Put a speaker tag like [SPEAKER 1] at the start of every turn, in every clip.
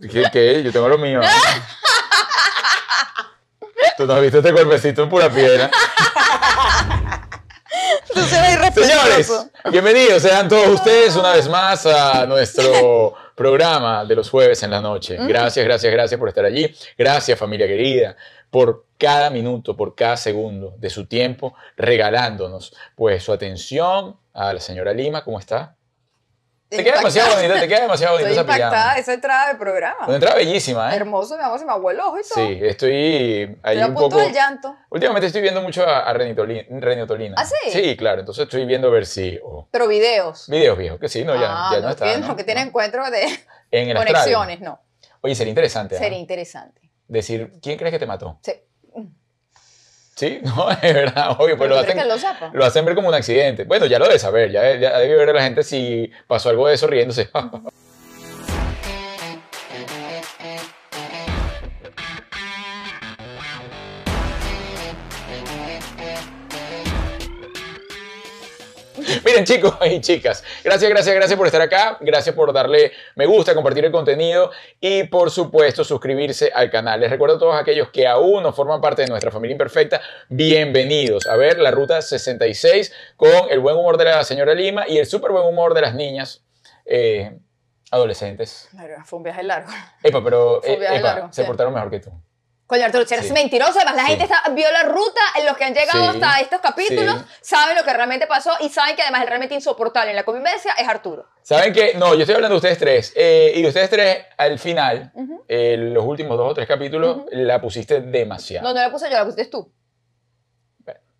[SPEAKER 1] ¿Qué? qué? Yo tengo lo mío. Tú no has visto este golpecito en pura piedra.
[SPEAKER 2] Tú se ves
[SPEAKER 1] Señores,
[SPEAKER 2] irrespetuoso.
[SPEAKER 1] bienvenidos sean todos ustedes una vez más a nuestro programa de los jueves en la noche. Gracias, gracias, gracias por estar allí. Gracias familia querida por cada minuto, por cada segundo de su tiempo regalándonos pues su atención a la señora Lima, ¿cómo está? Te queda demasiado bonita, te queda demasiado bonita
[SPEAKER 2] Estoy
[SPEAKER 1] esa
[SPEAKER 2] impactada
[SPEAKER 1] pijama.
[SPEAKER 2] de esa entrada de programa.
[SPEAKER 1] Una entrada bellísima, ¿eh?
[SPEAKER 2] Hermoso, mi amor, se me aguó el ojo y todo.
[SPEAKER 1] Sí, estoy ahí
[SPEAKER 2] Estoy a
[SPEAKER 1] un
[SPEAKER 2] punto
[SPEAKER 1] poco...
[SPEAKER 2] del llanto.
[SPEAKER 1] Últimamente estoy viendo mucho a, a Renitoli- Renitolina.
[SPEAKER 2] ¿Ah, sí?
[SPEAKER 1] Sí, claro. Entonces estoy viendo a ver si... o
[SPEAKER 2] Pero videos.
[SPEAKER 1] videos viejos, que sí, no, ya,
[SPEAKER 2] ah,
[SPEAKER 1] ya no,
[SPEAKER 2] no,
[SPEAKER 1] está.
[SPEAKER 2] que,
[SPEAKER 1] ¿no?
[SPEAKER 2] no, que tiene encuentros de
[SPEAKER 1] En el astral.
[SPEAKER 2] conexiones, no.
[SPEAKER 1] Oye, sería interesante. ¿ah?
[SPEAKER 2] Sería interesante.
[SPEAKER 1] Decir, ¿quién crees que te mató?
[SPEAKER 2] Sí.
[SPEAKER 1] Sí, no, es verdad, obvio, pero
[SPEAKER 2] ¿Pero
[SPEAKER 1] lo
[SPEAKER 2] tú
[SPEAKER 1] hacen,
[SPEAKER 2] crees que lo sepa?
[SPEAKER 1] lo hacen ver como un accidente. Bueno, ya lo debe saber, ya, ya debe ver a la gente si pasó algo de eso riéndose. Miren chicos y chicas, gracias, gracias, gracias por estar acá, gracias por darle me gusta, compartir el contenido y por supuesto suscribirse al canal. Les recuerdo a todos aquellos que aún no forman parte de nuestra familia imperfecta, bienvenidos a ver la Ruta 66 con el buen humor de la señora Lima y el súper buen humor de las niñas. eh, Adolescentes.
[SPEAKER 2] Claro, fue un viaje largo.
[SPEAKER 1] Epa, pero
[SPEAKER 2] Fue un
[SPEAKER 1] eh,
[SPEAKER 2] viaje
[SPEAKER 1] epa,
[SPEAKER 2] largo,
[SPEAKER 1] se
[SPEAKER 2] sí.
[SPEAKER 1] portaron mejor que tú.
[SPEAKER 2] Coño, Arturo, si eres
[SPEAKER 1] Sí.
[SPEAKER 2] mentiroso. Además, la
[SPEAKER 1] Sí.
[SPEAKER 2] gente está- vio la ruta. Los que han llegado
[SPEAKER 1] Sí.
[SPEAKER 2] hasta estos capítulos
[SPEAKER 1] Sí.
[SPEAKER 2] saben lo que realmente pasó y saben que además el realmente insoportable en la convivencia es Arturo.
[SPEAKER 1] ¿Saben qué? No, yo estoy hablando de ustedes tres. Eh, y de ustedes tres, al final, eh, los últimos dos o tres capítulos, la pusiste demasiado.
[SPEAKER 2] No, no la puse yo, la pusiste tú.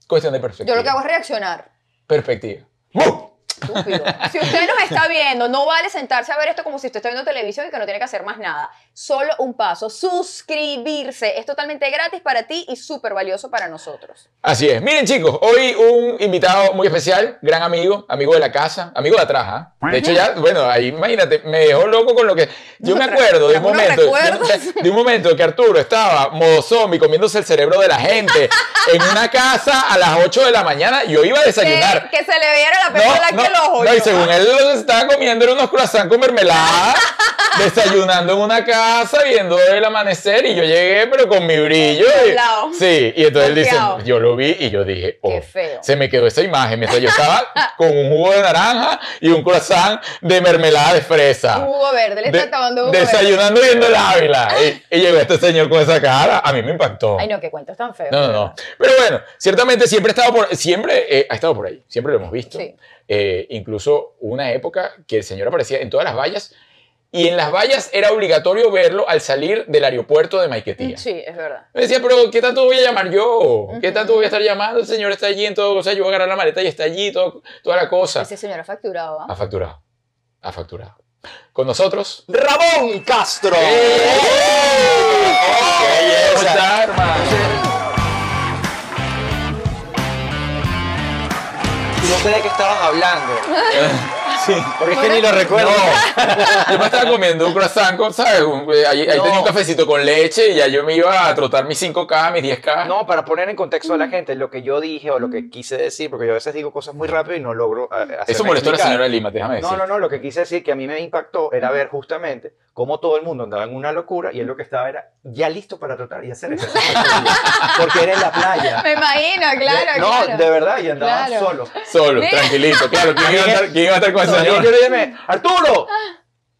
[SPEAKER 1] Cuestión de perspectiva.
[SPEAKER 2] Yo lo que hago es reaccionar.
[SPEAKER 1] Perspectiva. ¡Bu!
[SPEAKER 2] Estúpido. Si usted nos está viendo, no vale sentarse a ver esto como si usted está viendo televisión y que no tiene que hacer más nada. Solo un paso, suscribirse. Es totalmente gratis para ti y súper valioso para nosotros.
[SPEAKER 1] Así es. Miren, chicos, hoy un invitado muy especial, gran amigo, amigo de la casa, amigo de atrás. ¿ah? De hecho, ya, bueno, ahí imagínate, me dejó loco con lo que. Yo me acuerdo de un
[SPEAKER 2] Algunos
[SPEAKER 1] momento.
[SPEAKER 2] recuerdos.
[SPEAKER 1] De, de un momento que Arturo estaba modo zombie comiéndose el cerebro de la gente en una casa a las 8 de la mañana. Yo iba a
[SPEAKER 2] Que,
[SPEAKER 1] desayunar.
[SPEAKER 2] que se le viera la película que lo
[SPEAKER 1] no, y según
[SPEAKER 2] Ah,
[SPEAKER 1] él lo que se estaba comiendo era unos croissants con mermelada, desayunando en una casa, viendo el amanecer, y yo llegué, pero con mi brillo. y-
[SPEAKER 2] Helado.
[SPEAKER 1] sí, y entonces él dice,
[SPEAKER 2] Golpeado.
[SPEAKER 1] yo lo vi y yo dije, oh,
[SPEAKER 2] Qué feo.
[SPEAKER 1] se me quedó esa imagen, mientras yo estaba con un jugo de naranja y un croissant de mermelada de fresa.
[SPEAKER 2] Hugo Verde, Uh, le
[SPEAKER 1] De-
[SPEAKER 2] está tomando Hugo Verde.
[SPEAKER 1] desayunando viendo el Ávila. Y, y llegó este señor con esa cara, a mí me impactó.
[SPEAKER 2] Ay, no, qué cuentos tan feos.
[SPEAKER 1] No, no, no. Pero bueno, ciertamente siempre ha estado por, siempre eh, ha estado por ahí, siempre lo hemos visto.
[SPEAKER 2] Sí.
[SPEAKER 1] Eh, incluso hubo una época que el señor aparecía en todas las vallas y en las vallas era obligatorio verlo al salir del aeropuerto de Maiquetía.
[SPEAKER 2] Mm, Sí, es verdad.
[SPEAKER 1] Me decía, pero ¿qué tanto voy a llamar yo? ¿Qué tanto voy a estar llamando? El señor está allí en todo, o sea, yo voy a agarrar la maleta y está allí, todo- toda la cosa.
[SPEAKER 2] Ese señor ha facturado, ¿ah?
[SPEAKER 1] Ha facturado, ha facturado. Con nosotros.
[SPEAKER 3] Ramón Castro.
[SPEAKER 1] ¿Cómo está, hermano?
[SPEAKER 3] Tú no crees que estabas hablando.
[SPEAKER 1] Sí.
[SPEAKER 3] Porque es que ni lo recuerdo.
[SPEAKER 1] No. Yo me estaba comiendo un croissant, con, ¿sabes? Un- eh, Ahí, ahí
[SPEAKER 3] No.
[SPEAKER 1] tenía un cafecito con leche y ya yo me iba a trotar mis 5K, mis 10K.
[SPEAKER 3] No, para poner en contexto a la gente lo que yo dije o lo que quise decir, porque yo a veces digo cosas muy rápido y no logro a- hacerme
[SPEAKER 1] Eso molestó a la
[SPEAKER 3] explicar.
[SPEAKER 1] señora Lima, déjame decir.
[SPEAKER 3] No, no, no, lo que quise decir que a mí me impactó era ver justamente cómo todo el mundo andaba en una locura y él lo que estaba era ya listo para tratar y hacer ejercicio. porque era en la playa.
[SPEAKER 2] Me imagino, claro,
[SPEAKER 3] no,
[SPEAKER 2] claro.
[SPEAKER 3] de verdad, y andaba
[SPEAKER 2] Claro.
[SPEAKER 3] solo.
[SPEAKER 1] Solo,
[SPEAKER 2] Mira.
[SPEAKER 1] tranquilito, claro. ¿Quién iba a estar, quién iba a estar con ese
[SPEAKER 3] Yo
[SPEAKER 1] señor?
[SPEAKER 3] le llamé, Arturo.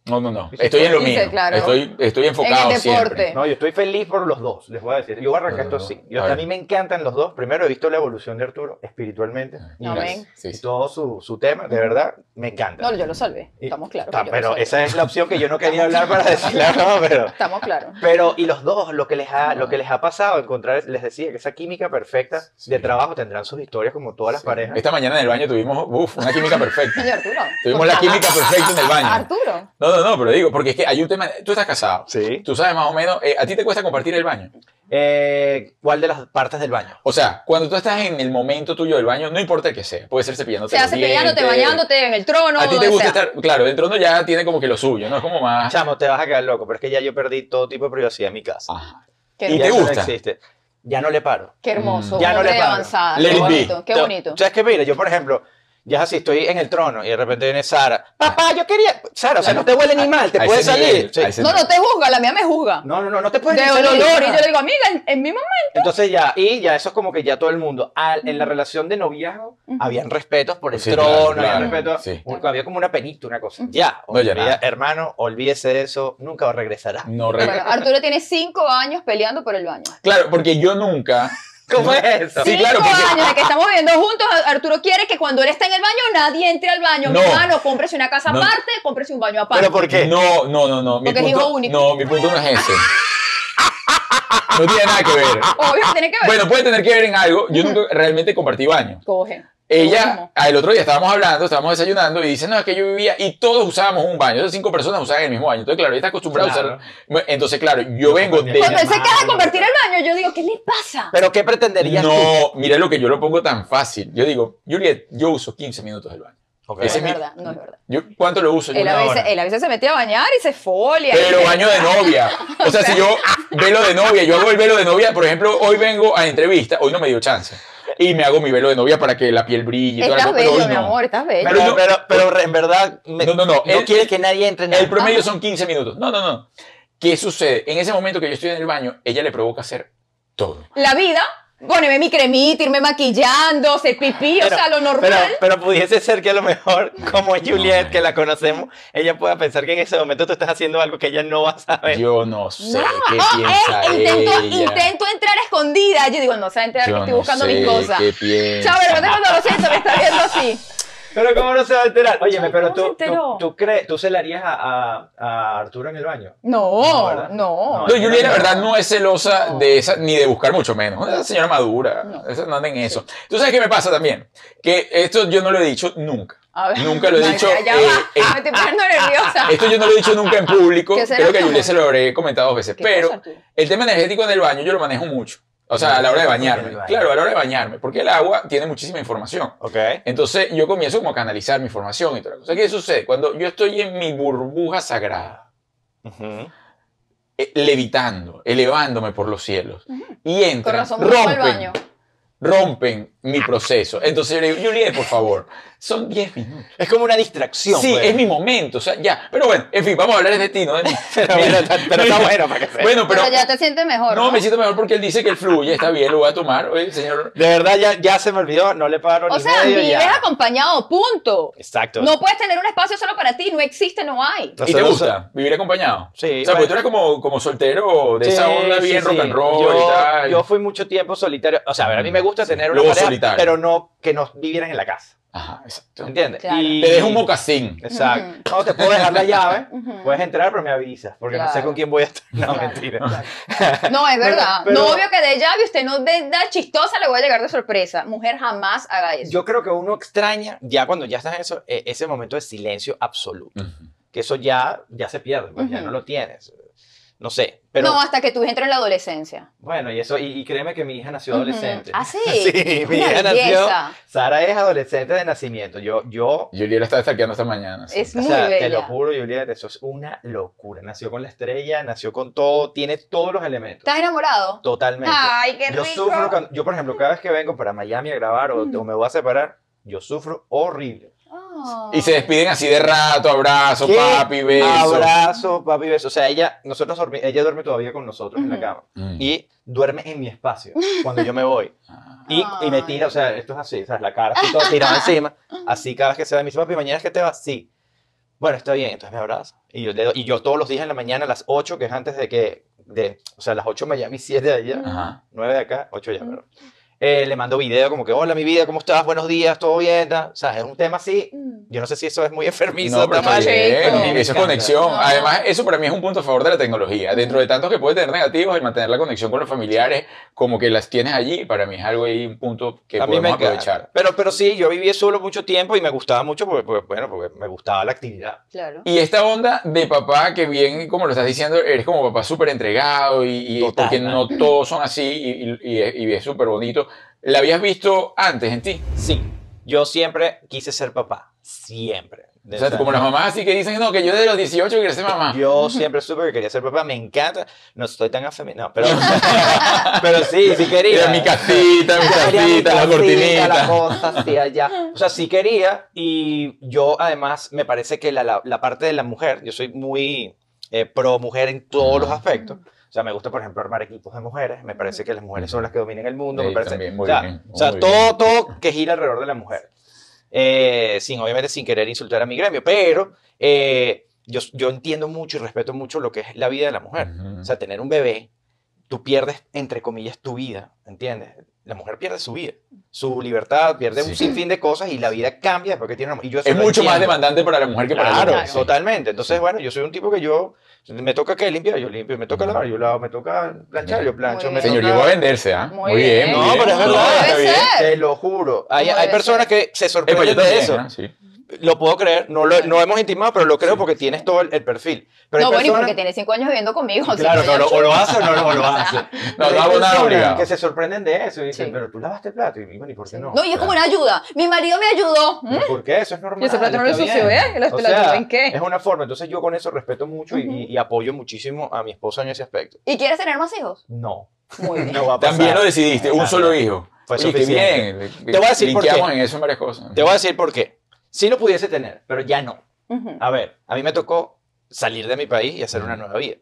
[SPEAKER 1] No, no, no. Estoy en lo
[SPEAKER 2] Dice,
[SPEAKER 1] mío.
[SPEAKER 2] claro.
[SPEAKER 1] Estoy, estoy enfocado
[SPEAKER 2] En el deporte.
[SPEAKER 1] siempre.
[SPEAKER 3] No, yo estoy feliz por los dos, les voy a decir. Yo voy a arrancar
[SPEAKER 1] No, no,
[SPEAKER 3] esto así.
[SPEAKER 1] no.
[SPEAKER 3] Yo-
[SPEAKER 1] A ver.
[SPEAKER 3] a mí me encantan los dos. Primero he visto la evolución de Arturo espiritualmente.
[SPEAKER 2] No,
[SPEAKER 1] Gracias.
[SPEAKER 2] ven.
[SPEAKER 1] Sí,
[SPEAKER 3] Y
[SPEAKER 1] sí.
[SPEAKER 3] todo su, su tema, de verdad, me encanta.
[SPEAKER 2] No, yo lo salvé.
[SPEAKER 3] Y-
[SPEAKER 2] Estamos claros.
[SPEAKER 3] Ta-
[SPEAKER 2] que yo lo
[SPEAKER 3] pero
[SPEAKER 2] salvé.
[SPEAKER 3] esa es la opción que yo no quería hablar para decirla, no, pero...
[SPEAKER 2] Estamos claros.
[SPEAKER 3] Pero, y los dos, lo que les ha, lo que les ha pasado, encontrar, les decía que esa química perfecta de trabajo tendrán sus historias como todas las parejas.
[SPEAKER 1] Esta mañana en el baño tuvimos uf, una química perfecta.
[SPEAKER 2] Señor Arturo.
[SPEAKER 1] tuvimos la química perfecta en el baño.
[SPEAKER 2] Arturo.
[SPEAKER 1] No, no, no, pero digo, porque es que hay un tema. Tú estás casado.
[SPEAKER 3] Sí.
[SPEAKER 1] Tú sabes más o menos. eh, ¿A ti te cuesta compartir el baño?
[SPEAKER 3] Eh, ¿Cuál de las partes del baño?
[SPEAKER 1] O sea, cuando tú estás en el momento tuyo del baño, no importa el que sea, puede ser cepillándote
[SPEAKER 2] Se
[SPEAKER 1] los
[SPEAKER 2] hace peleándote,
[SPEAKER 1] dientes.
[SPEAKER 2] bañándote en el trono.
[SPEAKER 1] A ti te
[SPEAKER 2] donde
[SPEAKER 1] gusta
[SPEAKER 2] sea.
[SPEAKER 1] estar, claro, el trono ya tiene como que lo suyo, ¿no? Es como más...
[SPEAKER 3] Chamo, te vas a quedar loco, pero es que ya yo perdí todo tipo de privacidad en mi casa.
[SPEAKER 1] Ajá.
[SPEAKER 2] Qué,
[SPEAKER 1] Y
[SPEAKER 3] Ya
[SPEAKER 1] te
[SPEAKER 3] eso no
[SPEAKER 1] gusta.
[SPEAKER 3] existe. Ya no le paro.
[SPEAKER 2] qué hermoso.
[SPEAKER 3] Ya no
[SPEAKER 2] hombre
[SPEAKER 3] le
[SPEAKER 2] de
[SPEAKER 3] paro.
[SPEAKER 2] Oh, avanzada.
[SPEAKER 1] Let
[SPEAKER 2] Qué
[SPEAKER 1] it be.
[SPEAKER 2] bonito. Qué bonito.
[SPEAKER 3] ¿Sabes qué? Mira, yo, por ejemplo, Ya es así, estoy en el trono y de repente viene Sara. Papá, yo quería. Sara, o sea, no te huele ni mal, te
[SPEAKER 1] A
[SPEAKER 3] puedes
[SPEAKER 1] ese
[SPEAKER 3] salir.
[SPEAKER 1] nivel,
[SPEAKER 3] Sí.
[SPEAKER 1] a ese
[SPEAKER 2] No, no te juzga, la mía me juzga.
[SPEAKER 3] No, no, no, no te puedes
[SPEAKER 2] de
[SPEAKER 3] ni salir.
[SPEAKER 2] olor. Y
[SPEAKER 3] Ah.
[SPEAKER 2] yo le digo, amiga, en, en mi momento.
[SPEAKER 3] Entonces ya, y ya eso es como que ya todo el mundo. Al- en la relación de noviazgo,
[SPEAKER 2] Ujú.
[SPEAKER 3] habían respetos por el
[SPEAKER 1] Sí,
[SPEAKER 3] trono,
[SPEAKER 1] claro,
[SPEAKER 3] había
[SPEAKER 1] claro,
[SPEAKER 3] respeto.
[SPEAKER 1] sí.
[SPEAKER 3] un- había como una penita, una cosa.
[SPEAKER 2] Ujú.
[SPEAKER 3] Ya,
[SPEAKER 1] No, ya
[SPEAKER 3] olvida-
[SPEAKER 1] nada. Mm.
[SPEAKER 3] hermano, olvídese de eso, nunca regresará.
[SPEAKER 1] No re-
[SPEAKER 2] Bueno, ah. Arturo tiene cinco años peleando por el baño.
[SPEAKER 1] Claro, porque yo nunca.
[SPEAKER 3] ¿Cómo es eso?
[SPEAKER 1] Sí, claro,
[SPEAKER 2] Cinco
[SPEAKER 1] porque-
[SPEAKER 2] años de que estamos viviendo juntos, Arturo quiere que cuando él está en el baño nadie entre al baño.
[SPEAKER 1] No.
[SPEAKER 2] Mi hermano, cómprese una casa
[SPEAKER 1] No.
[SPEAKER 2] aparte, cómprese un baño aparte.
[SPEAKER 3] ¿Pero por qué?
[SPEAKER 1] No, no, no, no. Mi
[SPEAKER 2] Porque es
[SPEAKER 1] punto,
[SPEAKER 2] hijo único.
[SPEAKER 1] No, mi punto no es ese. No tiene nada que ver.
[SPEAKER 2] Obvio que tiene que ver.
[SPEAKER 1] Bueno, puede tener que ver en algo. Yo nunca realmente compartí baño.
[SPEAKER 2] Coge.
[SPEAKER 1] Ella,
[SPEAKER 2] Buenísimo.
[SPEAKER 1] al otro día estábamos hablando, estábamos desayunando y dice, no, es que yo vivía y todos usábamos un baño. Esas cinco personas usaban el mismo baño. Entonces, claro, ella está acostumbrada a
[SPEAKER 3] Claro.
[SPEAKER 1] usar. Bueno, Entonces, claro, yo
[SPEAKER 3] No
[SPEAKER 1] vengo
[SPEAKER 3] compartía.
[SPEAKER 1] de...
[SPEAKER 2] Cuando él se acaba de
[SPEAKER 3] malo.
[SPEAKER 2] convertir el baño, yo digo, ¿qué le pasa?
[SPEAKER 3] ¿Pero qué pretenderías tú?
[SPEAKER 1] No, mira lo que yo lo pongo tan fácil. Yo digo, Juliet, yo uso 15 minutos del baño.
[SPEAKER 3] Ok.
[SPEAKER 2] No
[SPEAKER 1] ese es
[SPEAKER 2] es
[SPEAKER 1] mi-
[SPEAKER 2] verdad, no es verdad.
[SPEAKER 1] Yo, ¿Cuánto lo uso? Yo
[SPEAKER 2] Él
[SPEAKER 1] una
[SPEAKER 2] a, veces,
[SPEAKER 1] hora.
[SPEAKER 2] él a veces se metía a bañar y se folia.
[SPEAKER 1] Pero
[SPEAKER 2] Y-
[SPEAKER 1] baño de novia. O sea, si yo velo de novia, yo hago el velo de novia, por ejemplo, hoy vengo a entrevista, hoy no me dio chance. Y me hago mi velo de novia para que la piel brille y toda la
[SPEAKER 2] Estás
[SPEAKER 1] cosa, pero
[SPEAKER 2] bello,
[SPEAKER 1] hoy
[SPEAKER 2] mi
[SPEAKER 1] no.
[SPEAKER 2] amor, estás bello.
[SPEAKER 1] Pero
[SPEAKER 3] Pero,
[SPEAKER 1] no-
[SPEAKER 3] pero, pero re- en verdad, me-
[SPEAKER 1] No, no, no, el-
[SPEAKER 3] quieres que nadie entre en
[SPEAKER 1] El
[SPEAKER 3] el
[SPEAKER 1] promedio son 15 minutos. No, no, no. ¿Qué sucede? En ese momento que yo estoy en el baño, ella le provoca hacer todo.
[SPEAKER 2] La vida, poneme mi cremita, irme maquillando, hacer pipí, o sea, lo normal.
[SPEAKER 3] Pero, pero pudiese ser que a lo mejor, como Juliet, que la conocemos, ella pueda pensar que en ese momento tú estás haciendo algo que ella no va a saber.
[SPEAKER 1] Yo no sé qué
[SPEAKER 2] Oh,
[SPEAKER 1] piensa
[SPEAKER 2] eh, intento,
[SPEAKER 1] ella.
[SPEAKER 2] intento entrar a escondida. Yo digo, no se va a enterar que
[SPEAKER 1] Yo
[SPEAKER 2] estoy
[SPEAKER 1] no
[SPEAKER 2] buscando
[SPEAKER 1] sé
[SPEAKER 2] mis cosas.
[SPEAKER 1] qué piensa.
[SPEAKER 2] Chao, de repente cuando lo siento me está viendo así.
[SPEAKER 3] Pero ¿cómo no se va a enterar? Óyeme,
[SPEAKER 2] Ay,
[SPEAKER 3] pero
[SPEAKER 2] ¿cómo se
[SPEAKER 3] tú,
[SPEAKER 2] enteró?
[SPEAKER 3] tú, tú, crees, tú se la harías a, a, a Arturo en el baño. No,
[SPEAKER 2] No,
[SPEAKER 3] ¿verdad?
[SPEAKER 1] No,
[SPEAKER 2] no.
[SPEAKER 1] Julia, la verdad, no es celosa de esa, ni de buscar mucho menos. Esa señora madura,
[SPEAKER 2] No.
[SPEAKER 1] esa no anda en eso. ¿Tú sabes qué me pasa también? Que esto yo no lo he dicho nunca.
[SPEAKER 2] A ver.
[SPEAKER 1] Nunca lo he
[SPEAKER 2] Ay,
[SPEAKER 1] dicho,
[SPEAKER 2] Ya
[SPEAKER 1] eh,
[SPEAKER 2] va.
[SPEAKER 1] eh, ah,
[SPEAKER 2] me estoy poniendo nerviosa.
[SPEAKER 1] Esto yo no lo he dicho nunca en público.
[SPEAKER 2] ¿Qué será,
[SPEAKER 1] Creo que a
[SPEAKER 2] mi
[SPEAKER 1] Julia
[SPEAKER 2] amor?
[SPEAKER 1] se lo habré comentado dos veces.
[SPEAKER 2] ¿Qué
[SPEAKER 1] Pero
[SPEAKER 2] cosa tú?
[SPEAKER 1] el tema energético en el baño yo lo manejo mucho. O sea, a la hora de bañarme. Claro, a la hora de bañarme. Porque el agua tiene muchísima información.
[SPEAKER 3] Ok.
[SPEAKER 1] Entonces yo comienzo como a canalizar mi información y toda la cosa. ¿Qué sucede? Cuando yo estoy en mi burbuja sagrada,
[SPEAKER 3] Ujú.
[SPEAKER 1] eh, levitando, elevándome por los cielos. Y
[SPEAKER 2] Con
[SPEAKER 1] entran,
[SPEAKER 2] razón, me fue al
[SPEAKER 1] rompen,
[SPEAKER 2] baño.
[SPEAKER 1] rompen mi proceso. Entonces yo le digo, Juliet, por favor, son 10 minutos.
[SPEAKER 3] Es como una distracción.
[SPEAKER 1] Sí,
[SPEAKER 3] pues.
[SPEAKER 1] es mi momento, o sea, ya. Pero bueno, en fin, vamos a hablar de ti, no de mí.
[SPEAKER 3] Pero, bueno, está- pero está bueno para que sea.
[SPEAKER 1] Bueno, pero...
[SPEAKER 2] Pero ya te sientes mejor.
[SPEAKER 1] No, me siento mejor porque él dice que él fluye, está bien, lo voy a tomar. Oye, señor...
[SPEAKER 3] De verdad, ya, ya se me olvidó, no le pagaron
[SPEAKER 2] O
[SPEAKER 3] ni
[SPEAKER 2] sea,
[SPEAKER 3] medio.
[SPEAKER 2] vives
[SPEAKER 3] ya.
[SPEAKER 2] acompañado, punto.
[SPEAKER 3] Exacto.
[SPEAKER 2] No puedes tener un espacio solo para ti, no existe, no hay.
[SPEAKER 1] ¿Y te gusta vivir acompañado?
[SPEAKER 3] Sí,
[SPEAKER 1] O sea, porque
[SPEAKER 3] bueno.
[SPEAKER 1] tú eres como, como soltero de esa
[SPEAKER 3] Sí,
[SPEAKER 1] onda
[SPEAKER 3] sí,
[SPEAKER 1] bien
[SPEAKER 3] sí.
[SPEAKER 1] rock and roll
[SPEAKER 3] yo,
[SPEAKER 1] y tal.
[SPEAKER 3] Yo fui mucho tiempo solitario. O sea, a ver, a mí me gusta
[SPEAKER 1] Sí.
[SPEAKER 3] tener una
[SPEAKER 1] Lobo
[SPEAKER 3] pareja,
[SPEAKER 1] solitario.
[SPEAKER 3] pero no que nos vivieran en la casa.
[SPEAKER 1] Ajá, exacto.
[SPEAKER 3] ¿Entiendes?
[SPEAKER 2] Claro.
[SPEAKER 1] Te dejo un mocasín.
[SPEAKER 3] Exacto.
[SPEAKER 2] Ujú.
[SPEAKER 3] No, te puedo dejar la llave.
[SPEAKER 2] Ujú.
[SPEAKER 3] Puedes entrar, pero me avisas, porque no sé
[SPEAKER 2] Claro.
[SPEAKER 3] con quién voy a estar. No,
[SPEAKER 2] Claro,
[SPEAKER 3] mentira.
[SPEAKER 2] No, es
[SPEAKER 3] Pero-
[SPEAKER 2] verdad.
[SPEAKER 3] pero-
[SPEAKER 2] Novio que de llave, usted no de da chistosa, le voy a llegar de sorpresa. Mujer jamás haga eso.
[SPEAKER 3] Yo creo que uno extraña, ya cuando ya estás en eso, e- ese momento de silencio absoluto.
[SPEAKER 1] Ujú.
[SPEAKER 3] Que eso ya, ya se pierde, pues ya
[SPEAKER 2] Ujú.
[SPEAKER 3] no lo tienes. No sé, pero
[SPEAKER 2] no, ah hasta que tú entres en la adolescencia.
[SPEAKER 3] bueno, y eso, y, y créeme que mi hija nació
[SPEAKER 2] Ujú.
[SPEAKER 3] adolescente.
[SPEAKER 2] Ah, sí.
[SPEAKER 3] Sí, mi
[SPEAKER 2] Una
[SPEAKER 3] hija nació.
[SPEAKER 2] belleza. Nació...
[SPEAKER 3] Sara es adolescente de nacimiento. Yo, yo
[SPEAKER 1] Juliet la está destaqueando esta mañana. sí.
[SPEAKER 2] Es
[SPEAKER 3] O
[SPEAKER 2] muy
[SPEAKER 3] sea,
[SPEAKER 2] bella.
[SPEAKER 3] te lo juro, Juliet, eso es una locura. Nació con la estrella, nació con todo, tiene todos los elementos.
[SPEAKER 2] ¿Estás enamorado?
[SPEAKER 3] Totalmente.
[SPEAKER 2] Ay, ah, qué rico.
[SPEAKER 3] yo
[SPEAKER 2] Mm.
[SPEAKER 3] sufro, cuando- yo por ejemplo, cada vez que vengo para Miami a grabar o, o me voy a separar, yo sufro horrible.
[SPEAKER 2] Ah.
[SPEAKER 1] Y se despiden así de rato, abrazo,
[SPEAKER 3] ¿Qué?
[SPEAKER 1] papi, beso.
[SPEAKER 3] Abrazo, papi, beso. O sea, ella, nosotros dormi- ella duerme todavía con nosotros en la
[SPEAKER 2] Ujú.
[SPEAKER 3] cama
[SPEAKER 1] Mm.
[SPEAKER 3] y duerme en mi espacio cuando yo me voy. Y, y me tira, o sea, esto es así, o sea, la cara así todo tirada encima. Así cada vez que se va, me dice, papi, mañana es que te vas, sí. Bueno, está bien, entonces me abraza. Y yo, le doy- y yo todos los días en la mañana, a las 8, que es antes de que, de, o sea, las 8 de Miami, 7 de allá,
[SPEAKER 1] Ajá.
[SPEAKER 3] 9 de acá, 8 ya,
[SPEAKER 2] Ujú.
[SPEAKER 3] perdón. Eh, le mando video como que, hola, mi vida, ¿cómo estás? Buenos días, ¿todo bien? tal. O sea, es un tema así,
[SPEAKER 2] Mm.
[SPEAKER 3] yo no sé si eso es muy enfermizo,
[SPEAKER 1] No, pero
[SPEAKER 3] está
[SPEAKER 1] está
[SPEAKER 3] mal.
[SPEAKER 2] chico.
[SPEAKER 1] bien. Eso
[SPEAKER 3] Me
[SPEAKER 1] es
[SPEAKER 3] encanta.
[SPEAKER 1] conexión.
[SPEAKER 2] No.
[SPEAKER 1] Además, eso para mí es un punto a favor de la tecnología. Dentro de tantos que puede tener negativos, el mantener la conexión con los familiares, como que las tienes allí, para mí es algo ahí, un punto que
[SPEAKER 3] A mí me
[SPEAKER 1] podemos
[SPEAKER 3] encanta.
[SPEAKER 1] aprovechar.
[SPEAKER 3] Pero, pero sí, yo viví solo mucho tiempo y me gustaba mucho porque, porque, bueno, porque me gustaba la actividad.
[SPEAKER 2] Claro.
[SPEAKER 1] Y esta onda de papá, que bien, como lo estás diciendo, eres como papá súper entregado y, y-
[SPEAKER 3] Total.
[SPEAKER 1] porque no todos son así y, y- y- y es súper bonito. ¿La habías visto antes en ti?
[SPEAKER 3] Sí, yo siempre quise ser papá, siempre.
[SPEAKER 1] O sea,
[SPEAKER 3] esa-
[SPEAKER 1] como las mamás así que dicen, no, que yo desde los 18 quería ser mamá.
[SPEAKER 3] Yo siempre supe que quería ser papá, me encanta. No estoy tan afeminado, pero, pero sí, sí quería.
[SPEAKER 1] Era mi casita, mi
[SPEAKER 3] Yo quería mi
[SPEAKER 1] casita, la
[SPEAKER 3] casita, La
[SPEAKER 1] cortinita.
[SPEAKER 3] cosa, así allá. O sea, sí quería. Y yo, además, me parece que la, la, la parte de la mujer, yo soy muy eh, pro mujer en todos los
[SPEAKER 2] Mm.
[SPEAKER 3] aspectos. O sea, me gusta, por ejemplo, armar equipos de mujeres. Me parece que las mujeres son las que dominan el mundo.
[SPEAKER 1] Sí,
[SPEAKER 3] me parece.
[SPEAKER 1] también, muy
[SPEAKER 3] o sea,
[SPEAKER 1] bien,
[SPEAKER 3] o sea,
[SPEAKER 1] muy
[SPEAKER 3] todo,
[SPEAKER 1] bien.
[SPEAKER 3] todo que gira alrededor de la mujer. Eh, sin, obviamente, sin querer insultar a mi gremio, pero eh, yo, yo entiendo mucho y respeto mucho lo que es la vida de la mujer.
[SPEAKER 1] Ujú.
[SPEAKER 3] O sea, tener un bebé, tú pierdes, entre comillas, tu vida, ¿entiendes? La mujer pierde su vida, su libertad, pierde un
[SPEAKER 1] Sí.
[SPEAKER 3] sinfín de cosas y la vida cambia después que tiene una mujer. Y yo eso
[SPEAKER 1] Es
[SPEAKER 3] lo
[SPEAKER 1] mucho más
[SPEAKER 3] entiendo.
[SPEAKER 1] demandante para la mujer que para el
[SPEAKER 3] Claro,
[SPEAKER 1] hombre.
[SPEAKER 2] Claro.
[SPEAKER 3] totalmente. Entonces, bueno, yo soy un tipo que yo, me toca que limpiar, yo limpio, me toca
[SPEAKER 1] Ujú.
[SPEAKER 3] lavar, yo lavo, me toca planchar, yo plancho,
[SPEAKER 2] Muy
[SPEAKER 3] me
[SPEAKER 2] bien.
[SPEAKER 1] Señor,
[SPEAKER 3] toca-
[SPEAKER 1] llegó a venderse, ¿ah?
[SPEAKER 2] Muy
[SPEAKER 1] Muy bien.
[SPEAKER 2] bien.
[SPEAKER 1] muy
[SPEAKER 3] No,
[SPEAKER 1] bien.
[SPEAKER 3] pero es verdad.
[SPEAKER 2] No, debe
[SPEAKER 3] está bien,
[SPEAKER 2] ser.
[SPEAKER 3] Te lo juro. Hay,
[SPEAKER 2] Como
[SPEAKER 3] hay
[SPEAKER 2] debe
[SPEAKER 3] personas que se
[SPEAKER 1] Epa, yo
[SPEAKER 3] sorprenden de
[SPEAKER 1] también,
[SPEAKER 3] eso.
[SPEAKER 1] ¿ah? Sí.
[SPEAKER 3] Lo puedo creer. No, lo, no hemos intimado, pero lo creo porque tienes todo el, el perfil. Pero
[SPEAKER 2] no,
[SPEAKER 3] hay
[SPEAKER 2] bueno, y
[SPEAKER 3] personas...
[SPEAKER 2] porque tiene cinco años viviendo conmigo. o sea,
[SPEAKER 3] Claro,
[SPEAKER 2] yo-
[SPEAKER 3] no, lo- o lo hace o no lo, o lo hace.
[SPEAKER 1] No, no
[SPEAKER 3] Hay
[SPEAKER 1] hago nada
[SPEAKER 3] personas
[SPEAKER 1] obligado.
[SPEAKER 3] Que se sorprenden de eso y dicen,
[SPEAKER 2] Sí.
[SPEAKER 3] pero tú lavaste el plato. Y bueno, ¿y por qué no?
[SPEAKER 2] No, y es como una ayuda. Mi marido me ayudó. ¿Mm?
[SPEAKER 3] ¿Por qué? Eso es normal.
[SPEAKER 2] Y ese plato no lo
[SPEAKER 3] Ah, está
[SPEAKER 2] ensució,
[SPEAKER 3] bien.
[SPEAKER 2] ¿eh? Los
[SPEAKER 3] O
[SPEAKER 2] platos,
[SPEAKER 3] sea,
[SPEAKER 2] ¿en qué?
[SPEAKER 3] Es una forma. Entonces yo con eso respeto mucho y, y apoyo muchísimo a mi esposa en ese aspecto.
[SPEAKER 2] ¿Y quieres tener más hijos?
[SPEAKER 3] No.
[SPEAKER 2] Muy bien.
[SPEAKER 3] No va a pasar.
[SPEAKER 1] También lo decidiste, un
[SPEAKER 3] Exacto.
[SPEAKER 1] solo hijo.
[SPEAKER 3] Fue
[SPEAKER 1] Oye, qué
[SPEAKER 3] suficiente.
[SPEAKER 1] bien. le-
[SPEAKER 3] Te voy a decir por qué.
[SPEAKER 1] linkeamos en eso en varias cosas.
[SPEAKER 3] Te voy a decir por qué. Sí lo pudiese tener, pero ya no.
[SPEAKER 2] Ujú.
[SPEAKER 3] A ver, a mí me tocó salir de mi país y hacer una nueva vida.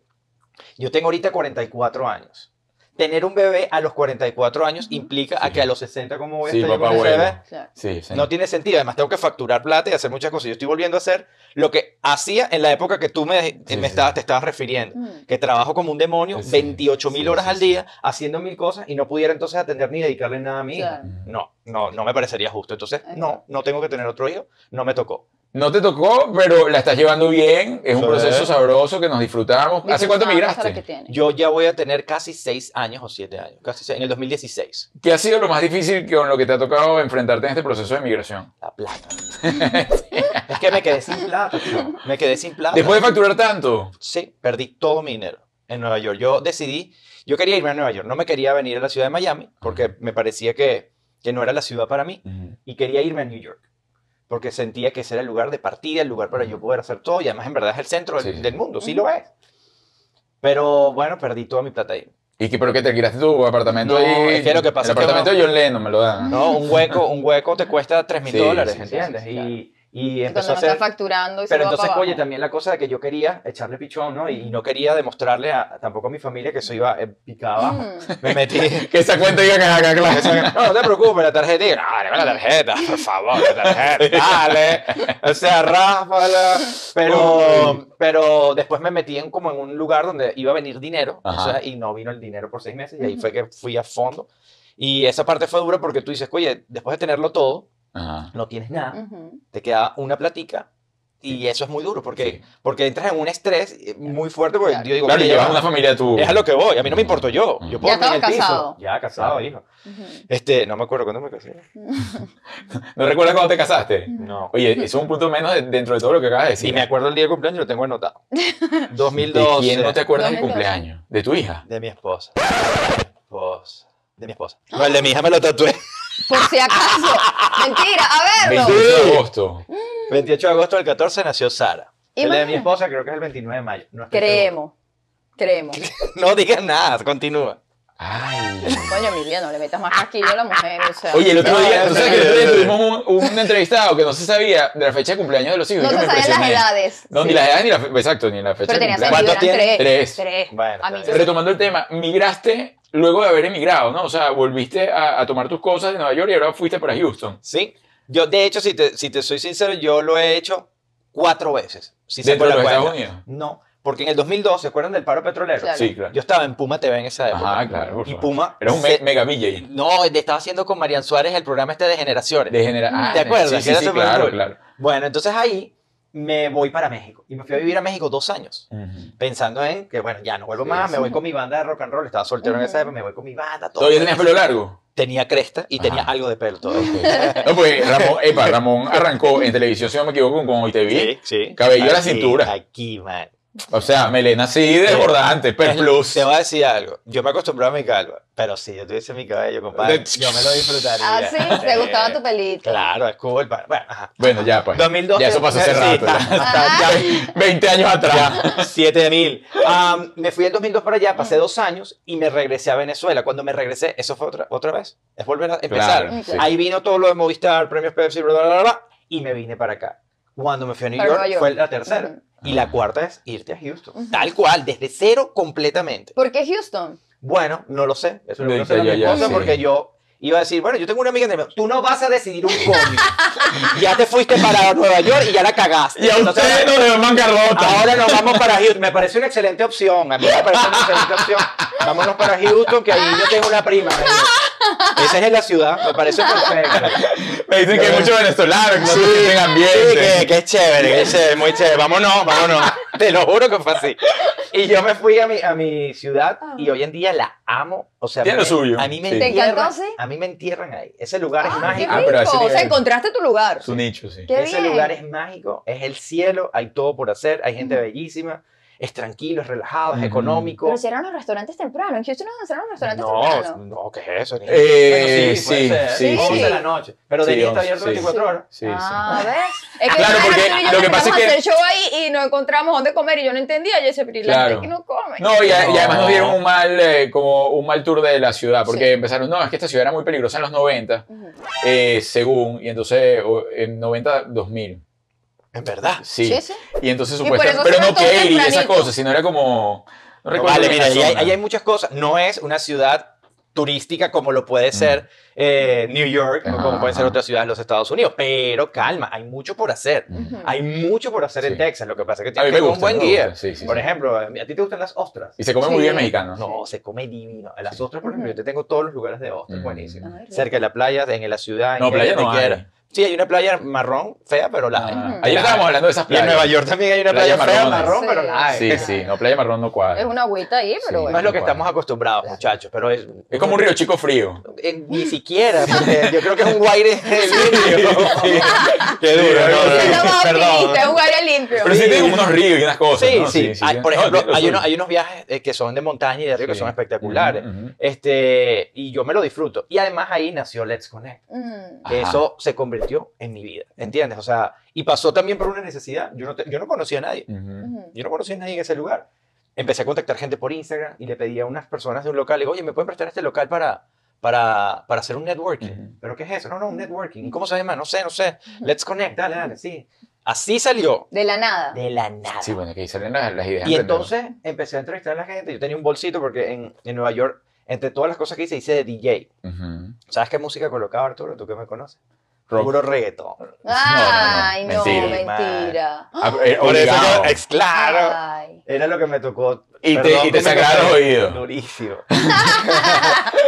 [SPEAKER 3] Yo tengo ahorita 44 años. Tener un bebé a los 44 años implica a
[SPEAKER 1] Sí.
[SPEAKER 3] que a los 60 como voy a
[SPEAKER 1] Sí,
[SPEAKER 3] estar yo
[SPEAKER 1] papá
[SPEAKER 3] con ese
[SPEAKER 1] abuelo.
[SPEAKER 3] bebé.
[SPEAKER 2] Claro.
[SPEAKER 1] Sí, sí.
[SPEAKER 3] No tiene sentido. Además, tengo que facturar plata y hacer muchas cosas. Yo estoy volviendo a hacer lo que hacía en la época que tú me,
[SPEAKER 1] Sí,
[SPEAKER 3] me
[SPEAKER 1] sí.
[SPEAKER 3] estabas, te estabas refiriendo.
[SPEAKER 2] Mm.
[SPEAKER 3] Que trabajo como un demonio,
[SPEAKER 1] Sí,
[SPEAKER 3] 28 mil
[SPEAKER 1] sí,
[SPEAKER 3] horas
[SPEAKER 1] sí,
[SPEAKER 3] al
[SPEAKER 1] sí.
[SPEAKER 3] día, haciendo mil cosas y no pudiera entonces atender ni dedicarle nada a mi hija.
[SPEAKER 2] Claro.
[SPEAKER 3] No, no, no me parecería justo. Entonces,
[SPEAKER 2] Ajá.
[SPEAKER 3] no, no tengo que tener otro hijo. No me tocó.
[SPEAKER 1] No te tocó, pero la estás llevando bien. Es un
[SPEAKER 3] Sí.
[SPEAKER 1] proceso sabroso que nos disfrutamos. ¿Hace cuánto
[SPEAKER 2] Disfrutar más a lo que
[SPEAKER 1] migraste?
[SPEAKER 2] tiene.
[SPEAKER 3] Yo ya voy a tener casi seis años o siete años, casi seis- en el 2016.
[SPEAKER 1] ¿Qué ha sido lo más difícil con lo que te ha tocado enfrentarte en este proceso de migración?
[SPEAKER 3] La plata. es que me quedé sin plata, tío. Me quedé sin plata.
[SPEAKER 1] Después de facturar tanto.
[SPEAKER 3] Sí, perdí todo mi dinero en Nueva York. Yo decidí, yo quería irme a Nueva York, no me quería venir a la ciudad de Miami porque me parecía que, que no era la ciudad para mí y quería irme a New York porque sentía que ese era el lugar de partida, el lugar para yo poder hacer todo y además en verdad es el centro del,
[SPEAKER 1] Sí, sí.
[SPEAKER 3] del mundo, sí lo es. Pero bueno, perdí toda mi plata ahí.
[SPEAKER 1] ¿Y que, pero que te alquilaste tu apartamento
[SPEAKER 3] No,
[SPEAKER 1] ahí?
[SPEAKER 3] es que lo que pasa
[SPEAKER 1] El
[SPEAKER 3] es que
[SPEAKER 1] apartamento
[SPEAKER 3] no-
[SPEAKER 1] de John Lennon me lo dan.
[SPEAKER 3] No, un hueco, un hueco te cuesta 3 mil
[SPEAKER 1] Sí,
[SPEAKER 3] dólares,
[SPEAKER 1] sí, sí, sí,
[SPEAKER 3] ¿entiendes?
[SPEAKER 1] sí,
[SPEAKER 3] Y, y
[SPEAKER 2] Y
[SPEAKER 3] empezó
[SPEAKER 2] Cuando no
[SPEAKER 3] a
[SPEAKER 2] está
[SPEAKER 3] hacer...
[SPEAKER 2] facturando y se
[SPEAKER 3] Pero
[SPEAKER 2] lo va
[SPEAKER 3] entonces,
[SPEAKER 2] para
[SPEAKER 3] oye,
[SPEAKER 2] abajo.
[SPEAKER 3] también la cosa de que yo quería echarle pichón, ¿no? Y, y no quería demostrarle a- tampoco a mi familia que eso iba eh, picado abajo.
[SPEAKER 2] Mm.
[SPEAKER 3] Me metí.
[SPEAKER 1] Que esa cuenta diga que es acá, claro.
[SPEAKER 3] No, no te preocupes, la tarjeta. Y yo, No, dame la tarjeta, por favor, la tarjeta, dale. O sea, ráfala. Pero, pero después me metí en como en un lugar donde iba a venir dinero o
[SPEAKER 1] Ajá.
[SPEAKER 3] sea, y no vino el dinero por seis meses y ahí fue que fui a fondo. Y esa parte fue dura porque tú dices, oye, después de tenerlo todo,
[SPEAKER 1] Ajá.
[SPEAKER 3] no tienes nada,
[SPEAKER 2] Mm, Ujú.
[SPEAKER 3] te queda una platica y eso es muy duro porque,
[SPEAKER 1] Sí.
[SPEAKER 3] porque entras en un estrés eh, muy fuerte porque
[SPEAKER 2] Claro.
[SPEAKER 3] yo digo,
[SPEAKER 1] Claro, y
[SPEAKER 3] "Oye, ya
[SPEAKER 1] llevas
[SPEAKER 3] va".
[SPEAKER 1] una familia tú.
[SPEAKER 3] es a lo que voy, a mí no me importo yo, yo
[SPEAKER 1] Ya
[SPEAKER 3] puedo dormir en
[SPEAKER 2] estabas
[SPEAKER 3] el piso.
[SPEAKER 2] casado.
[SPEAKER 3] Ya casado, hijo.
[SPEAKER 2] Ujú.
[SPEAKER 3] Este, no me acuerdo cuándo me casé.
[SPEAKER 1] ¿No recuerdas cuando te casaste?
[SPEAKER 3] No.
[SPEAKER 1] Oye, eso es un punto menos de- dentro de todo lo que acabas de
[SPEAKER 3] Si
[SPEAKER 1] decir.
[SPEAKER 3] me acuerdo el día de cumpleaños, lo tengo anotado.
[SPEAKER 1] ¿De
[SPEAKER 3] 2012.
[SPEAKER 1] quién no te acuerdas del
[SPEAKER 2] 2012.
[SPEAKER 1] cumpleaños? ¿De tu hija?
[SPEAKER 3] De mi esposa. De mi esposa. De mi esposa. No, el de mi hija me lo tatué.
[SPEAKER 2] Por si acaso. Mentira, a verlo.
[SPEAKER 1] 28 de agosto.
[SPEAKER 3] 28 de agosto del 14 nació Sara. El de
[SPEAKER 2] Imagínate.
[SPEAKER 3] mi esposa creo que es el 29 de mayo. No estoy
[SPEAKER 2] Creemos. Creemos.
[SPEAKER 3] seguro. No digas nada, continúa.
[SPEAKER 1] Ay.
[SPEAKER 2] Coño, mi vida, no le metas más casquillo a la mujer. O sea.
[SPEAKER 1] Oye, el otro
[SPEAKER 3] No,
[SPEAKER 1] día,
[SPEAKER 3] no,
[SPEAKER 1] tú sabes
[SPEAKER 3] no,
[SPEAKER 1] que el otro día
[SPEAKER 3] no, no.
[SPEAKER 1] tuvimos un, un entrevistado que no se sabía de la fecha de cumpleaños de los hijos.
[SPEAKER 2] no
[SPEAKER 1] yo
[SPEAKER 2] se
[SPEAKER 1] me
[SPEAKER 2] sabían las
[SPEAKER 1] impresioné.
[SPEAKER 2] edades.
[SPEAKER 1] No,
[SPEAKER 2] Sí.
[SPEAKER 1] ni las edades ni la fecha. Exacto, ni la fecha de
[SPEAKER 2] Pero tenía
[SPEAKER 1] cumpleaños.
[SPEAKER 2] sentido,
[SPEAKER 3] ¿Cuántos
[SPEAKER 2] eran tres.
[SPEAKER 1] tienes? Tres.
[SPEAKER 2] Tres.
[SPEAKER 3] Bueno,
[SPEAKER 2] a mí
[SPEAKER 3] está bien.
[SPEAKER 1] Retomando el tema, migraste luego de haber emigrado, ¿no? O sea, volviste a, a tomar tus cosas de Nueva York y ahora fuiste para Houston.
[SPEAKER 3] Sí. Yo, de hecho, si te, si te soy sincero, yo lo he hecho cuatro veces. Si se
[SPEAKER 1] ¿Dentro de
[SPEAKER 3] la
[SPEAKER 1] los Estados
[SPEAKER 3] cuenta.
[SPEAKER 1] Unidos?
[SPEAKER 3] No, porque en el 2012, ¿se acuerdan del paro petrolero?
[SPEAKER 2] Claro.
[SPEAKER 1] Sí, claro.
[SPEAKER 3] Yo estaba en Puma TV en esa época.
[SPEAKER 1] Ajá, claro. por
[SPEAKER 3] Y
[SPEAKER 1] favor.
[SPEAKER 3] Puma.
[SPEAKER 1] Era un
[SPEAKER 3] se-
[SPEAKER 1] me- mega DJ.
[SPEAKER 3] No, de- estaba haciendo con Marian Suárez el programa este de generaciones.
[SPEAKER 1] De genera- Ah,
[SPEAKER 3] Mm, ¿Te acuerdas?
[SPEAKER 1] Sí,
[SPEAKER 3] Que
[SPEAKER 1] sí,
[SPEAKER 3] era
[SPEAKER 1] sí,
[SPEAKER 3] Super
[SPEAKER 1] claro,
[SPEAKER 3] Bowl.
[SPEAKER 1] claro.
[SPEAKER 3] Bueno, entonces ahí me voy para México. Y me fui a vivir a México dos años.
[SPEAKER 1] Ujú.
[SPEAKER 3] Pensando en que, bueno, ya no vuelvo
[SPEAKER 1] Sí,
[SPEAKER 3] más, me
[SPEAKER 1] sí.
[SPEAKER 3] voy con mi banda de rock and roll. Estaba soltero en esa
[SPEAKER 2] Ujú.
[SPEAKER 3] época, me voy con mi banda. Todo.
[SPEAKER 1] ¿Todavía tenías pelo largo?
[SPEAKER 3] Tenía cresta y tenía
[SPEAKER 1] Ajá.
[SPEAKER 3] algo de pelo todavía.
[SPEAKER 1] No, pues Ramón, epa, Ramón arrancó en televisión, si no me equivoco, con Hoy Te Vi.
[SPEAKER 3] sí.
[SPEAKER 1] Cabello a la
[SPEAKER 3] Aquí,
[SPEAKER 1] cintura.
[SPEAKER 3] Aquí, man.
[SPEAKER 1] O sea, melena sí, desbordante, per
[SPEAKER 3] Es-
[SPEAKER 1] plus.
[SPEAKER 3] Te voy a decir algo. Yo me acostumbré a mi calva, pero si yo tuviese mi cabello, compadre,
[SPEAKER 1] De-
[SPEAKER 3] yo me lo disfrutaría.
[SPEAKER 2] Ah, sí, te gustaba tu pelito.
[SPEAKER 3] Claro, es cool. pa- Bueno, ajá.
[SPEAKER 1] Bueno, ya pues.
[SPEAKER 3] 2012.
[SPEAKER 1] Ya eso pasó hace
[SPEAKER 3] sí,
[SPEAKER 1] rato.
[SPEAKER 3] está-
[SPEAKER 1] ya.
[SPEAKER 3] está-
[SPEAKER 2] Ah.
[SPEAKER 3] ya-
[SPEAKER 1] 20 años atrás.
[SPEAKER 3] Ya, 7000. Am, me fui el 2002 para allá, pasé dos años y me regresé a Venezuela. Cuando me regresé, eso fue otra, otra vez. Es volver a empezar.
[SPEAKER 1] Claro, sí.
[SPEAKER 3] Ahí vino todo lo de Movistar, premios Pepsi, bla, bla, bla, bla, y me vine para acá. Cuando me fui a New
[SPEAKER 2] Para
[SPEAKER 3] York,
[SPEAKER 2] Nueva York.
[SPEAKER 3] fue la tercera.
[SPEAKER 2] Ujú.
[SPEAKER 3] Y la cuarta es irte a Houston.
[SPEAKER 2] Ujú.
[SPEAKER 3] Tal cual, desde cero completamente.
[SPEAKER 2] ¿Por qué Houston?
[SPEAKER 3] Bueno, no lo sé. Eso lo
[SPEAKER 1] Lo
[SPEAKER 3] conoce
[SPEAKER 1] dije
[SPEAKER 3] a mi
[SPEAKER 1] yo ya,
[SPEAKER 3] esposa
[SPEAKER 1] sí.
[SPEAKER 3] porque yo iba a decir, bueno, yo tengo una amiga que me dijo, tú no vas a decidir un cómic. ya te fuiste para Nueva York y ya la cagaste.
[SPEAKER 1] Y a
[SPEAKER 3] Entonces,
[SPEAKER 1] ustedes no le ven bancarrota.
[SPEAKER 3] Ahora nos vamos para Houston. Me parece una excelente opción. A mí me parece una excelente opción. Vámonos para Houston, que ahí yo tengo una prima. ahí. Esa es la ciudad. Me parece perfecta.
[SPEAKER 1] Me dicen que hay muchos venezolanos, que no se sienten
[SPEAKER 3] Sí,
[SPEAKER 1] ambiente.
[SPEAKER 3] que, que es chévere, que es chévere, muy chévere. Vámonos, vámonos. Te lo juro que fue así. Y yo me fui a mi, a mi ciudad y hoy en día la amo. O sea, a mí
[SPEAKER 1] Tiene lo
[SPEAKER 3] me-
[SPEAKER 1] suyo,
[SPEAKER 3] A mí me
[SPEAKER 1] sí.
[SPEAKER 2] ¿Te
[SPEAKER 3] entierran.
[SPEAKER 2] encantó, sí?
[SPEAKER 3] A mí me entierran ahí. Ese lugar es
[SPEAKER 2] Ah, qué
[SPEAKER 3] mágico.
[SPEAKER 1] Ah, pero a ese
[SPEAKER 2] rico. O sea,
[SPEAKER 1] nivel.
[SPEAKER 2] encontraste tu lugar.
[SPEAKER 1] Su nicho, sí.
[SPEAKER 2] Qué
[SPEAKER 3] Ese
[SPEAKER 2] bien.
[SPEAKER 3] lugar es mágico, es el cielo, hay todo por hacer, hay gente bellísima, es tranquilo, es relajado, es
[SPEAKER 1] Ujú.
[SPEAKER 3] económico.
[SPEAKER 2] Pero cierran los restaurantes temprano. En Houston no cerraron los restaurantes
[SPEAKER 3] No,
[SPEAKER 2] temprano.
[SPEAKER 3] no, ¿qué es eso? Ni-
[SPEAKER 1] Eh, sí,
[SPEAKER 3] puede ser,
[SPEAKER 1] sí,
[SPEAKER 3] 11
[SPEAKER 2] sí.
[SPEAKER 3] de la noche. Pero de
[SPEAKER 1] Sí,
[SPEAKER 3] día está
[SPEAKER 1] once,
[SPEAKER 3] abierto
[SPEAKER 1] sí.
[SPEAKER 3] 24 horas.
[SPEAKER 1] Sí,
[SPEAKER 2] ah, ¿ves? Es que
[SPEAKER 1] Claro,
[SPEAKER 2] yo me
[SPEAKER 1] porque
[SPEAKER 2] refiero, yo
[SPEAKER 1] lo que
[SPEAKER 2] nos
[SPEAKER 1] pasa es
[SPEAKER 2] quedamos a
[SPEAKER 1] que-
[SPEAKER 2] hacer show ahí y no encontramos dónde comer y yo no entendía. Yo decía, pero ¿y la
[SPEAKER 1] Claro.
[SPEAKER 2] gente que no come?
[SPEAKER 1] No, y, a- y además nos
[SPEAKER 3] No.
[SPEAKER 1] dieron un mal, eh, como un mal tour de la ciudad, porque
[SPEAKER 2] Sí.
[SPEAKER 1] empezaron, no, es que esta ciudad era muy peligrosa en los 90,
[SPEAKER 2] Ujú.
[SPEAKER 1] eh, según, y entonces o- en 90, 2000.
[SPEAKER 3] En verdad.
[SPEAKER 1] Sí.
[SPEAKER 2] Sí, sí.
[SPEAKER 1] Y entonces
[SPEAKER 2] Y
[SPEAKER 1] supuestamente,
[SPEAKER 2] por eso
[SPEAKER 1] pero no
[SPEAKER 2] se notó
[SPEAKER 1] Katy y esas
[SPEAKER 2] tempranito.
[SPEAKER 1] cosas, sino era como... No recuerdo
[SPEAKER 3] vale,
[SPEAKER 1] bien
[SPEAKER 3] mira,
[SPEAKER 1] la
[SPEAKER 3] ahí hay,
[SPEAKER 1] zona.
[SPEAKER 3] ahí hay muchas cosas. No es una ciudad turística como lo
[SPEAKER 1] Mm.
[SPEAKER 3] puede ser eh, New York o
[SPEAKER 1] Ajá,
[SPEAKER 3] como puede ser
[SPEAKER 1] ajá.
[SPEAKER 3] otras ciudades de los Estados Unidos, pero calma, hay mucho por hacer.
[SPEAKER 1] Ujú.
[SPEAKER 3] Hay mucho por hacer
[SPEAKER 1] Sí.
[SPEAKER 3] en Texas, lo que pasa es que
[SPEAKER 1] A mí
[SPEAKER 3] tienes
[SPEAKER 1] me
[SPEAKER 3] que ir con
[SPEAKER 1] gusta,
[SPEAKER 3] un
[SPEAKER 1] me
[SPEAKER 3] buen guía.
[SPEAKER 1] gusta, sí, sí,
[SPEAKER 3] por
[SPEAKER 1] sí.
[SPEAKER 3] ejemplo, ¿a ti te gustan las ostras?
[SPEAKER 1] Y se come muy
[SPEAKER 2] Sí.
[SPEAKER 1] bien mexicano.
[SPEAKER 3] No, se come divino. Las ostras, por ejemplo,
[SPEAKER 2] Ujú.
[SPEAKER 3] yo te tengo todos los lugares de ostras,
[SPEAKER 1] Mm.
[SPEAKER 3] buenísimo.
[SPEAKER 2] Ay, rico.
[SPEAKER 3] Cerca de la playa, en la ciudad,
[SPEAKER 1] No,
[SPEAKER 3] en
[SPEAKER 1] playa
[SPEAKER 3] donde
[SPEAKER 1] no hay.
[SPEAKER 3] quieras. Sí, hay una playa marrón, fea, pero la hay.
[SPEAKER 1] Ah,
[SPEAKER 2] Ujú.
[SPEAKER 1] Ayer
[SPEAKER 3] La
[SPEAKER 1] estábamos
[SPEAKER 3] hay.
[SPEAKER 1] hablando de esas
[SPEAKER 3] Y en
[SPEAKER 1] playas.
[SPEAKER 3] Nueva York también hay una
[SPEAKER 1] Playa
[SPEAKER 3] playa, fea,
[SPEAKER 1] marrón.
[SPEAKER 3] marrón,
[SPEAKER 2] Sí.
[SPEAKER 3] pero la hay.
[SPEAKER 1] Sí, sí, no, Playa Marrón no cuadra.
[SPEAKER 2] Es una agüita ahí, pero
[SPEAKER 1] Sí.
[SPEAKER 3] No
[SPEAKER 2] bueno.
[SPEAKER 3] es lo que
[SPEAKER 1] Bueno.
[SPEAKER 3] estamos acostumbrados, muchachos, pero es...
[SPEAKER 1] Es como un río chico frío.
[SPEAKER 3] Eh, ni siquiera, porque yo creo que es un guaire limpio. Qué
[SPEAKER 1] Sí,
[SPEAKER 2] Es
[SPEAKER 1] sí.
[SPEAKER 2] lo más
[SPEAKER 3] Perdón.
[SPEAKER 2] optimista, es un área limpio.
[SPEAKER 1] Pero sí,
[SPEAKER 3] Sí.
[SPEAKER 1] tiene como unos ríos y unas cosas.
[SPEAKER 3] Sí,
[SPEAKER 1] ¿no?
[SPEAKER 3] sí. Hay- por
[SPEAKER 1] No,
[SPEAKER 3] ejemplo,
[SPEAKER 1] tiene lo
[SPEAKER 3] hay,
[SPEAKER 1] suyo.
[SPEAKER 3] unos, hay unos viajes eh, que son de montaña y de río que
[SPEAKER 1] Sí. Mm,
[SPEAKER 3] son espectaculares.
[SPEAKER 1] Ujú, ujú.
[SPEAKER 3] este, y yo me lo disfruto. Y además ahí nació Let's Connect.
[SPEAKER 2] Mm.
[SPEAKER 1] Ajá.
[SPEAKER 3] Eso se convirtió en mi vida, ¿entiendes? O sea, y pasó también por una necesidad. Yo no, te- yo no conocía a nadie.
[SPEAKER 1] Ujú.
[SPEAKER 2] Ujú.
[SPEAKER 3] Yo no conocía a nadie en ese lugar. Empecé a contactar gente por Instagram y le pedí a unas personas de un local, le digo, oye, ¿me pueden prestar este local para, para, para hacer un networking?
[SPEAKER 1] Ujú.
[SPEAKER 3] ¿Pero qué es eso? No, no, un networking. ¿Y cómo se llama? No sé, no sé. Let's connect, dale, dale, sí. Así salió.
[SPEAKER 2] De la nada.
[SPEAKER 3] De la nada.
[SPEAKER 1] Sí, bueno, que ahí salen las, las ideas.
[SPEAKER 3] Y entonces empecé a entrevistar a la gente. Yo tenía un bolsito porque en, en Nueva York, entre todas las cosas que hice, hice de DJ.
[SPEAKER 1] emprendedoras. Ujú.
[SPEAKER 3] ¿Sabes qué música colocaba Arturo? ¿Tú que me conoces?
[SPEAKER 1] Rock.
[SPEAKER 3] Puro reggaetón.
[SPEAKER 2] Ay, no,
[SPEAKER 1] mentira.
[SPEAKER 2] mentira.
[SPEAKER 1] Ah, eh,
[SPEAKER 3] Por eso
[SPEAKER 1] obligado.
[SPEAKER 3] que- ex- claro.
[SPEAKER 2] Ay.
[SPEAKER 3] Era lo que me tocó.
[SPEAKER 1] Y te- y te
[SPEAKER 3] tú me
[SPEAKER 1] sangraron los
[SPEAKER 3] tocaste
[SPEAKER 1] oídos.
[SPEAKER 3] Durísimo.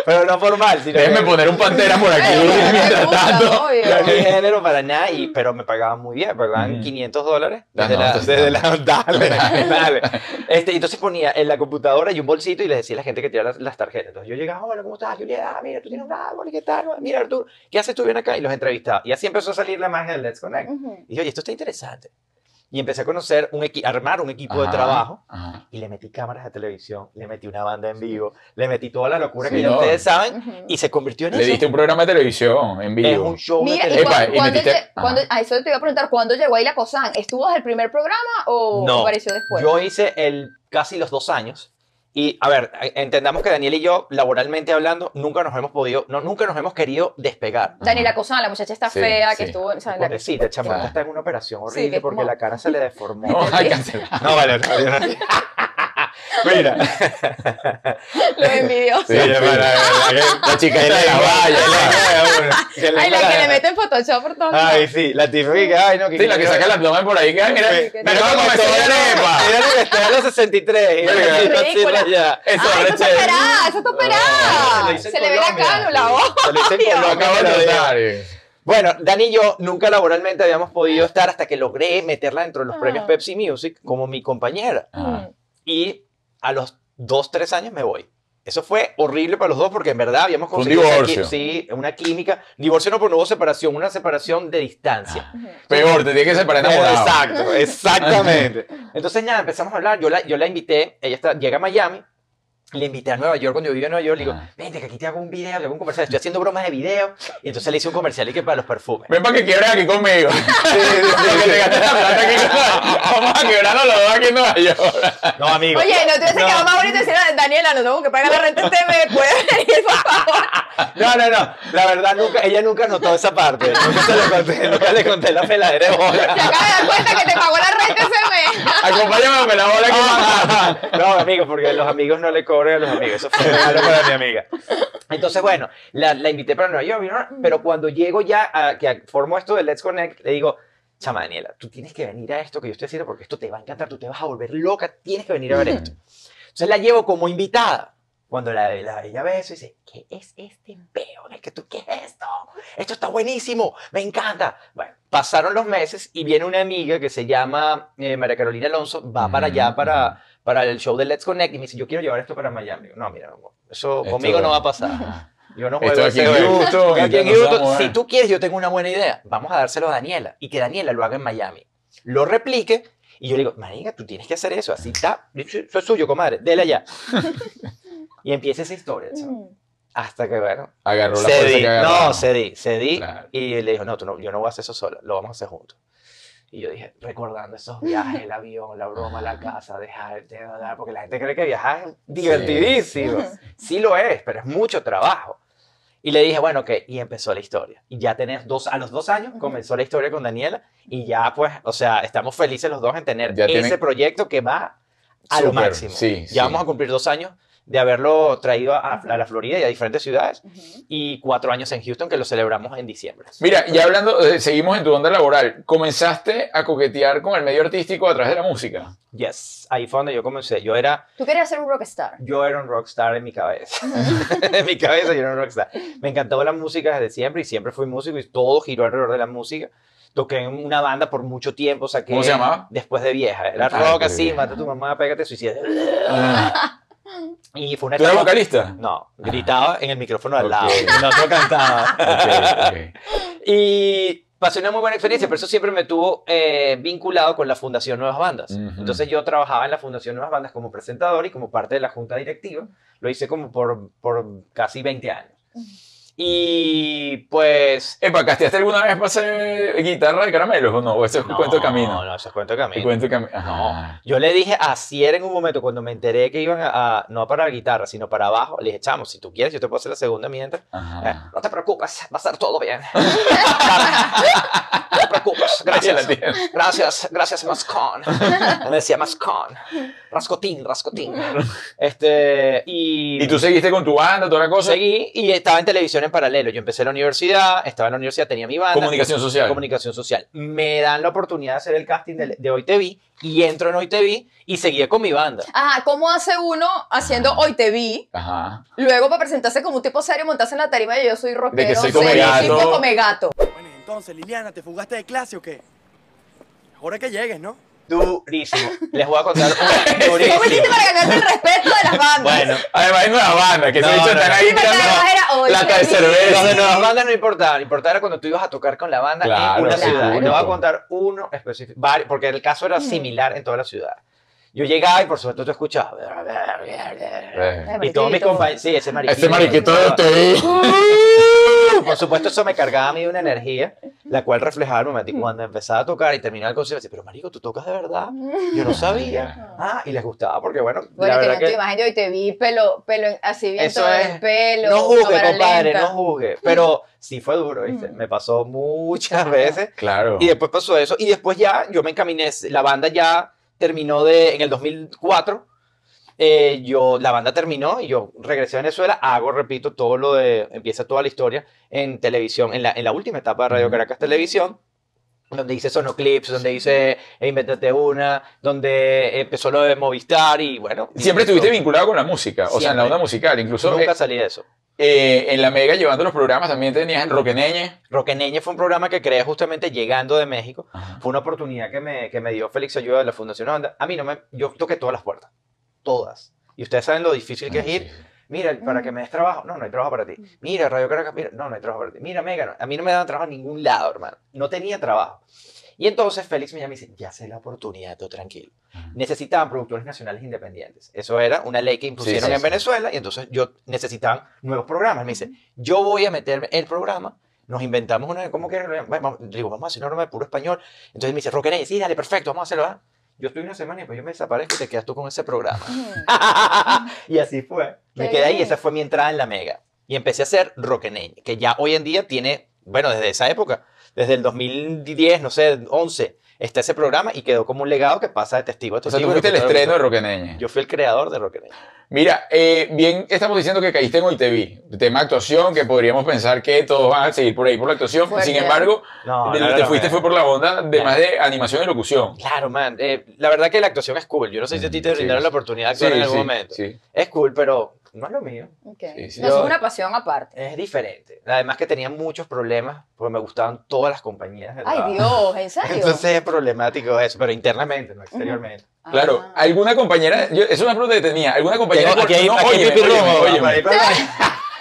[SPEAKER 3] Pero no formal, sino
[SPEAKER 1] Déjenme
[SPEAKER 3] que-
[SPEAKER 1] poner un pantera por aquí
[SPEAKER 2] Ay,
[SPEAKER 1] mientras
[SPEAKER 2] puta,
[SPEAKER 1] tanto.
[SPEAKER 2] obvio.
[SPEAKER 3] No es mi género para nada, y, pero me pagaban muy bien, pagaban
[SPEAKER 1] Ujú.
[SPEAKER 3] 500 dólares.
[SPEAKER 1] Ah,
[SPEAKER 3] Desde
[SPEAKER 1] no,
[SPEAKER 3] la,
[SPEAKER 1] entonces
[SPEAKER 3] desde la- dale, dale. Este, y entonces ponía en la computadora y un bolsito y le decía a la gente que tirara las, las tarjetas. Entonces yo llegaba, hola, ¿cómo estás? Julia, ah, mira, tú tienes un árbol, ¿qué tal? Mira, Arturo, ¿qué haces tú bien acá? Y los entrevistaba. Y así empezó a salir la magia del Let's Connect.
[SPEAKER 2] Ujú.
[SPEAKER 3] Y dije, oye, esto está interesante. Y empecé a conocer, un equi- a armar un equipo
[SPEAKER 1] Ajá,
[SPEAKER 3] de trabajo.
[SPEAKER 1] ajá.
[SPEAKER 3] Y le metí cámaras de televisión, le metí una banda en vivo, le metí toda la locura
[SPEAKER 1] Sí,
[SPEAKER 3] que ya
[SPEAKER 1] no.
[SPEAKER 3] ustedes saben.
[SPEAKER 2] Ujú.
[SPEAKER 3] Y se convirtió en
[SPEAKER 1] Le
[SPEAKER 3] eso.
[SPEAKER 1] diste un programa de televisión en
[SPEAKER 3] es
[SPEAKER 1] vivo.
[SPEAKER 3] un show de
[SPEAKER 2] Mira, y
[SPEAKER 3] televisión.
[SPEAKER 1] Epa,
[SPEAKER 2] cuando,
[SPEAKER 1] y
[SPEAKER 2] cuando
[SPEAKER 1] metiste-
[SPEAKER 2] lle- cuando- a eso te iba a preguntar, ¿cuándo llegó Ayla Cosán? ¿Estuvo desde el primer programa o
[SPEAKER 3] No,
[SPEAKER 2] apareció después?
[SPEAKER 3] Yo hice el casi los dos años. Y a ver, eh, entendamos que Daniel y yo, laboralmente hablando, nunca nos hemos podido, no, nunca nos hemos querido despegar.
[SPEAKER 2] Daniela Cosán, la muchacha está
[SPEAKER 1] Sí,
[SPEAKER 2] fea
[SPEAKER 1] sí.
[SPEAKER 2] que estuvo. O sea, en Ah, la-
[SPEAKER 3] Porque sí, la chamaca
[SPEAKER 1] Claro.
[SPEAKER 3] está en una operación
[SPEAKER 2] Sí,
[SPEAKER 3] horrible
[SPEAKER 2] que-
[SPEAKER 3] porque la cara se le deformó.
[SPEAKER 1] No, hay cancelar.
[SPEAKER 3] No, vale, no, yo no- Mira,
[SPEAKER 2] Los envidiosos.
[SPEAKER 1] Sí, sí. La chica está de la valla. claro.
[SPEAKER 2] Ay, la que le meten Photoshop por todos lados.
[SPEAKER 3] Ay, sí, la típica, ay, no,
[SPEAKER 1] Sí, la que saca el abdomen por ahí. que, Mira,
[SPEAKER 3] Sí.
[SPEAKER 1] mira cómo me sobra arepa.
[SPEAKER 3] Mira lo que está en los 63. mira,
[SPEAKER 1] Verga.
[SPEAKER 3] está así
[SPEAKER 2] Ridícula.
[SPEAKER 3] rayada.
[SPEAKER 1] Eso,
[SPEAKER 2] Ah, eso está
[SPEAKER 1] Rachel.
[SPEAKER 2] operada, eso está
[SPEAKER 3] Ah,
[SPEAKER 2] operada.
[SPEAKER 3] lo hice en
[SPEAKER 2] Se le ve la
[SPEAKER 3] Colombia.
[SPEAKER 2] cara, la voz.
[SPEAKER 3] Se lo hice en
[SPEAKER 2] Ay,
[SPEAKER 1] Lo
[SPEAKER 3] Colombia,
[SPEAKER 1] acabo de
[SPEAKER 3] te lo digo.
[SPEAKER 1] notar.
[SPEAKER 3] Bueno, Dani y yo nunca laboralmente habíamos podido estar hasta que logré meterla dentro de los
[SPEAKER 2] Ah.
[SPEAKER 3] premios Pepsi
[SPEAKER 1] Ah.
[SPEAKER 3] Music como mi compañera.
[SPEAKER 1] Ajá.
[SPEAKER 3] Y a los dos, tres años me voy. Eso fue horrible para los dos porque en verdad habíamos
[SPEAKER 1] Fue un
[SPEAKER 3] conseguido. esa qui-
[SPEAKER 1] divorcio.
[SPEAKER 3] sí, una química. Divorcio no, pero no hubo separación, una separación de
[SPEAKER 2] Mm,
[SPEAKER 3] distancia.
[SPEAKER 1] Peor, te tienes que separar enamorado.
[SPEAKER 3] Exacto, exactamente. Entonces, nada, empezamos a hablar. Yo la, yo la invité, ella está, llega a Miami. Le invité a Nueva York cuando yo vivía en Nueva York. Le digo,
[SPEAKER 1] Ah.
[SPEAKER 3] vente, que aquí te hago un video, te hago un comercial. Estoy haciendo bromas de video. Y entonces le hice un comercial y que para los perfumes.
[SPEAKER 1] Ven para que quiebres aquí conmigo. Porque te gastas la plata aquí con- Vamos a quebrarnos los dos aquí en Nueva York.
[SPEAKER 3] No, amigo.
[SPEAKER 2] Oye, no te hubiese quedado más bonito decir, "Ah, Daniela, no tengo que pagar la renta, usted me puede venir, por favor.
[SPEAKER 3] No, no, no. La verdad, nunca, ella nunca notó esa parte. Nunca se lo conté, nunca le conté la peladera de bola.
[SPEAKER 2] Se acaba de dar cuenta que te pagó la renta ese mes.
[SPEAKER 1] Acompáñame a la bola aquí en
[SPEAKER 3] Ah,
[SPEAKER 1] Manhattan.
[SPEAKER 3] No, amigos, porque los amigos no le cobran a los amigos. Eso fue malo para mi amiga. Entonces, bueno, la, la invité para Nueva York, ¿no? pero cuando llego ya a que formo esto de Let's Connect, le digo, chama Daniela, tú tienes que venir a esto que yo estoy haciendo porque esto te va a encantar, tú te vas a volver loca, tienes que venir a ver esto. Entonces la llevo como invitada. Cuando la, la- ella ve eso, dice, ¿qué es este peo? ¿Qué, tú, ¿Qué es esto? Esto está buenísimo, me encanta. Bueno, pasaron los meses y viene una amiga que se llama eh, María Carolina Alonso, va para allá, para, para el show de Let's Connect y me dice, yo quiero llevar esto para Miami. Digo, no, mira, no, eso
[SPEAKER 1] Esto-
[SPEAKER 3] conmigo no va a pasar. Yo no juego
[SPEAKER 1] Esto aquí
[SPEAKER 3] ese
[SPEAKER 1] en
[SPEAKER 3] juego.
[SPEAKER 1] Houston,
[SPEAKER 3] Esto aquí en
[SPEAKER 1] esto no se va a
[SPEAKER 3] Houston.
[SPEAKER 1] mover.
[SPEAKER 3] Si tú quieres, yo tengo una buena idea. Vamos a dárselo a Daniela y que Daniela lo haga en Miami. Lo replique y yo le digo, marica, tú tienes que hacer eso. Así está. Eso es suyo, comadre. Dele allá. y empieza esa historia. chamo. Hasta que, bueno,
[SPEAKER 1] Agarró la fuerza
[SPEAKER 3] cedí.
[SPEAKER 1] que agarró.
[SPEAKER 3] No, cedí, cedí.
[SPEAKER 1] Claro.
[SPEAKER 3] Y le dijo, no, tú no, yo no voy a hacer eso sola, lo vamos a hacer juntos. Y yo dije, recordando esos viajes, el avión, la broma, la casa, dejar, de hablar, porque la gente cree que viajar es divertidísimo.
[SPEAKER 2] Ujú.
[SPEAKER 3] Sí lo es, pero es mucho trabajo. Y le dije, bueno, ok, y empezó la historia. Y ya tenés dos, a los dos años comenzó la historia con Daniela y ya pues, o sea, estamos felices los dos en tener
[SPEAKER 1] Ya
[SPEAKER 3] ese
[SPEAKER 1] tienen-
[SPEAKER 3] proyecto que va a lo
[SPEAKER 1] Súper,
[SPEAKER 3] máximo.
[SPEAKER 1] sí,
[SPEAKER 3] ya
[SPEAKER 1] sí.
[SPEAKER 3] vamos a cumplir dos años de haberlo traído a, a la Florida y a diferentes ciudades y cuatro años en Houston que lo celebramos en diciembre.
[SPEAKER 1] Mira, ya hablando, eh, seguimos en tu onda laboral. Comenzaste a coquetear con el medio artístico a través de la música.
[SPEAKER 3] Yes, ahí fue donde yo comencé. Yo era,
[SPEAKER 2] Tú querías ser un rockstar.
[SPEAKER 3] yo era un rockstar en mi cabeza. en mi cabeza yo era un rockstar. Me encantaba la música desde siempre y siempre fui músico y todo giró alrededor de la música. Toqué en una banda por mucho tiempo. Saqué
[SPEAKER 1] ¿Cómo se llamaba?
[SPEAKER 3] Después de vieja. Era
[SPEAKER 1] Ah,
[SPEAKER 3] rock
[SPEAKER 1] qué
[SPEAKER 3] así,
[SPEAKER 1] bien.
[SPEAKER 3] mata a tu mamá, pégate, suicida. Y fue una
[SPEAKER 1] ¿Tú eras
[SPEAKER 3] etapa-
[SPEAKER 1] vocalista?
[SPEAKER 3] No, gritaba en el micrófono al
[SPEAKER 1] Ok.
[SPEAKER 3] lado. Y no otro cantaba.
[SPEAKER 1] Ok, ok.
[SPEAKER 3] Y pasé una muy buena experiencia, pero eso siempre me tuvo eh, vinculado con la Fundación Nuevas Bandas.
[SPEAKER 1] Ujú.
[SPEAKER 3] Entonces yo trabajaba en la Fundación Nuevas Bandas como presentador y como parte de la junta directiva. Lo hice como por, por casi 20 años. Y pues...
[SPEAKER 1] Epa, ¿casteaste alguna vez para hacer guitarra de caramelos o no? ¿O eso es cuento de
[SPEAKER 3] No,
[SPEAKER 1] camino?
[SPEAKER 3] no, eso es cuento de
[SPEAKER 1] Es
[SPEAKER 3] camino.
[SPEAKER 1] cuento de camino.
[SPEAKER 3] No,
[SPEAKER 1] Ajá.
[SPEAKER 3] yo le dije a Cier en un momento cuando me enteré que iban a, a- no para la guitarra, sino para abajo, le dije, chamo, si tú quieres, yo te puedo hacer la segunda mientras. Eh,
[SPEAKER 1] Ajá.
[SPEAKER 3] no te preocupes, va a estar todo bien. no te preocupes,
[SPEAKER 1] Ahí la
[SPEAKER 3] gracias.
[SPEAKER 1] tienes.
[SPEAKER 3] Gracias, gracias, Mascón. Me decía Mascón. Rascotín, rascotín. Este, y,
[SPEAKER 1] ¿Y tú seguiste con tu banda, toda la cosa?
[SPEAKER 3] seguí y estaba en televisión en paralelo. Yo empecé la universidad, estaba en la universidad, tenía mi banda.
[SPEAKER 1] Comunicación social.
[SPEAKER 3] Comunicación social. Me dan la oportunidad de hacer el casting de, de Hoy Te Vi y entro en Hoy Te Vi y seguía con mi banda.
[SPEAKER 2] Ajá, ¿cómo hace uno haciendo Hoy Te Vi?
[SPEAKER 1] Ajá.
[SPEAKER 2] Luego para presentarse como un tipo serio, montarse en la tarima de yo soy rockero,
[SPEAKER 1] De que soy
[SPEAKER 2] serio,
[SPEAKER 1] comegato.
[SPEAKER 2] tipo comegato.
[SPEAKER 4] Bueno, y entonces, Liliana, ¿te fugaste de clase o qué? Ahora que llegues, ¿no?
[SPEAKER 3] Durísimo. Les voy a contar una
[SPEAKER 2] ¿Cómo hiciste
[SPEAKER 3] durísima.
[SPEAKER 2] para ganarte el respeto de las bandas?
[SPEAKER 3] Bueno,
[SPEAKER 1] Además, es una banda que
[SPEAKER 3] No,
[SPEAKER 1] se dicho
[SPEAKER 3] no,
[SPEAKER 1] están
[SPEAKER 3] no.
[SPEAKER 1] ahí
[SPEAKER 2] Sí, pero además era
[SPEAKER 1] tirando
[SPEAKER 2] hoy,
[SPEAKER 1] lata de
[SPEAKER 2] feliz.
[SPEAKER 1] cerveza.
[SPEAKER 3] Los de nuevas bandas no importaban, importaba cuando tú ibas a tocar con la banda
[SPEAKER 1] Claro,
[SPEAKER 3] en una
[SPEAKER 1] sí,
[SPEAKER 3] ciudad.
[SPEAKER 1] claro.
[SPEAKER 3] Te voy a contar uno específico, vari- porque el caso era similar en toda la ciudad. Yo llegaba y por supuesto tú escuchabas.
[SPEAKER 1] Eh.
[SPEAKER 3] Y todos mis compañeros. Sí, ese mariquito.
[SPEAKER 1] Este mariquito de
[SPEAKER 3] Por supuesto, eso me cargaba a mí de una energía, la cual reflejaba el momento. Y cuando empezaba a tocar y terminaba el concierto, decía, pero marico, tú tocas de verdad. Yo no sabía. Ah, y les gustaba porque, bueno, la
[SPEAKER 2] Bueno,
[SPEAKER 3] verdad
[SPEAKER 2] tenían tu
[SPEAKER 3] que.
[SPEAKER 2] imagen de Hoy Te Vi, pelo, pelo en- así bien todo en el pelo.
[SPEAKER 3] No juzgue,
[SPEAKER 2] cámara
[SPEAKER 3] compadre,
[SPEAKER 2] lenta.
[SPEAKER 3] no juzgue. Pero sí fue duro, ¿viste?
[SPEAKER 1] Mm.
[SPEAKER 3] Me pasó muchas veces.
[SPEAKER 1] Claro.
[SPEAKER 3] Y después pasó eso. Y después ya yo me encaminé. La banda ya terminó de, en el 2004. eh, yo, la banda terminó y yo regresé a Venezuela. Hago, repito, todo lo de. Empieza toda la historia en televisión, en la, en la última etapa de Radio
[SPEAKER 1] Ujú.
[SPEAKER 3] Caracas Televisión. Donde hice Sonoclips, donde hice eh, Inventate una, donde empezó lo de Movistar y bueno. y
[SPEAKER 1] Siempre estuviste
[SPEAKER 3] eso.
[SPEAKER 1] vinculado con la música, o sea, en la
[SPEAKER 3] Siempre.
[SPEAKER 1] onda musical. Incluso
[SPEAKER 3] Nunca
[SPEAKER 1] eh,
[SPEAKER 3] salí de eso.
[SPEAKER 1] eh, en la mega llevando los programas también tenías en Roqueneñe.
[SPEAKER 3] Roqueneñe fue un programa que creé justamente llegando de México.
[SPEAKER 1] Ajá.
[SPEAKER 3] Fue una oportunidad que me, que me dio Félix Ayuda de
[SPEAKER 1] Ah,
[SPEAKER 3] la Fundación Onda. A mí no me... Yo toqué todas las puertas. Todas. Y ustedes saben lo difícil que es ir Mira, para que me des trabajo. No, no hay trabajo para ti. Mira, Radio Caracas, mira. No, no hay trabajo para ti. Mira, Mega. no. A mí no me daban trabajo en ningún lado, hermano. No tenía trabajo. Y entonces Félix me llama y dice, ya sé la oportunidad, tú tranquilo. Necesitaban productores nacionales independientes. Eso era una ley que impusieron
[SPEAKER 1] sí,
[SPEAKER 3] en
[SPEAKER 1] sí.
[SPEAKER 3] Venezuela y entonces yo necesitaban nuevos programas. Me dice, yo voy a meterme el programa. Nos inventamos una, ¿cómo que? era? Vamos- Digo, vamos a hacer una norma de puro español. Entonces me dice, Roqueney, sí, dale, perfecto, vamos a hacerlo. ¿ah? Yo estoy una semana y pues yo me desaparezco y te quedas tú con ese programa. y así fue. Me
[SPEAKER 2] Qué
[SPEAKER 3] quedé ahí,
[SPEAKER 2] bien.
[SPEAKER 3] esa fue mi entrada en la mega. Y empecé a hacer Roqueney, que ya hoy en día tiene, bueno, desde esa época, desde el 2010, no sé, 11, está ese programa y quedó como un legado que pasa de testigo a
[SPEAKER 1] O
[SPEAKER 3] testigo.
[SPEAKER 1] sea, tú fuiste el
[SPEAKER 3] locutor a
[SPEAKER 1] estreno de
[SPEAKER 3] locutor.
[SPEAKER 1] Roqueneña.
[SPEAKER 3] Yo fui el creador de Roqueney.
[SPEAKER 1] Mira, eh, bien, estamos diciendo que caíste en hoy te vi. Tema actuación, que podríamos pensar que todos van a seguir por ahí por la actuación.
[SPEAKER 2] Fuerte.
[SPEAKER 1] Sin embargo,
[SPEAKER 3] No,
[SPEAKER 1] de-
[SPEAKER 3] no, no,
[SPEAKER 1] te
[SPEAKER 3] no,
[SPEAKER 1] fuiste
[SPEAKER 3] no.
[SPEAKER 1] fue por la onda de
[SPEAKER 3] No.
[SPEAKER 1] más de animación y locución.
[SPEAKER 3] Claro, man. eh, la verdad que la actuación es cool. Yo no sé si a ti te
[SPEAKER 1] Mm, Sí,
[SPEAKER 3] brindaron
[SPEAKER 1] sí.
[SPEAKER 3] la oportunidad de actuar en algún momento.
[SPEAKER 1] sí.
[SPEAKER 3] Es cool, pero no es lo mío.
[SPEAKER 2] Ok.
[SPEAKER 1] Sí, sí.
[SPEAKER 2] No, eso
[SPEAKER 3] Yo-
[SPEAKER 2] es una pasión aparte.
[SPEAKER 3] Es diferente. Además que tenía muchos problemas porque me gustaban todas las compañías. del trabajo.
[SPEAKER 2] Ay, Dios, ¿en serio?
[SPEAKER 3] Entonces es problemático eso, pero internamente, no exteriormente.
[SPEAKER 2] Ah.
[SPEAKER 1] Claro, alguna compañera, yo, eso es una pregunta que tenía, alguna compañera...
[SPEAKER 3] Tengo- aquí hay-
[SPEAKER 1] no,
[SPEAKER 3] aquí hay
[SPEAKER 1] óyeme,
[SPEAKER 3] Pipi
[SPEAKER 1] óyeme,
[SPEAKER 3] Rojo,
[SPEAKER 1] óyeme.
[SPEAKER 3] para ir para allá.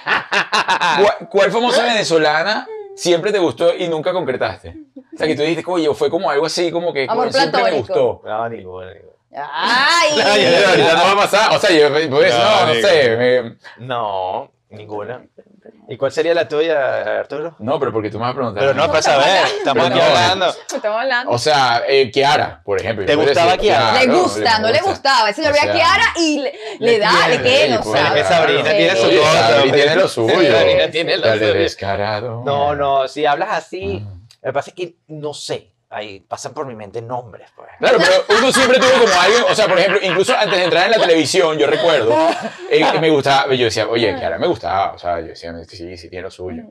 [SPEAKER 3] Ah.
[SPEAKER 1] ¿Cuál, cuál famosa venezolana siempre te gustó y nunca concretaste? O sea, que tú dijiste, oye, fue como algo así, como que
[SPEAKER 2] Amor
[SPEAKER 1] coño, siempre me
[SPEAKER 2] platónico.
[SPEAKER 1] gustó.
[SPEAKER 3] No, ninguna, ninguna.
[SPEAKER 1] Ay,
[SPEAKER 2] Ay.
[SPEAKER 1] de verdad, no va a pasar. O sea, yo, pues,
[SPEAKER 3] Ya,
[SPEAKER 1] no, no
[SPEAKER 3] digo.
[SPEAKER 1] sé. me-
[SPEAKER 3] No, ninguna. ¿Y cuál sería la tuya, Arturo?
[SPEAKER 1] no, pero porque tú me vas a preguntar.
[SPEAKER 3] Pero no es para saber, estamos
[SPEAKER 1] Pero
[SPEAKER 3] aquí
[SPEAKER 1] no.
[SPEAKER 3] hablando.
[SPEAKER 2] Estamos hablando.
[SPEAKER 1] O sea, eh, Kiara, por ejemplo. yo
[SPEAKER 3] ¿Te
[SPEAKER 1] puedo
[SPEAKER 3] gustaba Kiara?
[SPEAKER 2] le
[SPEAKER 1] claro,
[SPEAKER 2] gusta, no le gustaba. El señor
[SPEAKER 1] O
[SPEAKER 2] ve
[SPEAKER 1] sea,
[SPEAKER 2] a Kiara y le, le
[SPEAKER 3] le
[SPEAKER 2] da, le
[SPEAKER 3] tiene,
[SPEAKER 2] tiene,
[SPEAKER 1] le
[SPEAKER 2] o
[SPEAKER 1] pone-
[SPEAKER 2] sea.
[SPEAKER 3] Esa Sabrina
[SPEAKER 2] sí.
[SPEAKER 3] tiene su
[SPEAKER 1] Oye,
[SPEAKER 3] cosa.
[SPEAKER 1] Sabri tiene lo suyo.
[SPEAKER 3] Sabrina tiene lo
[SPEAKER 1] Dale,
[SPEAKER 3] suyo.
[SPEAKER 1] descarado.
[SPEAKER 3] No, no, si hablas así,
[SPEAKER 1] Ajá.
[SPEAKER 3] lo que pasa es que no sé. Ahí pasan por mi mente nombres, pues.
[SPEAKER 1] Claro, pero uno siempre tuvo como alguien, o sea, por ejemplo, incluso antes de entrar en la televisión, yo recuerdo, eh, me gustaba, yo decía, oye, Kiara me gustaba, o sea, yo decía, sí, sí, tiene lo suyo.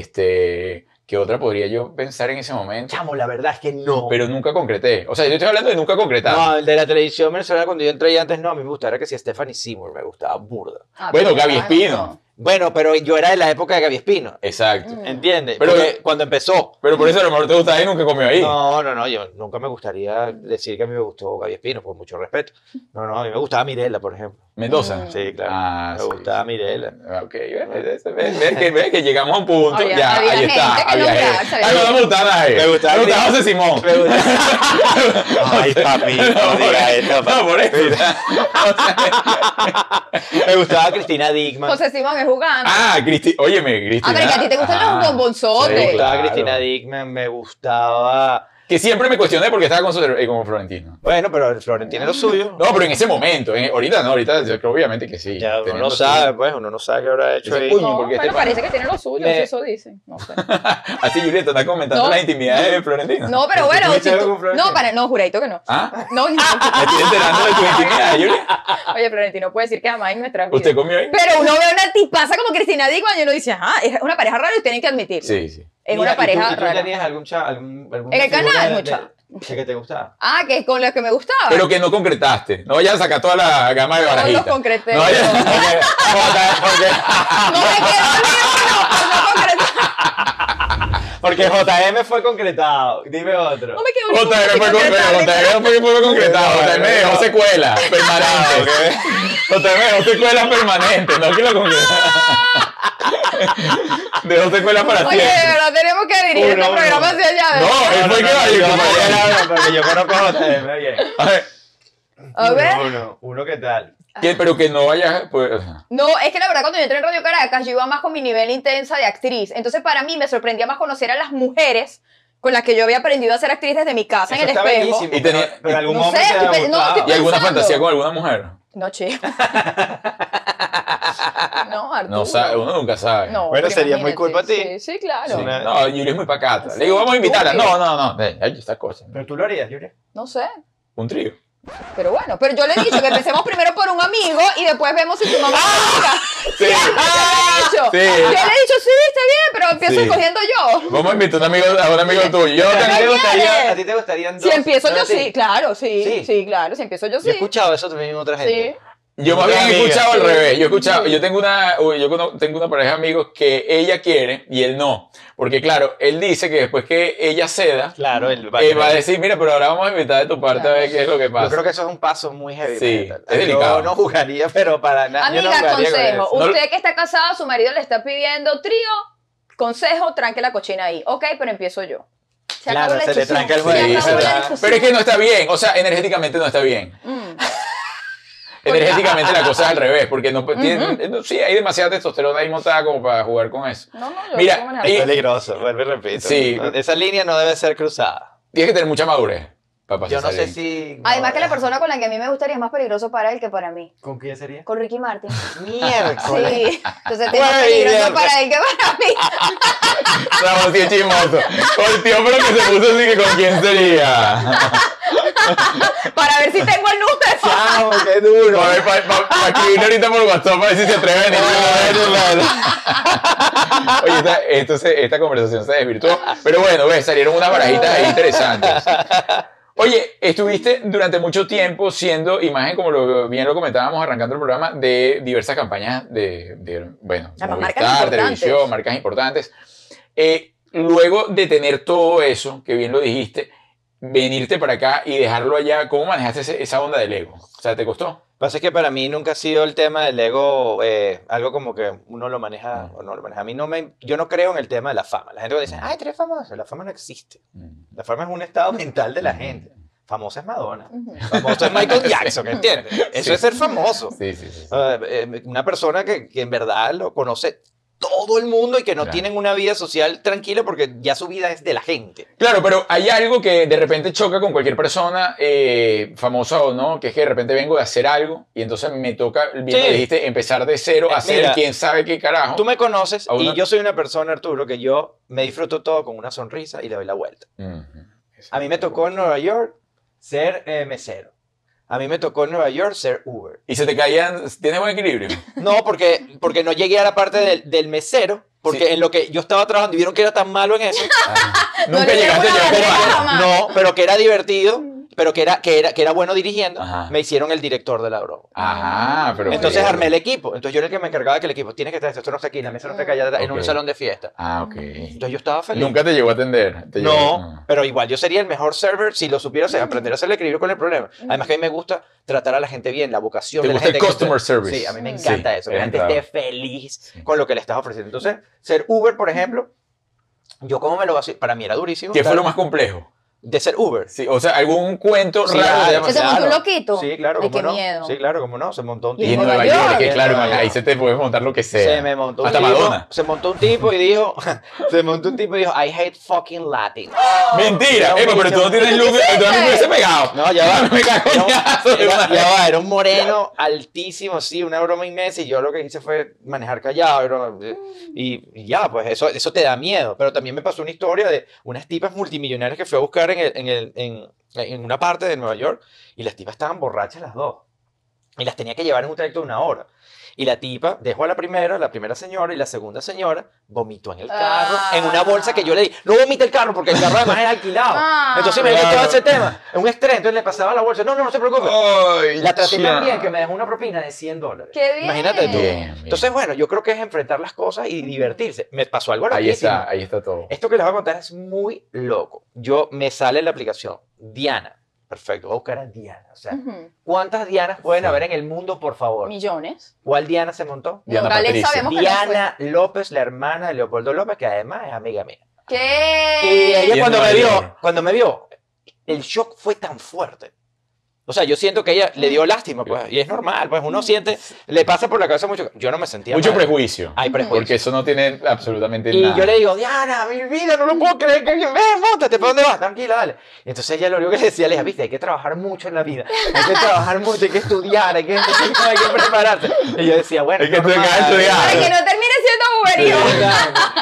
[SPEAKER 1] Este, ¿qué otra podría yo pensar en ese momento?
[SPEAKER 3] Chamo, la verdad es que no.
[SPEAKER 1] Pero nunca concreté. O sea, yo estoy hablando de nunca concretar.
[SPEAKER 3] No, el de la televisión venezolana cuando yo entré ahí antes, no, a mí me gustaba era que si Stephanie Seymour me gustaba burda.
[SPEAKER 2] Ah,
[SPEAKER 1] Bueno,
[SPEAKER 2] pero
[SPEAKER 1] Gaby
[SPEAKER 2] no,
[SPEAKER 1] Espino.
[SPEAKER 3] Bueno, pero yo era de la época de Gaby Espino.
[SPEAKER 1] Exacto.
[SPEAKER 3] Mm. ¿Entiendes?
[SPEAKER 1] Pero-
[SPEAKER 3] Pero cuando empezó.
[SPEAKER 1] Pero por eso a lo mejor te gusta y nunca comió ahí.
[SPEAKER 3] No, no, no, yo nunca me gustaría decir que a mí me gustó Gaby Espino, con mucho respeto. No, no, a mí me gustaba Mirela, por ejemplo.
[SPEAKER 1] Mendoza.
[SPEAKER 2] Mm.
[SPEAKER 3] Sí, claro.
[SPEAKER 1] Ah,
[SPEAKER 3] me
[SPEAKER 1] sí,
[SPEAKER 3] gustaba
[SPEAKER 1] sí.
[SPEAKER 3] Mirela.
[SPEAKER 1] Ah, Ok, ves, ves, ves, ves que, ves que llegamos a un punto.
[SPEAKER 2] Había-
[SPEAKER 1] ya,
[SPEAKER 2] había
[SPEAKER 1] ahí
[SPEAKER 2] gente
[SPEAKER 1] está.
[SPEAKER 2] que
[SPEAKER 1] había
[SPEAKER 2] nombraba,
[SPEAKER 1] gente.
[SPEAKER 2] sabía.
[SPEAKER 1] Ay, no me gustaba nadie.
[SPEAKER 3] Me gustaba
[SPEAKER 1] Me
[SPEAKER 3] Cris-
[SPEAKER 1] gustaba José Simón.
[SPEAKER 3] Me gustaba. Ay, papi, no diga esto,
[SPEAKER 1] No, por eso.
[SPEAKER 3] papi. Me gustaba Cristina Dickman.
[SPEAKER 2] José Simón es jugando.
[SPEAKER 1] Ah, Cristi, óyeme, Cristi. Ah.
[SPEAKER 2] Ah, pero que a ti te gustan los bombonzotes.
[SPEAKER 3] me
[SPEAKER 1] Sí,
[SPEAKER 3] gustaba
[SPEAKER 1] claro.
[SPEAKER 3] Cristina Dickman, me gustaba.
[SPEAKER 1] Que siempre me cuestioné porque estaba con, su- eh, con Florentino.
[SPEAKER 3] Bueno, pero Florentino es lo suyo.
[SPEAKER 1] No, pero en ese momento, en- ahorita no, ahorita yo creo que obviamente que sí.
[SPEAKER 3] Ya uno
[SPEAKER 1] Teniendo
[SPEAKER 3] no
[SPEAKER 1] su-
[SPEAKER 3] sabe, pues, uno no sabe qué habrá hecho
[SPEAKER 1] Dice,
[SPEAKER 3] ahí.
[SPEAKER 1] "Uy,
[SPEAKER 2] No,
[SPEAKER 1] porque este
[SPEAKER 2] bueno,
[SPEAKER 1] pana-
[SPEAKER 2] parece que tiene lo suyo,
[SPEAKER 3] Me-
[SPEAKER 2] si eso dicen. No sé.
[SPEAKER 1] A ti, Julieta, está comentando
[SPEAKER 2] No.
[SPEAKER 1] la intimidad de Florentino.
[SPEAKER 2] No, pero bueno, si
[SPEAKER 3] ¿Tuviste algo
[SPEAKER 2] tú-
[SPEAKER 3] con Florentino?
[SPEAKER 2] no, para, no, juradito que no.
[SPEAKER 1] ¿Ah?
[SPEAKER 2] No, no.
[SPEAKER 1] Me estoy enterando de tu intimidad, Julieta.
[SPEAKER 2] Oye, Florentino puede decir que jamás en nuestras vidas.
[SPEAKER 1] ¿Usted comió ahí?
[SPEAKER 2] Pero uno ve una tipaza como Cristina Dickman y uno dice, ajá, es una pareja rara y tienen que admitir.
[SPEAKER 1] Sí, sí.
[SPEAKER 2] Es
[SPEAKER 3] Mira,
[SPEAKER 2] una
[SPEAKER 3] ¿y tú-
[SPEAKER 2] pareja
[SPEAKER 3] y tú
[SPEAKER 2] rara.
[SPEAKER 3] tenías algún cha- algún- alguna
[SPEAKER 2] En el
[SPEAKER 3] figura
[SPEAKER 2] canal,
[SPEAKER 3] de-
[SPEAKER 2] mucha-
[SPEAKER 3] de- de que te gustaba?
[SPEAKER 2] Ah, que con los que me gustaba.
[SPEAKER 1] Pero que no concretaste. No vayas a sacar toda la gama de
[SPEAKER 2] No los
[SPEAKER 1] barajitas.
[SPEAKER 2] concreté,
[SPEAKER 1] No vayas
[SPEAKER 2] no.
[SPEAKER 1] porque- porque-
[SPEAKER 2] No me quedó ni uno, por no concretar.
[SPEAKER 3] Porque JM fue concretado. Dime otro.
[SPEAKER 2] No me quedó ni uno.
[SPEAKER 1] JM fue
[SPEAKER 2] por concretar.
[SPEAKER 1] concretado, JM fue- fue concretado,
[SPEAKER 3] No,
[SPEAKER 1] JM me dejó
[SPEAKER 3] no.
[SPEAKER 1] secuela permanente. JM dejó secuela permanente, no que lo concretara. Dejó secuela para
[SPEAKER 2] Oye,
[SPEAKER 1] siempre.
[SPEAKER 2] de verdad, tenemos que dirigir
[SPEAKER 3] Uno,
[SPEAKER 2] este
[SPEAKER 3] uno.
[SPEAKER 2] programa hacia allá.
[SPEAKER 1] No,
[SPEAKER 2] ¿verdad?
[SPEAKER 1] él fue que
[SPEAKER 3] yo,
[SPEAKER 1] vaya, compañero.
[SPEAKER 3] no, no, porque yo conozco a JM bien.
[SPEAKER 1] A ver,
[SPEAKER 2] A ver.
[SPEAKER 3] Uno, uno, uno, ¿qué tal?
[SPEAKER 2] Ah.
[SPEAKER 1] que- Pero que no vayas. Pues, ajá.
[SPEAKER 2] No, es que la verdad cuando yo entré en Radio Caracas yo iba más con mi nivel intensa de actriz. Entonces para mí me sorprendía más conocer a las mujeres con las que yo había aprendido a ser actriz desde mi casa en el
[SPEAKER 3] Eso está
[SPEAKER 2] espejo.
[SPEAKER 3] bellísimo, ¿eh?
[SPEAKER 1] Y tenía-
[SPEAKER 3] pero- pero algún
[SPEAKER 2] No sé,
[SPEAKER 3] hombre te
[SPEAKER 2] estoy
[SPEAKER 3] ha
[SPEAKER 2] pe- no,
[SPEAKER 3] gustado.
[SPEAKER 1] ¿Y
[SPEAKER 2] estoy-
[SPEAKER 1] alguna
[SPEAKER 2] Pensando.
[SPEAKER 1] fantasía con alguna mujer?
[SPEAKER 2] No, che. no, Arturo.
[SPEAKER 1] No sabe, uno nunca sabe.
[SPEAKER 2] No,
[SPEAKER 3] Bueno,
[SPEAKER 2] pero
[SPEAKER 3] sería muy
[SPEAKER 2] imagínate.
[SPEAKER 3] culpa a
[SPEAKER 2] Sí,
[SPEAKER 3] ti.
[SPEAKER 2] sí, claro.
[SPEAKER 1] Sí,
[SPEAKER 3] no.
[SPEAKER 1] No, Yuri es muy pacata. Le digo, vamos a invitarla. No, no, no. Ay, esta cosa.
[SPEAKER 3] Pero tú lo harías, Yuri.
[SPEAKER 2] No sé.
[SPEAKER 1] Un trío.
[SPEAKER 2] Pero bueno, pero yo le he dicho que empecemos primero por un amigo y después vemos si tu mamá es amiga.
[SPEAKER 1] Sí.
[SPEAKER 2] ¿Qué es lo que le he
[SPEAKER 1] Sí.
[SPEAKER 2] dicho? Yo le he dicho, sí, está bien, pero empiezo
[SPEAKER 1] Sí.
[SPEAKER 2] cogiendo yo.
[SPEAKER 1] Vamos a invitar a un amigo, a un amigo tuyo. Yo
[SPEAKER 3] ¿A ti
[SPEAKER 1] tengo-
[SPEAKER 3] te
[SPEAKER 2] viene.
[SPEAKER 3] gustaría- ¿A ti te gustarían dos?
[SPEAKER 2] Si empiezo
[SPEAKER 3] No,
[SPEAKER 2] yo,
[SPEAKER 3] a ti.
[SPEAKER 2] sí, claro, sí, sí,
[SPEAKER 3] Sí.
[SPEAKER 2] claro, si empiezo yo,
[SPEAKER 3] Yo he
[SPEAKER 2] sí.
[SPEAKER 3] escuchado eso también en otra
[SPEAKER 2] Sí.
[SPEAKER 3] gente.
[SPEAKER 1] Yo más
[SPEAKER 3] Tus
[SPEAKER 1] bien he
[SPEAKER 3] amigas.
[SPEAKER 1] escuchado al revés. Yo he escuchado, yo tengo una, uy, yo cono- tengo una pareja de amigos que ella quiere y él no. Porque claro, él dice que después que ella ceda,
[SPEAKER 3] Claro, el
[SPEAKER 1] él va a decir, mira, pero ahora vamos a invitar de tu parte a ver qué es lo que
[SPEAKER 3] Yo
[SPEAKER 1] pasa.
[SPEAKER 3] creo que eso es un paso muy heavy.
[SPEAKER 1] Sí,
[SPEAKER 3] metal.
[SPEAKER 1] es delicado.
[SPEAKER 3] Yo no jugaría, pero para nada. Ah, yo no
[SPEAKER 2] Amiga,
[SPEAKER 3] jugaría con
[SPEAKER 2] consejo.
[SPEAKER 3] eso.
[SPEAKER 1] No-
[SPEAKER 2] Usted que está casado, su marido le está pidiendo trío, consejo, tranque la cochina ahí. Ok, pero empiezo yo. Se
[SPEAKER 3] Claro,
[SPEAKER 2] acabó la
[SPEAKER 3] se le
[SPEAKER 2] discusión.
[SPEAKER 3] tranca el
[SPEAKER 2] Se
[SPEAKER 3] juego,
[SPEAKER 2] acabó
[SPEAKER 1] ¿verdad?
[SPEAKER 2] la
[SPEAKER 3] ¿verdad?
[SPEAKER 2] discusión.
[SPEAKER 1] Pero es que no está bien, o sea, energéticamente no está bien.
[SPEAKER 2] Mm.
[SPEAKER 3] Pues
[SPEAKER 1] Energéticamente la cosa es al revés, porque no, tiene- eh, no- sí, hay demasiada testosterona ahí montada como para jugar con eso.
[SPEAKER 2] No, no, yo
[SPEAKER 1] Mira,
[SPEAKER 2] no tengo nada.
[SPEAKER 1] y-
[SPEAKER 3] Es peligroso, vuelvo y repito.
[SPEAKER 1] Sí.
[SPEAKER 3] Esa línea no debe ser cruzada.
[SPEAKER 1] Tienes que tener mucha madurez para pasar
[SPEAKER 3] Yo no
[SPEAKER 1] Pues esa
[SPEAKER 3] sé
[SPEAKER 1] línea.
[SPEAKER 3] si.
[SPEAKER 2] Además que la
[SPEAKER 3] no,
[SPEAKER 2] persona con la que a mí me gustaría es más peligroso para él que para mí.
[SPEAKER 3] ¿Con quién sería?
[SPEAKER 2] Con Ricky Martin.
[SPEAKER 3] Miércoles.
[SPEAKER 2] Sí. Entonces tiene más
[SPEAKER 3] Güey,
[SPEAKER 2] peligroso
[SPEAKER 3] mierda.
[SPEAKER 2] para él que para mí.
[SPEAKER 1] Estamos bien chismoso. Volteó, pero que se puso así que con quién sería.
[SPEAKER 2] Para ver si tengo el número.
[SPEAKER 3] ¡Chao! ¡Qué duro!
[SPEAKER 1] Para pa, pa, pa escribirle ahorita por WhatsApp para ver si se atreve a venir. Oye, esta, esto se- esta conversación se desvirtuó. Pero bueno, ves, salieron unas barajitas ahí interesantes. Oye, estuviste durante mucho tiempo siendo imagen, como lo, bien lo comentábamos arrancando el programa, de diversas campañas de, de, bueno,
[SPEAKER 2] Además, marcas
[SPEAKER 1] Movistar,
[SPEAKER 2] importantes.
[SPEAKER 1] televisión, marcas importantes. Eh, luego de tener todo eso, que bien lo dijiste, venirte para acá y dejarlo allá, ¿cómo manejaste ese- esa onda del ego? O sea, ¿te costó?
[SPEAKER 3] Pasa que para mí nunca ha sido el tema del ego eh, algo como que uno lo maneja
[SPEAKER 1] Mm.
[SPEAKER 3] o no lo maneja. A mí no me, yo no creo en el tema de la fama. La gente me dice, ay, tú eres famoso. La fama no existe. La fama es un estado mental de la gente. Famosa es Madonna. Famoso es Michael Jackson, ¿entiendes? Eso
[SPEAKER 1] Sí.
[SPEAKER 3] es ser famoso.
[SPEAKER 1] Sí, sí, sí.
[SPEAKER 3] Ah, eh, una persona que, que en verdad lo conoce todo el mundo y que no
[SPEAKER 1] Claro.
[SPEAKER 3] tienen una vida social tranquila porque ya su vida es de la gente.
[SPEAKER 1] Claro, pero hay algo que de repente choca con cualquier persona, eh, famosa o no, que es que de repente vengo de hacer algo y entonces me toca, bien
[SPEAKER 3] Sí.
[SPEAKER 1] lo dijiste, empezar de cero,
[SPEAKER 3] Eh,
[SPEAKER 1] hacer
[SPEAKER 3] mira,
[SPEAKER 1] quién sabe qué carajo.
[SPEAKER 3] Tú me conoces
[SPEAKER 1] Ah. A una-
[SPEAKER 3] y yo soy una persona, Arturo, que yo me disfruto todo con una sonrisa y le doy la vuelta.
[SPEAKER 1] Ujú.
[SPEAKER 3] A mí me tocó en Nueva York ser eh, mesero. A mí me tocó en Nueva York ser Uber.
[SPEAKER 1] Y se te caían, tienes buen equilibrio.
[SPEAKER 3] No, porque, porque no llegué a la parte del, del mesero, porque
[SPEAKER 1] Sí.
[SPEAKER 3] en lo que yo estaba trabajando y vieron que era tan malo en eso.
[SPEAKER 2] No
[SPEAKER 1] Nunca
[SPEAKER 2] le
[SPEAKER 1] llegaste a llegar
[SPEAKER 2] dieron una
[SPEAKER 1] como
[SPEAKER 2] barrera.
[SPEAKER 1] malo.
[SPEAKER 2] Ajá.
[SPEAKER 3] No, pero que era divertido, pero que era, que era, que era bueno dirigiendo,
[SPEAKER 1] Ajá.
[SPEAKER 3] me hicieron el director de la broma.
[SPEAKER 1] Ah, Ajá, pero.
[SPEAKER 3] Entonces
[SPEAKER 1] bien.
[SPEAKER 3] armé el equipo. Entonces yo era el que me encargaba de que el equipo tiene que estar esto, esto no está aquí, la mesa no está callada, en
[SPEAKER 1] Ah. Ok.
[SPEAKER 3] un salón de fiesta.
[SPEAKER 1] Ah, ok.
[SPEAKER 3] Entonces yo estaba feliz.
[SPEAKER 1] Nunca te llegó a atender. te Mm. llegó-
[SPEAKER 3] No, pero igual yo sería el mejor server si lo supiera, o sea, aprender a hacer el equilibrio con el problema. Además que a mí me gusta tratar a la gente bien, la
[SPEAKER 1] Mm.
[SPEAKER 3] vocación
[SPEAKER 1] Te
[SPEAKER 3] de la
[SPEAKER 1] gusta el
[SPEAKER 3] gente que-
[SPEAKER 1] customer service.
[SPEAKER 3] Sí, a mí me
[SPEAKER 2] Mm.
[SPEAKER 3] encanta
[SPEAKER 1] Sí,
[SPEAKER 3] eso, que la
[SPEAKER 1] es
[SPEAKER 3] gente
[SPEAKER 1] verdad.
[SPEAKER 3] esté feliz con lo que le estás ofreciendo. Entonces, ser Uber, por ejemplo, yo como me lo vacío, para mí era durísimo.
[SPEAKER 1] ¿Qué fue
[SPEAKER 3] estar-
[SPEAKER 1] lo más complejo?
[SPEAKER 3] De ser Uber.
[SPEAKER 1] Sí, o sea, algún cuento
[SPEAKER 3] Sí, ah,
[SPEAKER 1] raro.
[SPEAKER 3] claro.
[SPEAKER 1] de
[SPEAKER 2] ¿Se te
[SPEAKER 1] demasiado-
[SPEAKER 2] montó un loquito?
[SPEAKER 3] Sí, claro,
[SPEAKER 2] Ay,
[SPEAKER 3] cómo
[SPEAKER 2] qué
[SPEAKER 3] no.
[SPEAKER 2] miedo.
[SPEAKER 3] Sí, claro, cómo no, se montó un
[SPEAKER 2] Y
[SPEAKER 1] Y en
[SPEAKER 3] tipo.
[SPEAKER 1] Nueva York, que
[SPEAKER 2] en
[SPEAKER 1] claro,
[SPEAKER 3] Nueva York.
[SPEAKER 1] ahí se te puede montar lo que sea.
[SPEAKER 3] Se me montó
[SPEAKER 1] Hasta
[SPEAKER 3] un tipo,
[SPEAKER 1] Madonna.
[SPEAKER 3] Se montó un tipo y dijo, se montó un tipo y dijo, I hate fucking Latin.
[SPEAKER 1] Mentira,
[SPEAKER 3] Era un
[SPEAKER 1] Epa, pero tú no
[SPEAKER 3] bicho.
[SPEAKER 1] tienes luz,
[SPEAKER 2] hiciste?
[SPEAKER 1] tú no me hubiese pegado.
[SPEAKER 3] No, ya va.
[SPEAKER 1] me cago en
[SPEAKER 3] Era un-
[SPEAKER 1] caso,
[SPEAKER 3] era-
[SPEAKER 1] hermano.
[SPEAKER 3] ya va, era un moreno altísimo, sí, una broma inmensa. Y yo lo que hice fue manejar callado. era- eh, Y, y ya, pues eso, eso te da miedo. Pero también me pasó una historia de unas tipas multimillonarias que fui a buscar en, el- en, el- en- en una parte de Nueva York. Y las tipas estaban borrachas las dos. Y las tenía que llevar en un trayecto de una hora. Y la tipa dejó a la primera, la primera señora y la segunda señora vomitó en el carro, en una bolsa que yo le di. No vomita el carro porque el carro además era alquilado.
[SPEAKER 2] Ah.
[SPEAKER 3] Entonces me
[SPEAKER 1] Claro.
[SPEAKER 3] todo ese tema. Es un estrés, entonces le pasaba la bolsa. No, no, no se preocupe.
[SPEAKER 1] Oh, Ay,
[SPEAKER 3] La traté
[SPEAKER 1] ya.
[SPEAKER 3] tan bien que me dejó una propina de 100 dólares.
[SPEAKER 2] Qué bien.
[SPEAKER 3] Imagínate tú.
[SPEAKER 1] Bien, bien.
[SPEAKER 3] Entonces, bueno, yo creo que es enfrentar las cosas y divertirse. Me pasó algo
[SPEAKER 1] Ahí
[SPEAKER 3] loquísimo.
[SPEAKER 1] está, ahí está todo.
[SPEAKER 3] Esto que les voy a contar es muy loco. Yo me sale la aplicación Diana. Perfecto, voy a buscar a Diana. O sea,
[SPEAKER 2] Ujú.
[SPEAKER 3] ¿cuántas Dianas pueden
[SPEAKER 1] Sí.
[SPEAKER 3] haber en el mundo, por favor?
[SPEAKER 2] Millones.
[SPEAKER 3] ¿Cuál Diana se montó?
[SPEAKER 1] Diana
[SPEAKER 2] Nunca le
[SPEAKER 1] Patricia.
[SPEAKER 2] sabemos que no fue.
[SPEAKER 3] Diana López, la hermana de Leopoldo López, que además es amiga mía. Y
[SPEAKER 2] ¿Qué?
[SPEAKER 1] Y
[SPEAKER 3] ella
[SPEAKER 1] en
[SPEAKER 3] cuando
[SPEAKER 1] Nueva
[SPEAKER 3] me vio,
[SPEAKER 1] York.
[SPEAKER 3] cuando me vio, el shock fue tan fuerte. O sea, yo siento que ella le dio lástima, pues, y es normal, pues uno siente, le pasa por la cabeza mucho. Yo no me sentía
[SPEAKER 1] Mucho
[SPEAKER 3] mal.
[SPEAKER 1] prejuicio.
[SPEAKER 3] Hay
[SPEAKER 1] Porque
[SPEAKER 3] prejuicio.
[SPEAKER 1] eso no tiene absolutamente
[SPEAKER 3] Y
[SPEAKER 1] nada.
[SPEAKER 3] yo le digo, Diana, mi vida, no lo puedo creer. Que... Ven, montate, ¿para dónde vas? Tranquila, dale. Y entonces ella lo único que decía, le dije, viste, hay que trabajar mucho en la vida. Hay que trabajar mucho, hay que estudiar, hay que, hay que prepararse. Y yo decía, bueno,
[SPEAKER 1] Es que tú
[SPEAKER 3] normal.
[SPEAKER 1] acabas de estudiar.
[SPEAKER 2] Para que no termine siendo Uber serio?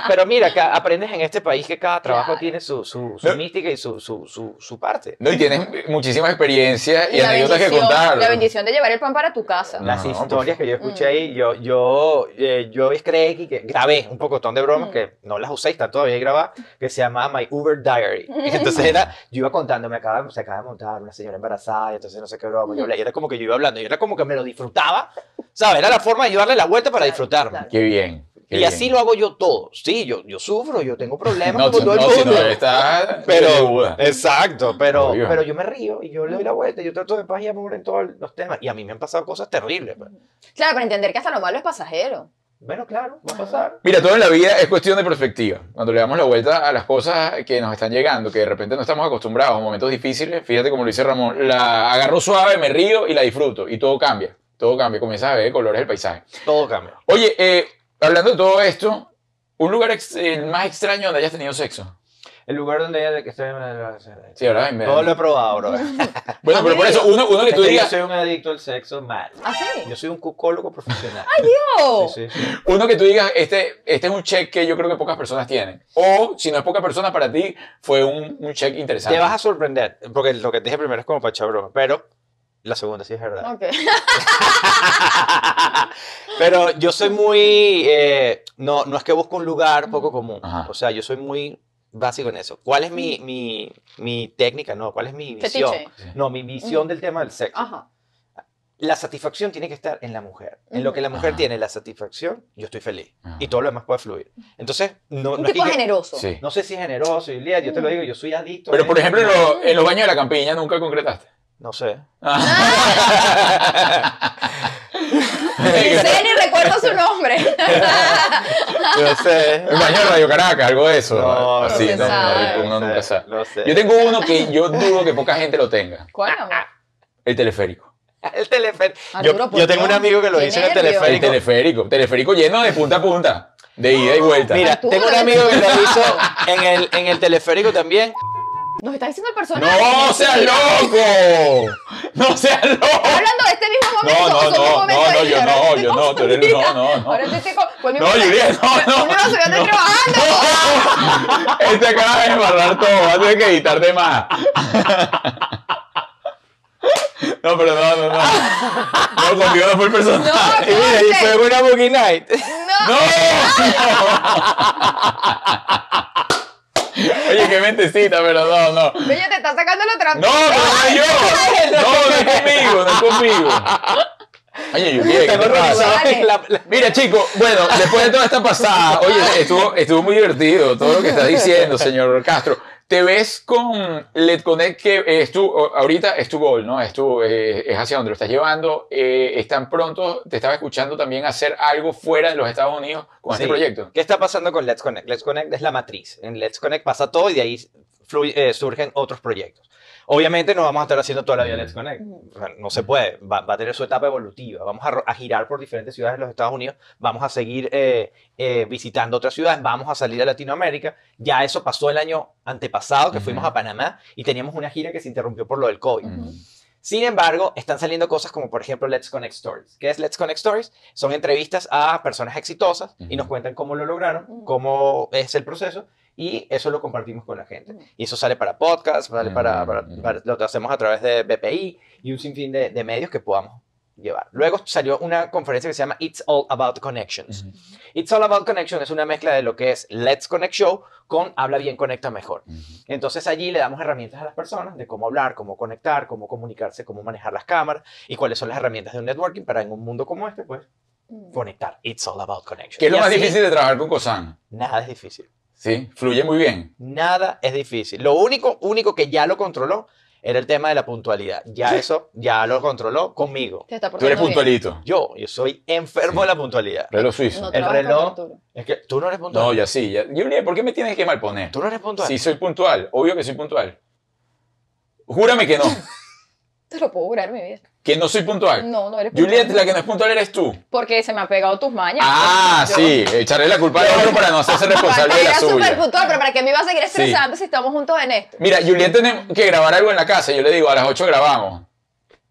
[SPEAKER 3] Pero mira, que aprendes en este país que cada trabajo
[SPEAKER 2] Claro.
[SPEAKER 3] tiene su, su, su
[SPEAKER 1] No.
[SPEAKER 3] mística y su, su, su, su parte.
[SPEAKER 1] No, y tienes muchísimas experiencias y,
[SPEAKER 2] la
[SPEAKER 1] anécdotas que
[SPEAKER 2] bendición-
[SPEAKER 1] contar.
[SPEAKER 2] La bendición de llevar el pan para tu casa.
[SPEAKER 1] No,
[SPEAKER 3] Las
[SPEAKER 1] por
[SPEAKER 3] historias que yo escuché
[SPEAKER 2] Mm.
[SPEAKER 3] ahí, yo, yo, eh, yo creí que, que grabé un pocotón de bromas
[SPEAKER 2] Mm.
[SPEAKER 3] que no las usé, están todavía ahí grabadas, que se llamaba My Uber Diary.
[SPEAKER 2] Mm.
[SPEAKER 3] Entonces era, yo iba contando, me acaba, se acaba de montar una señora embarazada, y entonces no sé qué broma,
[SPEAKER 2] Mm.
[SPEAKER 3] yo, hablé, y era como que yo iba hablando, y era como que me lo disfrutaba, ¿sabes? Era la forma de yo darle la vuelta para
[SPEAKER 2] Claro,
[SPEAKER 3] disfrutarme.
[SPEAKER 2] claro.
[SPEAKER 1] Qué bien. qué
[SPEAKER 3] Y
[SPEAKER 1] bien.
[SPEAKER 3] así lo hago yo todo. Sí, yo, yo sufro, yo tengo problemas
[SPEAKER 1] No,
[SPEAKER 3] como
[SPEAKER 1] no,
[SPEAKER 3] todo el
[SPEAKER 1] si no,
[SPEAKER 3] mundo.
[SPEAKER 1] está de
[SPEAKER 3] pero,
[SPEAKER 1] Buda.
[SPEAKER 3] exacto, pero,
[SPEAKER 1] Obvio.
[SPEAKER 3] pero yo me río y yo le doy la vuelta, yo trato de paz y amor en todos los temas. Y a mí me han pasado cosas terribles. pues.
[SPEAKER 2] Claro, para entender que hasta lo malo es pasajero.
[SPEAKER 3] Bueno, claro, va a pasar.
[SPEAKER 1] Mira, todo en la vida es cuestión de perspectiva. Cuando le damos la vuelta a las cosas que nos están llegando, que de repente no estamos acostumbrados, momentos difíciles, fíjate como lo dice Ramón, la agarro suave, me río y la disfruto. Y todo cambia. Todo cambia. Comienzas a ver colores del paisaje.
[SPEAKER 3] Todo cambia.
[SPEAKER 1] Oye, eh, hablando de todo esto, ¿un lugar ex- el más extraño donde hayas tenido sexo?
[SPEAKER 3] El lugar donde ella que estoy.
[SPEAKER 1] Sí, ¿verdad? Y me-
[SPEAKER 3] Todo lo he probado, bro.
[SPEAKER 1] Bueno, pero por eso, uno, uno que tú
[SPEAKER 3] Yo
[SPEAKER 1] digas,
[SPEAKER 3] soy un adicto al sexo mal.
[SPEAKER 2] ¿Así?
[SPEAKER 3] Yo soy un cucólogo profesional.
[SPEAKER 2] ¡Yo!
[SPEAKER 3] Sí, sí, sí.
[SPEAKER 1] uno que tú digas, este, este es un check que yo creo que pocas personas tienen. O, si no es poca persona para ti, fue un, un check interesante.
[SPEAKER 3] Te vas a sorprender, porque lo que te dije primero es como para echar broma, pero la segunda sí es verdad.
[SPEAKER 2] Ok.
[SPEAKER 3] Pero yo soy muy. eh, no, no es que busco un lugar poco común.
[SPEAKER 1] Ajá.
[SPEAKER 3] O sea, yo soy muy básico en eso. ¿Cuál es mi, mi, mi técnica? No, ¿cuál es mi visión?
[SPEAKER 2] Fetiche.
[SPEAKER 3] No, mi visión del tema del sexo.
[SPEAKER 2] Ajá.
[SPEAKER 3] La satisfacción tiene que estar en la mujer. En lo que la mujer
[SPEAKER 1] Ajá.
[SPEAKER 3] tiene la satisfacción, yo estoy feliz.
[SPEAKER 1] Ajá.
[SPEAKER 3] Y todo lo demás puede fluir. Entonces, no,
[SPEAKER 2] Un
[SPEAKER 3] no es que
[SPEAKER 2] tipo
[SPEAKER 3] yo-
[SPEAKER 2] generoso.
[SPEAKER 1] Sí.
[SPEAKER 3] no sé si es generoso, Ilia, yo te lo digo, yo soy adicto.
[SPEAKER 1] Pero
[SPEAKER 3] a
[SPEAKER 1] por
[SPEAKER 3] eso.
[SPEAKER 1] ejemplo, en, lo- en los baños de la campiña nunca concretaste.
[SPEAKER 3] No sé.
[SPEAKER 1] Ah.
[SPEAKER 2] Ni sé ni recuerdo su nombre.
[SPEAKER 3] No sé.
[SPEAKER 1] El baño de Radio Caracas, algo de eso. Ah,
[SPEAKER 3] No,
[SPEAKER 1] Así, no,
[SPEAKER 2] no se sabe.
[SPEAKER 1] uno nunca sabe.
[SPEAKER 3] No sé.
[SPEAKER 1] Yo tengo uno que yo dudo que poca gente lo tenga.
[SPEAKER 2] ¿Cuál, amor?
[SPEAKER 1] El teleférico.
[SPEAKER 3] El teleférico.
[SPEAKER 2] Arturo,
[SPEAKER 3] yo,
[SPEAKER 2] por
[SPEAKER 3] yo tengo un
[SPEAKER 2] Dios,
[SPEAKER 3] amigo que lo
[SPEAKER 2] qué
[SPEAKER 3] hizo en el
[SPEAKER 2] nervio.
[SPEAKER 1] El
[SPEAKER 3] teleférico.
[SPEAKER 1] teleférico. Teleférico lleno de punta a punta. De ida y vuelta.
[SPEAKER 3] Mira,
[SPEAKER 2] Arturo,
[SPEAKER 3] tengo un
[SPEAKER 2] el
[SPEAKER 3] amigo que lo
[SPEAKER 2] teleférico.
[SPEAKER 3] hizo en el, en el teleférico también.
[SPEAKER 2] Nos está diciendo el personaje.
[SPEAKER 1] ¡No seas loco! ¡No seas
[SPEAKER 2] ¿Estás
[SPEAKER 1] loco!
[SPEAKER 2] hablando de este mismo
[SPEAKER 1] No,
[SPEAKER 2] momento?
[SPEAKER 1] no,
[SPEAKER 2] o son dos
[SPEAKER 1] no,
[SPEAKER 2] momentos
[SPEAKER 1] no, no, yo no,
[SPEAKER 2] distintos? Ahora
[SPEAKER 1] yo no, tú
[SPEAKER 2] estoy
[SPEAKER 1] eres, no,
[SPEAKER 2] confundida.
[SPEAKER 1] no, no.
[SPEAKER 2] Ahora estoy con. fue el mismo
[SPEAKER 1] No, Juliet, no,
[SPEAKER 2] personaje.
[SPEAKER 1] no.
[SPEAKER 2] Uno no se ve, estoy trabajando.
[SPEAKER 1] Este acaba de embarrar todo, va a tener que editar de más. No, pero no, no, no. No, contigo no fue el personaje.
[SPEAKER 2] No,
[SPEAKER 3] Y mira, y fue una Boogie Night.
[SPEAKER 1] ¡No! Oye, qué mentecita, pero no, no. No,
[SPEAKER 2] Oye, te está sacando la trampa.
[SPEAKER 1] pero no es yo. No, no es conmigo, no es conmigo. Oye, Juliet, ¿qué
[SPEAKER 3] Tengo
[SPEAKER 1] te pasa?
[SPEAKER 3] organizado en la- la-
[SPEAKER 1] Mira, chicos, bueno, después de toda esta pasada, oye, estuvo, estuvo muy divertido todo lo que está diciendo, señor Castro. Te ves con Let Connect, que es tu, ahorita es tu gol, ¿no? Es, tu, eh, es hacia donde lo estás llevando. Eh, es tan pronto, te estaba escuchando también hacer algo fuera de los Estados Unidos con
[SPEAKER 3] Sí.
[SPEAKER 1] este proyecto.
[SPEAKER 3] ¿Qué está pasando con Let's Connect? Let's Connect es la matriz. En Let's Connect pasa todo y de ahí fluye- eh, surgen otros proyectos. Obviamente no vamos a estar haciendo toda la vida Let's Connect. O sea, no se puede. Va, va a tener su etapa evolutiva. Vamos a, ro- a girar por diferentes ciudades de los Estados Unidos. Vamos a seguir eh, eh, visitando otras ciudades. Vamos a salir a Latinoamérica. Ya eso pasó el año antepasado que
[SPEAKER 1] Ujú.
[SPEAKER 3] fuimos a Panamá y teníamos una gira que se interrumpió por lo del COVID.
[SPEAKER 1] Mm.
[SPEAKER 3] Sin embargo, están saliendo cosas como, por ejemplo, Let's Connect Stories. ¿Qué es Let's Connect Stories? Son entrevistas a personas exitosas y nos
[SPEAKER 1] Ujú.
[SPEAKER 3] cuentan cómo lo lograron,
[SPEAKER 2] Ujú.
[SPEAKER 3] cómo es el proceso y eso lo compartimos con la gente.
[SPEAKER 2] Ujú.
[SPEAKER 3] Y eso sale para podcast, sale para,
[SPEAKER 1] Ujú,
[SPEAKER 3] para-
[SPEAKER 1] ujú.
[SPEAKER 3] para- lo hacemos a través de BPI y un sinfín de, de medios que podamos llevar. Luego salió una conferencia que se llama It's All About Connections.
[SPEAKER 1] Ujú.
[SPEAKER 3] It's All About Connections es una mezcla de lo que es Let's Connect Show con Habla Bien, Conecta Mejor. Entonces allí le damos herramientas a las personas de cómo hablar, cómo conectar, cómo comunicarse, cómo manejar las cámaras y cuáles son las herramientas de un networking para en un mundo como este, pues, conectar. It's all about connection.
[SPEAKER 1] ¿Qué es lo
[SPEAKER 3] Y
[SPEAKER 1] más
[SPEAKER 3] así,
[SPEAKER 1] difícil de trabajar con Cosan?
[SPEAKER 3] Nada es difícil.
[SPEAKER 1] Sí, fluye muy bien.
[SPEAKER 3] Nada es difícil. Lo único, único que ya lo controló era el tema de la puntualidad. Ya eso, ya lo controló conmigo.
[SPEAKER 2] Te está
[SPEAKER 1] Tú eres
[SPEAKER 2] portando bien.
[SPEAKER 1] puntualito.
[SPEAKER 3] Yo, yo soy enfermo de la puntualidad.
[SPEAKER 1] Reloj suizo.
[SPEAKER 2] No
[SPEAKER 3] El
[SPEAKER 2] trabajas con
[SPEAKER 3] reloj.
[SPEAKER 2] Arturo.
[SPEAKER 3] Es que tú no eres puntual.
[SPEAKER 1] No, ya sí. Ya. Juliet, ¿por qué me tienes que malponer?
[SPEAKER 3] Tú no eres puntual.
[SPEAKER 1] Sí, soy puntual. Obvio que soy puntual. Júrame que no.
[SPEAKER 2] Te lo puedo jurar, mi vida.
[SPEAKER 1] Que no soy puntual.
[SPEAKER 2] No, no eres
[SPEAKER 1] Juliet,
[SPEAKER 2] puntual.
[SPEAKER 1] la que no es puntual eres tú.
[SPEAKER 2] Porque se me han pegado tus mañas.
[SPEAKER 1] Ah,
[SPEAKER 2] Yo-
[SPEAKER 1] sí. Echarle la culpa a Álvaro para no hacerse responsable
[SPEAKER 2] Aparte,
[SPEAKER 1] de la
[SPEAKER 2] era súper
[SPEAKER 1] suya.
[SPEAKER 2] puntual, pero ¿para qué me iba a seguir estresando si estamos juntos en esto?
[SPEAKER 1] Mira, Juliet tenemos que grabar algo en la casa. Yo le digo, a las 8 grabamos.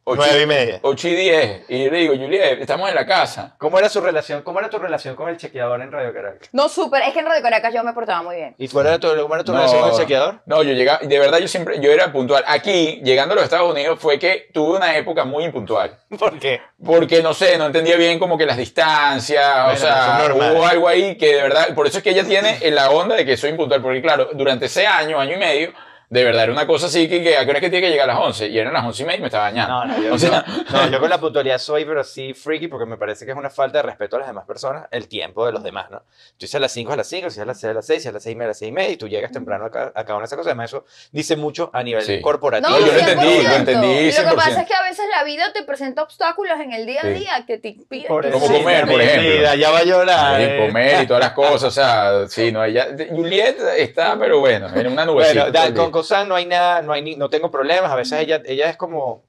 [SPEAKER 1] ocho-
[SPEAKER 3] Nueve y media.
[SPEAKER 1] ocho y 10. Y yo le digo, Juliet, estamos en la casa.
[SPEAKER 3] ¿Cómo era su relación? ¿Cómo era tu relación con el chequeador en Radio Caracas?
[SPEAKER 2] No, súper. Es que en Radio Caracas yo me portaba muy bien.
[SPEAKER 3] ¿Y cuál era tu, cómo era tu relación con el chequeador?
[SPEAKER 1] No, yo llegaba, de verdad yo siempre, yo era puntual. Aquí, llegando a los Estados Unidos, fue que tuve una época muy impuntual.
[SPEAKER 3] ¿Por qué?
[SPEAKER 1] Porque no sé, no entendía bien como que las distancias, o
[SPEAKER 3] Bueno,
[SPEAKER 1] sea,
[SPEAKER 3] eso es normal.
[SPEAKER 1] hubo algo ahí que de verdad, por eso es que ella tiene en la onda de que soy impuntual, porque claro, durante ese año, año y medio, de verdad era una cosa así que, que a qué hora es que tiene que llegar a las 11 y eran las 11 y media y me estaba bañando.
[SPEAKER 3] No, no, yo,
[SPEAKER 1] O sea-
[SPEAKER 3] no, yo con la puntualidad soy, pero sí freaky, porque me parece que es una falta de respeto a las demás personas, el tiempo de los demás, ¿no? Tú hice a las 5 a las 5, si a las 6 a las 6, si a las 6 a las 6 y media, y tú llegas temprano a, ca- a cada una de esas cosas. Además, eso dice mucho a nivel
[SPEAKER 1] Sí.
[SPEAKER 3] corporativo.
[SPEAKER 1] No, yo lo entendí, lo
[SPEAKER 2] 100%.
[SPEAKER 1] entendí,
[SPEAKER 2] Lo que
[SPEAKER 1] 100%.
[SPEAKER 2] pasa es que a veces la vida te presenta obstáculos en el día a
[SPEAKER 1] Sí.
[SPEAKER 2] día que te impiden.
[SPEAKER 3] Por
[SPEAKER 2] que-
[SPEAKER 1] Como
[SPEAKER 3] eso-
[SPEAKER 1] comer, por
[SPEAKER 3] mi
[SPEAKER 1] ejemplo.
[SPEAKER 3] vida, ya va a llorar.
[SPEAKER 1] Y
[SPEAKER 3] eh.
[SPEAKER 1] comer y todas las cosas, o sea, sí, no, ella, Juliet está, pero bueno, en una nubecita.
[SPEAKER 3] Bueno, da- con Cosán no hay nada, no, hay ni- no tengo problemas. A veces ella, ella es como.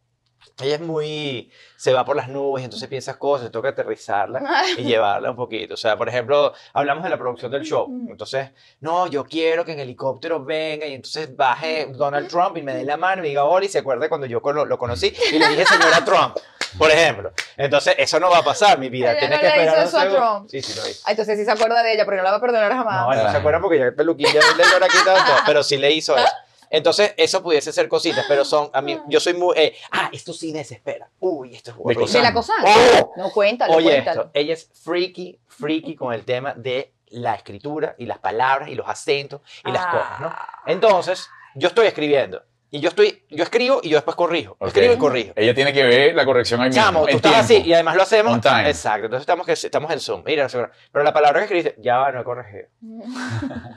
[SPEAKER 3] Ella es muy. Se va por las nubes, entonces piensas cosas, toca aterrizarla y llevarla un poquito. O sea, por ejemplo, hablamos de la producción del show. Entonces, no, yo quiero que en helicóptero venga y entonces baje Donald Trump y me dé la mano y me diga hola y se acuerde cuando yo lo, lo conocí y le dije señora Trump, por ejemplo. Entonces, eso no va a pasar, mi vida.
[SPEAKER 2] Ella
[SPEAKER 3] Tienes
[SPEAKER 2] no
[SPEAKER 3] que
[SPEAKER 2] le
[SPEAKER 3] esperar
[SPEAKER 2] hizo
[SPEAKER 3] un
[SPEAKER 2] eso a
[SPEAKER 3] segundo.
[SPEAKER 2] Trump.
[SPEAKER 3] Sí, sí, lo hizo.
[SPEAKER 2] Ah, entonces sí se acuerda de ella, porque no la va a perdonar jamás.
[SPEAKER 3] No, él no se acuerda porque ya el peluquín ya le habrá quitado todo, pero sí le hizo eso. Entonces, eso pudiese ser cositas, pero son, a mí, yo soy muy, eh, ah, esto sí desespera. Uy, esto es
[SPEAKER 1] De
[SPEAKER 3] horrible.
[SPEAKER 2] ¿De la cosa?
[SPEAKER 1] Cosán.
[SPEAKER 3] ¡Oh!
[SPEAKER 2] No, cuéntalo,
[SPEAKER 3] Oye,
[SPEAKER 2] cuéntalo.
[SPEAKER 3] esto, ella es freaky, freaky con el tema de la escritura y las palabras y los acentos y las
[SPEAKER 2] Ah.
[SPEAKER 3] cosas, ¿no? Entonces, yo estoy escribiendo y yo estoy, yo escribo y yo después corrijo,
[SPEAKER 1] Ok.
[SPEAKER 3] escribo y corrijo.
[SPEAKER 1] Ella tiene que ver la corrección ahí mismo.
[SPEAKER 3] Chamo, tú
[SPEAKER 1] en
[SPEAKER 3] estás así
[SPEAKER 1] tiempo.
[SPEAKER 3] y además lo hacemos.
[SPEAKER 1] On time.
[SPEAKER 3] Exacto, entonces estamos, que, estamos en Zoom. Mira, no sé, pero la palabra que escribiste, ya va, no he corregido.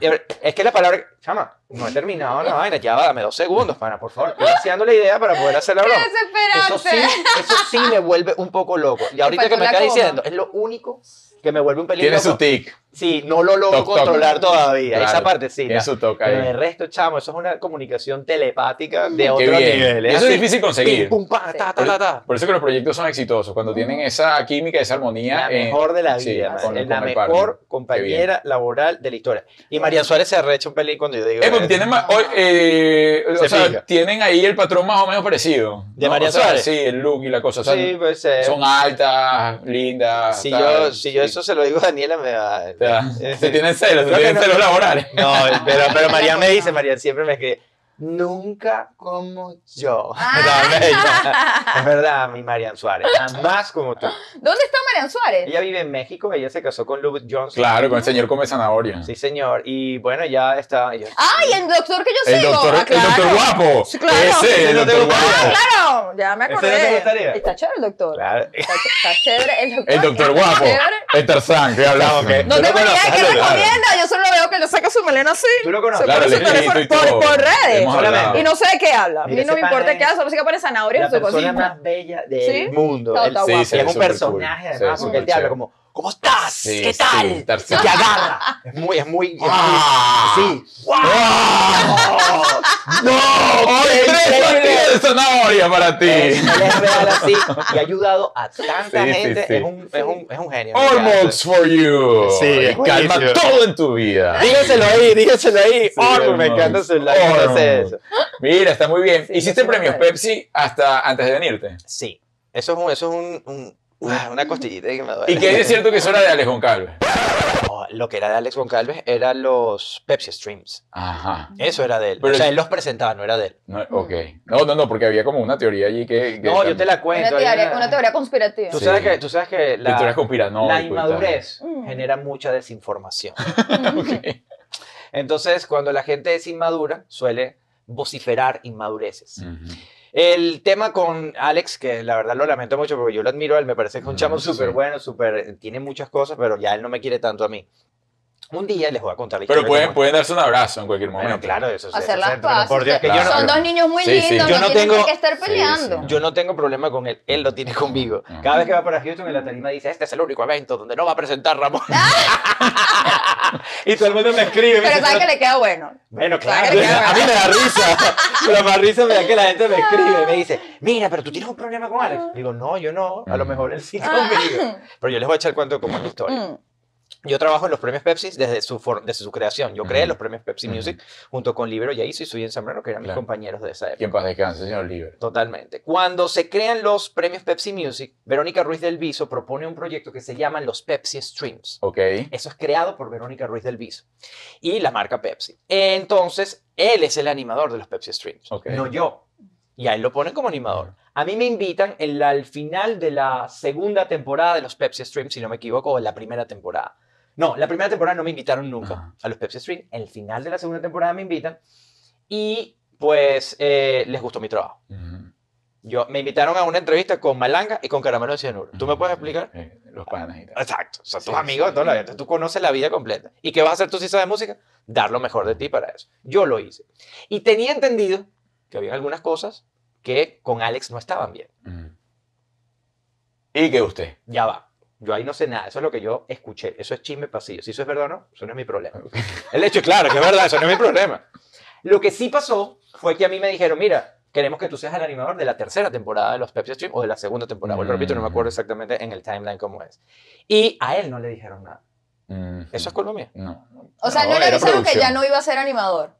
[SPEAKER 3] Y a ver, es que la palabra, chama, no he terminado la vaina, ya va, dame dos segundos, pana, por favor. Estoy haciendo la idea para poder hacer la broma. Eso sí,
[SPEAKER 2] Desesperante.
[SPEAKER 3] eso sí me vuelve un poco loco. Y ahorita
[SPEAKER 2] faltó
[SPEAKER 3] que me
[SPEAKER 2] la
[SPEAKER 3] estás
[SPEAKER 2] coma.
[SPEAKER 3] diciendo, es lo único que me vuelve un pelín
[SPEAKER 1] Tiene
[SPEAKER 3] loco.
[SPEAKER 1] su tic.
[SPEAKER 3] Sí, no lo logro
[SPEAKER 1] Toc, toc.
[SPEAKER 3] controlar todavía.
[SPEAKER 1] Claro.
[SPEAKER 3] Esa parte sí.
[SPEAKER 1] Tiene
[SPEAKER 3] la-
[SPEAKER 1] su toque
[SPEAKER 3] pero
[SPEAKER 1] ahí.
[SPEAKER 3] el resto, chamo, eso es una comunicación telepática de
[SPEAKER 1] Qué
[SPEAKER 3] otro
[SPEAKER 1] bien.
[SPEAKER 3] nivel. ¿eh?
[SPEAKER 1] Y eso es
[SPEAKER 3] así,
[SPEAKER 1] difícil conseguir.
[SPEAKER 3] pim, pum, pa, ta, ta, ta, ta.
[SPEAKER 1] Por eso que los proyectos son exitosos, cuando tienen esa química, esa armonía.
[SPEAKER 3] La
[SPEAKER 1] eh,
[SPEAKER 3] mejor de la
[SPEAKER 1] sí,
[SPEAKER 3] vida,
[SPEAKER 1] con-
[SPEAKER 3] es
[SPEAKER 1] con
[SPEAKER 3] la
[SPEAKER 1] el partner.
[SPEAKER 3] mejor
[SPEAKER 1] Qué bien.
[SPEAKER 3] compañera laboral de la historia. Y María Suárez se arrecha un pelín cuando yo digo.
[SPEAKER 1] Eh, porque
[SPEAKER 3] eso.
[SPEAKER 1] tienen, más- hoy, eh, o
[SPEAKER 3] Se
[SPEAKER 1] sea,
[SPEAKER 3] pica.
[SPEAKER 1] tienen ahí el patrón más o menos parecido.
[SPEAKER 3] ¿De
[SPEAKER 1] ¿no?
[SPEAKER 3] María
[SPEAKER 1] O sea,
[SPEAKER 3] Suárez?
[SPEAKER 1] Sí, el look y la cosa. o sea,
[SPEAKER 3] Sí, pues. eh,
[SPEAKER 1] Son altas, lindas.
[SPEAKER 3] si,
[SPEAKER 1] tal,
[SPEAKER 3] yo, si yo
[SPEAKER 1] sí.
[SPEAKER 3] eso se lo digo a Daniela, me va.
[SPEAKER 1] O sea,
[SPEAKER 3] eh,
[SPEAKER 1] se tienen celos, se
[SPEAKER 3] Creo que
[SPEAKER 1] tienen
[SPEAKER 3] no.
[SPEAKER 1] celos laborales.
[SPEAKER 3] No, pero, pero María me dice, María siempre me escribe, nunca como yo. No, me dice, es verdad, mi Marian Suárez, jamás como tú.
[SPEAKER 2] ¿Dónde está Marian Suárez?
[SPEAKER 3] Ella vive en México, ella se casó con Luke Johnson.
[SPEAKER 1] Claro, con el señor come zanahoria.
[SPEAKER 3] Sí, señor. Y bueno, ya está. y yo-
[SPEAKER 2] ¡Ay, el doctor que yo
[SPEAKER 1] El
[SPEAKER 2] sigo!
[SPEAKER 1] doctor,
[SPEAKER 2] Ah,
[SPEAKER 1] el
[SPEAKER 2] claro.
[SPEAKER 1] doctor guapo.
[SPEAKER 2] Sí, claro.
[SPEAKER 1] Ese,
[SPEAKER 3] Ese
[SPEAKER 1] el
[SPEAKER 3] no te
[SPEAKER 1] doctor
[SPEAKER 3] gusta.
[SPEAKER 1] guapo.
[SPEAKER 2] Ah, claro! Ya me
[SPEAKER 3] ¿Ese no
[SPEAKER 2] acordé.
[SPEAKER 3] te gustaría?
[SPEAKER 2] Está chévere el doctor.
[SPEAKER 3] Claro.
[SPEAKER 2] Está, ch- está chévere el doctor.
[SPEAKER 1] El doctor
[SPEAKER 2] Está
[SPEAKER 1] guapo.
[SPEAKER 2] chévere.
[SPEAKER 1] El Tarzán, que hablamos.
[SPEAKER 3] Claro, ok.
[SPEAKER 2] No
[SPEAKER 3] Tú
[SPEAKER 2] tengo
[SPEAKER 3] lo
[SPEAKER 2] ni idea de
[SPEAKER 3] conoces,
[SPEAKER 2] qué
[SPEAKER 3] claro.
[SPEAKER 2] recomienda. Yo solo veo que le saca su melena así.
[SPEAKER 3] Tú lo conoces.
[SPEAKER 2] Se
[SPEAKER 1] Claro,
[SPEAKER 2] pone su
[SPEAKER 1] el espíritu
[SPEAKER 2] teléfono
[SPEAKER 1] y
[SPEAKER 2] por,
[SPEAKER 1] todo.
[SPEAKER 2] por redes.
[SPEAKER 1] Hemos hablado.
[SPEAKER 2] Y no sé de qué habla. A mí
[SPEAKER 3] Mira,
[SPEAKER 2] no me
[SPEAKER 3] ese pana
[SPEAKER 2] importa qué
[SPEAKER 3] es
[SPEAKER 2] habla, solo sé que pone zanahoria
[SPEAKER 3] La
[SPEAKER 2] en su
[SPEAKER 3] persona
[SPEAKER 2] cosita.
[SPEAKER 3] más bella del
[SPEAKER 2] ¿Sí?
[SPEAKER 3] mundo.
[SPEAKER 2] Está-
[SPEAKER 3] Él-
[SPEAKER 2] está
[SPEAKER 1] Sí,
[SPEAKER 2] guapo.
[SPEAKER 1] se
[SPEAKER 3] y
[SPEAKER 1] ve
[SPEAKER 3] es un
[SPEAKER 1] súper
[SPEAKER 3] personaje,
[SPEAKER 1] cool. Se ve
[SPEAKER 3] además, porque
[SPEAKER 1] súper
[SPEAKER 3] él te habla
[SPEAKER 1] chévere.
[SPEAKER 3] como, ¿cómo estás?
[SPEAKER 1] Sí,
[SPEAKER 3] ¿Qué
[SPEAKER 1] sí,
[SPEAKER 3] tal?
[SPEAKER 1] Tarzán.
[SPEAKER 3] y te agarra. Es muy, es muy... es muy-
[SPEAKER 1] ¡Ah!
[SPEAKER 3] Sí.
[SPEAKER 1] ¡No! ¡Hoy tres
[SPEAKER 3] increíble!
[SPEAKER 1] partidos de zanahoria para
[SPEAKER 3] Es-
[SPEAKER 1] ti!
[SPEAKER 3] Él es real así y ha ayudado a tanta
[SPEAKER 1] Sí, sí,
[SPEAKER 3] gente.
[SPEAKER 1] sí.
[SPEAKER 3] Es, un, es, un, es un genio.
[SPEAKER 1] Hormones for you.
[SPEAKER 3] Sí,
[SPEAKER 1] Y
[SPEAKER 3] es
[SPEAKER 1] calma
[SPEAKER 3] buenísimo.
[SPEAKER 1] todo en tu vida.
[SPEAKER 3] Dígaselo ahí, dígaselo ahí. Hormones, me
[SPEAKER 1] Hormones.
[SPEAKER 3] encanta su like,
[SPEAKER 1] Hormones.
[SPEAKER 3] hace eso.
[SPEAKER 1] Mira, está muy bien.
[SPEAKER 2] Sí,
[SPEAKER 1] ¿Hiciste
[SPEAKER 2] sí,
[SPEAKER 1] premios
[SPEAKER 2] sí.
[SPEAKER 1] Pepsi hasta antes de venirte?
[SPEAKER 3] Sí, eso es un... Eso es un, un- ah, una costillita que me duele.
[SPEAKER 1] ¿Y qué es cierto que eso era de Alex Goncalves?
[SPEAKER 3] No, lo que era de Alex Goncalves eran los Pepsi Streams.
[SPEAKER 1] Ajá.
[SPEAKER 3] Eso era de él.
[SPEAKER 1] Pero
[SPEAKER 3] o sea,
[SPEAKER 1] el-
[SPEAKER 3] él los presentaba, no era de él.
[SPEAKER 1] No, ok. No, no, no, porque había como una teoría allí que... que
[SPEAKER 3] No, yo te la
[SPEAKER 2] Una
[SPEAKER 3] cuento. hay
[SPEAKER 2] teoría, una teoría conspirativa.
[SPEAKER 3] Tú
[SPEAKER 1] Sí.
[SPEAKER 3] sabes que, tú sabes que
[SPEAKER 1] La, teoría
[SPEAKER 3] la,
[SPEAKER 1] conspiranoica
[SPEAKER 3] la
[SPEAKER 1] y tal.
[SPEAKER 3] inmadurez
[SPEAKER 2] Mm.
[SPEAKER 3] genera mucha desinformación.
[SPEAKER 1] Ok.
[SPEAKER 3] Entonces, cuando la gente es inmadura, suele vociferar inmadureces.
[SPEAKER 1] Ujú.
[SPEAKER 3] El tema con Alex, que la verdad lo lamento mucho porque yo lo admiro a él, me parece que es un chamo
[SPEAKER 1] Mm, sí.
[SPEAKER 3] súper bueno, súper, tiene muchas cosas, pero ya él no me quiere tanto a mí. Un día les voy a contar la
[SPEAKER 1] Pero
[SPEAKER 3] historia
[SPEAKER 1] pueden,
[SPEAKER 3] cómo-
[SPEAKER 1] pueden darse un abrazo en cualquier momento.
[SPEAKER 3] Bueno, claro, eso es
[SPEAKER 2] Hacer
[SPEAKER 3] eso
[SPEAKER 2] las
[SPEAKER 3] es- pero
[SPEAKER 2] paces.
[SPEAKER 3] por Dios, que yo no-
[SPEAKER 2] Son dos niños muy
[SPEAKER 1] Sí, sí.
[SPEAKER 2] lindos.
[SPEAKER 1] Yo
[SPEAKER 2] no,
[SPEAKER 3] no
[SPEAKER 2] tienen por
[SPEAKER 3] tengo-
[SPEAKER 2] qué estar
[SPEAKER 1] sí.
[SPEAKER 2] peleando.
[SPEAKER 3] Yo no tengo problema con él, él lo tiene conmigo.
[SPEAKER 1] Ajá.
[SPEAKER 3] Cada vez que va para Houston, en la tarima dice, este es el único evento donde no va a presentar Ramón. y todo el mundo me escribe. me
[SPEAKER 2] Pero
[SPEAKER 3] dice,
[SPEAKER 2] sabes que le queda bueno.
[SPEAKER 3] Bueno,
[SPEAKER 2] ¿Sabes
[SPEAKER 3] claro,
[SPEAKER 2] que le queda
[SPEAKER 3] a mí
[SPEAKER 2] bueno?
[SPEAKER 3] me da risa. Pero más risa me da que la gente me escribe y me dice, mira, pero tú tienes un problema Ah. con Alex. Digo, no, yo no, a lo mejor él sí conmigo. Pero yo les voy a echar cuento como la historia.
[SPEAKER 2] Mm.
[SPEAKER 3] Yo trabajo en los premios Pepsi desde su, for- desde su creación. Yo creé
[SPEAKER 1] Ujú.
[SPEAKER 3] los premios Pepsi
[SPEAKER 1] Ujú.
[SPEAKER 3] Music junto con Libero Yaizo y Suyen Zambrano, que eran mis
[SPEAKER 1] Claro.
[SPEAKER 3] compañeros de esa época.
[SPEAKER 1] Que en paz descanse, señor Oliver.
[SPEAKER 3] Totalmente. Cuando se crean los premios Pepsi Music, Verónica Ruiz del Viso propone un proyecto que se llama los Pepsi Streams.
[SPEAKER 1] Ok.
[SPEAKER 3] Eso es creado por Verónica Ruiz del Viso y la marca Pepsi. Entonces, él es el animador de los Pepsi Streams,
[SPEAKER 1] Ok.
[SPEAKER 3] no yo. Y a él lo ponen como animador. A mí me invitan en la- al final de la segunda temporada de los Pepsi Streams, si no me equivoco, o en la primera temporada. No, la primera temporada no me invitaron nunca
[SPEAKER 1] Ajá.
[SPEAKER 3] a los Pepsi Streams. En el final de la segunda temporada me invitan y pues eh, les gustó mi trabajo.
[SPEAKER 1] Ujú.
[SPEAKER 3] Yo, me invitaron a una entrevista con Malanga y con Caramelo de Cianuro. ¿Tú me puedes explicar? Ah,
[SPEAKER 1] Eh, los panas y tal.
[SPEAKER 3] Exacto. Son tus
[SPEAKER 1] Sí,
[SPEAKER 3] amigos,
[SPEAKER 1] sí.
[SPEAKER 3] toda la vida. Tú conoces la vida completa. ¿Y qué vas a hacer tú si sabes música? Dar lo mejor de ti para eso. Yo lo hice. Y tenía entendido que había algunas cosas que con Alex no estaban bien.
[SPEAKER 1] Ujú. Mm. ¿Y que usted?
[SPEAKER 3] Ya va. Yo ahí no sé nada. Eso es lo que yo escuché. Eso es chisme pasillo. Si eso es verdad o no, eso no es mi problema. El hecho es claro que es verdad. Eso no es mi problema. Lo que sí pasó fue que a mí me dijeron, mira, queremos que tú seas el animador de la tercera temporada de los Pepsi Stream o de la segunda temporada. Vuelvo, repito,
[SPEAKER 1] Mm.
[SPEAKER 3] no me acuerdo exactamente en el timeline cómo es. Y a él no le dijeron nada.
[SPEAKER 1] Ujú.
[SPEAKER 3] Eso es culpa mía.
[SPEAKER 1] Mm. No.
[SPEAKER 2] O sea, no, le
[SPEAKER 1] era
[SPEAKER 2] avisaron que
[SPEAKER 1] producción.
[SPEAKER 2] ya no iba a ser animador.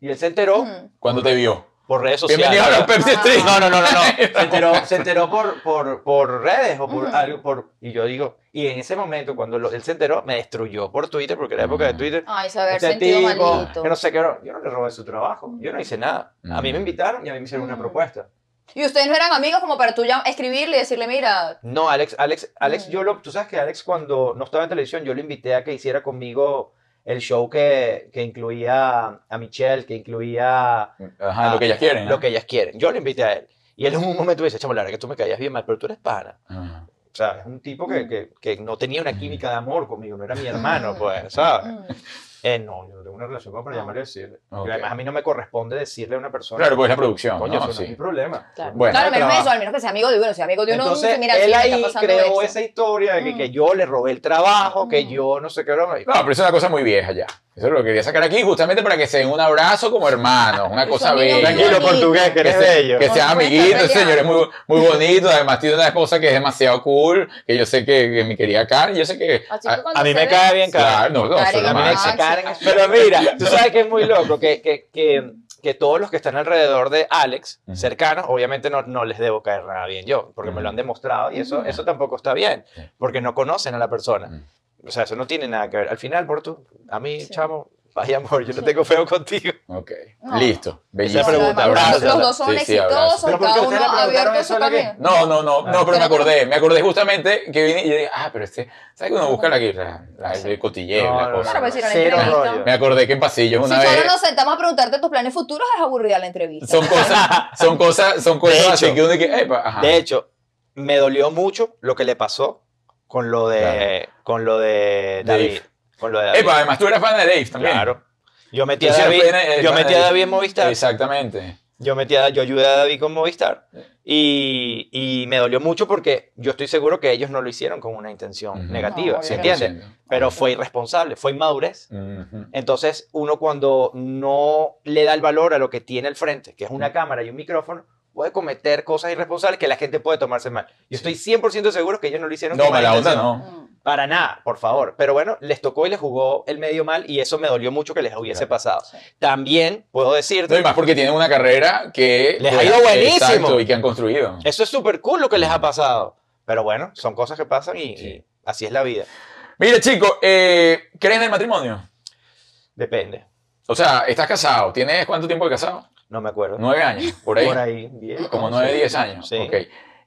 [SPEAKER 3] Y él se enteró
[SPEAKER 2] Mm.
[SPEAKER 1] ¿Cuándo te vio?
[SPEAKER 3] por redes sociales.
[SPEAKER 1] Bienvenido a los Pepsi
[SPEAKER 2] Ah.
[SPEAKER 1] Street.
[SPEAKER 3] No, no, no, no, no. Se enteró, se enteró por, por, por redes o por
[SPEAKER 2] Ujú.
[SPEAKER 3] algo. Por, y yo digo, y en ese momento, cuando lo- él se enteró, me destruyó por Twitter, porque era
[SPEAKER 1] Mm.
[SPEAKER 3] época de Twitter.
[SPEAKER 2] Ay, se haber
[SPEAKER 3] Este
[SPEAKER 2] sentido
[SPEAKER 3] tipo,
[SPEAKER 2] malito.
[SPEAKER 3] que no sé qué, no, yo no le robé su trabajo, yo no hice nada. A
[SPEAKER 1] Mm.
[SPEAKER 3] mí me invitaron y a mí me hicieron una
[SPEAKER 2] Mm.
[SPEAKER 3] propuesta.
[SPEAKER 2] Y ustedes no eran amigos como para tú ya escribirle y decirle, mira,
[SPEAKER 3] No, Alex, Alex, Alex,
[SPEAKER 2] Mm.
[SPEAKER 3] yo lo, tú sabes que Alex cuando no estaba en televisión, yo lo invité a que hiciera conmigo el show que, que incluía a Michelle, que incluía
[SPEAKER 1] Ajá, lo que ellas quieren. ¿no?
[SPEAKER 3] Ah, lo que ellas quieren. Yo le invité a él. Y él en un momento me dice, chamo, la verdad que tú me caías bien mal, pero tú eres pana.
[SPEAKER 1] Ajá.
[SPEAKER 3] O sea, es un tipo que, que, que no tenía una química de amor conmigo, no era mi hermano,
[SPEAKER 2] Mm.
[SPEAKER 3] pues, ¿sabes?
[SPEAKER 2] mm,
[SPEAKER 3] Eh, no, yo no tengo una relación como para
[SPEAKER 2] Ah.
[SPEAKER 3] llamarle y decirle.
[SPEAKER 1] Ok.
[SPEAKER 3] Y además a mí no me corresponde decirle a una persona.
[SPEAKER 1] Claro, pues es la producción.
[SPEAKER 3] Coño,
[SPEAKER 1] ¿no?
[SPEAKER 3] eso no
[SPEAKER 1] Sí.
[SPEAKER 3] es mi problema.
[SPEAKER 2] claro,
[SPEAKER 1] Bueno,
[SPEAKER 2] claro al menos
[SPEAKER 3] trabajo.
[SPEAKER 2] eso, al menos que sea amigo de uno, sea amigo de uno,
[SPEAKER 3] Entonces,
[SPEAKER 2] dice, mira,
[SPEAKER 3] él
[SPEAKER 2] sí, me está
[SPEAKER 3] ahí
[SPEAKER 2] pasando
[SPEAKER 3] creó
[SPEAKER 2] esto.
[SPEAKER 3] esa historia de que,
[SPEAKER 2] Mm.
[SPEAKER 3] que yo le robé el trabajo, que
[SPEAKER 2] Mm.
[SPEAKER 3] yo no sé qué broma. Y-
[SPEAKER 1] No, pero es una cosa muy vieja ya. Eso es lo que quería sacar aquí, justamente para que se den un abrazo como hermanos, una
[SPEAKER 2] Eso
[SPEAKER 1] cosa
[SPEAKER 2] a mí no
[SPEAKER 1] bella.
[SPEAKER 2] me
[SPEAKER 3] Tranquilo,
[SPEAKER 2] bonito.
[SPEAKER 3] portugués, que eres
[SPEAKER 1] se-
[SPEAKER 3] bello.
[SPEAKER 1] Que sea
[SPEAKER 2] Por supuesto,
[SPEAKER 1] amiguito, ese
[SPEAKER 2] Adrián.
[SPEAKER 1] señor es muy, muy bonito. Además, tiene una esposa que es demasiado cool, que yo sé que, que mi querida Karen, yo sé que.
[SPEAKER 2] Así que
[SPEAKER 1] Ah,
[SPEAKER 2] cuando
[SPEAKER 3] a mí
[SPEAKER 2] se
[SPEAKER 3] me
[SPEAKER 2] ve-
[SPEAKER 3] cae bien, Karen.
[SPEAKER 1] claro, no, no,
[SPEAKER 2] Karen,
[SPEAKER 1] soy la
[SPEAKER 3] Pero
[SPEAKER 2] Pero
[SPEAKER 1] madre.
[SPEAKER 2] no, Max,
[SPEAKER 3] Karen-
[SPEAKER 2] Max.
[SPEAKER 3] pero mira, tú sabes que es muy loco que, que, que, que todos los que están alrededor de Alex,
[SPEAKER 1] Ujú.
[SPEAKER 3] cercanos, obviamente no, no les debo caer nada bien yo, porque me lo han demostrado y eso,
[SPEAKER 1] Ujú.
[SPEAKER 3] eso tampoco está bien,
[SPEAKER 1] Sí.
[SPEAKER 3] porque no conocen a la persona.
[SPEAKER 1] Mm.
[SPEAKER 3] O sea, eso no tiene nada que ver. Al final, por tú, a mí,
[SPEAKER 2] Sí.
[SPEAKER 3] chamo, vaya amor, yo no tengo feo contigo.
[SPEAKER 1] Ok,
[SPEAKER 2] No.
[SPEAKER 1] listo. Bellísimo.
[SPEAKER 3] Esa pregunta,
[SPEAKER 1] Abrazo.
[SPEAKER 3] abrazo.
[SPEAKER 2] Los dos son
[SPEAKER 1] Sí, sí, abrazo.
[SPEAKER 2] exitosos,
[SPEAKER 3] Pero ¿por qué
[SPEAKER 2] cada uno
[SPEAKER 3] ustedes le
[SPEAKER 2] ha
[SPEAKER 3] preguntaron
[SPEAKER 2] abierto
[SPEAKER 3] eso
[SPEAKER 2] su
[SPEAKER 3] a la que-
[SPEAKER 2] camino.
[SPEAKER 1] No, no, no, no,
[SPEAKER 3] Ah.
[SPEAKER 1] pero me acordé, me acordé justamente que vine y dije, ah, pero este, ¿sabes que uno busca la, la, la- el cotilleo,
[SPEAKER 3] No,
[SPEAKER 1] la
[SPEAKER 3] no,
[SPEAKER 1] cosa?
[SPEAKER 2] Claro, pues, si era una
[SPEAKER 3] Cero
[SPEAKER 2] entrevista.
[SPEAKER 3] rollo.
[SPEAKER 1] Me acordé que en pasillos
[SPEAKER 2] Si
[SPEAKER 1] una
[SPEAKER 2] solo
[SPEAKER 1] vez
[SPEAKER 2] nos sentamos a preguntarte tus planes futuros, es aburrida la entrevista. Mm.
[SPEAKER 1] son cosas, son cosas, son cosas
[SPEAKER 3] De
[SPEAKER 1] así
[SPEAKER 3] hecho.
[SPEAKER 1] que uno dice, epa, ajá.
[SPEAKER 3] De hecho, me dolió mucho lo que le pasó con lo de,
[SPEAKER 1] Claro.
[SPEAKER 3] con lo de David.
[SPEAKER 1] Dave.
[SPEAKER 3] Con lo de David.
[SPEAKER 1] Epa, además tú eras fan de Dave también.
[SPEAKER 3] claro. Yo metí a
[SPEAKER 1] Ese
[SPEAKER 3] David,
[SPEAKER 1] pena, eh,
[SPEAKER 3] yo
[SPEAKER 1] fan de
[SPEAKER 3] metí a
[SPEAKER 1] Dave.
[SPEAKER 3] David en Movistar.
[SPEAKER 1] Exactamente.
[SPEAKER 3] Yo metí a- yo ayudé a David con Movistar y, y me dolió mucho porque yo estoy seguro que ellos no lo hicieron con una intención
[SPEAKER 1] Ujú.
[SPEAKER 3] negativa,
[SPEAKER 2] No,
[SPEAKER 3] ¿se
[SPEAKER 2] obviamente.
[SPEAKER 3] entiende? Pero fue irresponsable, fue inmadurez.
[SPEAKER 1] Ujú.
[SPEAKER 3] Entonces, uno cuando no le da el valor a lo que tiene al frente, que es una cámara y un micrófono, puede cometer cosas irresponsables que la gente puede tomarse mal.
[SPEAKER 1] Sí.
[SPEAKER 3] Yo estoy 100% seguro que ellos no lo hicieron
[SPEAKER 1] No,
[SPEAKER 3] con mala
[SPEAKER 1] mala onda
[SPEAKER 3] intención.
[SPEAKER 1] no.
[SPEAKER 2] Mm.
[SPEAKER 3] Para nada, por favor. Pero bueno, les tocó y les jugó el medio mal y eso me dolió mucho que les hubiese
[SPEAKER 1] Claro.
[SPEAKER 3] pasado.
[SPEAKER 2] Sí.
[SPEAKER 3] También puedo
[SPEAKER 1] No,
[SPEAKER 3] decirte
[SPEAKER 1] y más porque tienen una carrera que...
[SPEAKER 3] Les ha
[SPEAKER 1] que-
[SPEAKER 3] ido buenísimo. Eh.
[SPEAKER 1] Exacto, y que han construido.
[SPEAKER 3] Eso es súper cool lo que les ha pasado. Pero bueno, son cosas que pasan y,
[SPEAKER 1] Sí.
[SPEAKER 3] y así es la vida.
[SPEAKER 1] Mira, chico, eh, ¿crees en el matrimonio?
[SPEAKER 3] Depende.
[SPEAKER 1] O sea, estás casado. ¿Tienes cuánto tiempo de casado?
[SPEAKER 3] No me acuerdo.
[SPEAKER 1] Nueve años, por ahí.
[SPEAKER 3] Por ahí, diez,
[SPEAKER 1] Como
[SPEAKER 3] once.
[SPEAKER 1] nueve, diez años.
[SPEAKER 3] Sí.
[SPEAKER 1] Ok.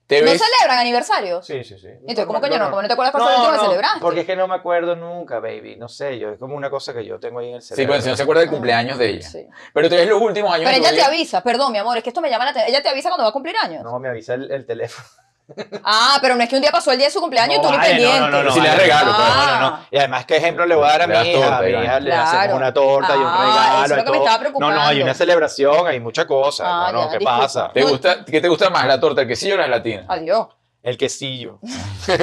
[SPEAKER 1] ¿Te
[SPEAKER 2] ¿No
[SPEAKER 1] ves?
[SPEAKER 2] celebran aniversarios?
[SPEAKER 3] Sí, sí, sí.
[SPEAKER 2] Entonces, ¿cómo
[SPEAKER 3] que
[SPEAKER 2] coño no? ¿Cómo no te acuerdas cuál fue el último que celebraste?
[SPEAKER 3] Porque es que no me acuerdo nunca, baby. No sé, yo es como una cosa que yo tengo ahí en el
[SPEAKER 1] Sí,
[SPEAKER 3] cerebro.
[SPEAKER 1] pues si no se acuerda del cumpleaños de ella.
[SPEAKER 2] Sí.
[SPEAKER 1] Pero te ves los últimos años
[SPEAKER 2] Pero
[SPEAKER 1] de tu
[SPEAKER 2] ella te
[SPEAKER 1] vida.
[SPEAKER 2] avisa, perdón, mi amor, es que esto me llama la atención. Ella te avisa cuando va a cumplir años.
[SPEAKER 3] No, me avisa el, el teléfono.
[SPEAKER 2] Ah, pero no es que un día pasó el día de su cumpleaños y tú
[SPEAKER 3] No,
[SPEAKER 2] ni
[SPEAKER 3] vale,
[SPEAKER 2] pendiente. Ah.
[SPEAKER 3] no, no, no,
[SPEAKER 1] Si le
[SPEAKER 3] vale. Ah.
[SPEAKER 1] das regalo, pues.
[SPEAKER 3] No, no, no. Y además, ¿qué ejemplo le voy a dar
[SPEAKER 1] Le
[SPEAKER 3] a mi
[SPEAKER 1] das
[SPEAKER 3] hija?
[SPEAKER 1] torta,
[SPEAKER 3] a mi
[SPEAKER 1] digamos.
[SPEAKER 3] hija le
[SPEAKER 2] Claro.
[SPEAKER 3] hacemos una torta y un
[SPEAKER 2] Ah,
[SPEAKER 3] regalo.
[SPEAKER 2] eso es lo
[SPEAKER 3] y
[SPEAKER 2] que me
[SPEAKER 3] todo.
[SPEAKER 2] estaba
[SPEAKER 3] No, no, hay
[SPEAKER 2] preocupando.
[SPEAKER 3] una celebración, hay mucha cosa.
[SPEAKER 2] Ah,
[SPEAKER 3] no, no,
[SPEAKER 2] ya,
[SPEAKER 3] ¿qué
[SPEAKER 2] disculpa.
[SPEAKER 3] pasa?
[SPEAKER 1] ¿Te gusta, ¿Qué te gusta más, la torta, el quesillo o las latinas?
[SPEAKER 2] Adiós.
[SPEAKER 3] El quesillo.
[SPEAKER 2] De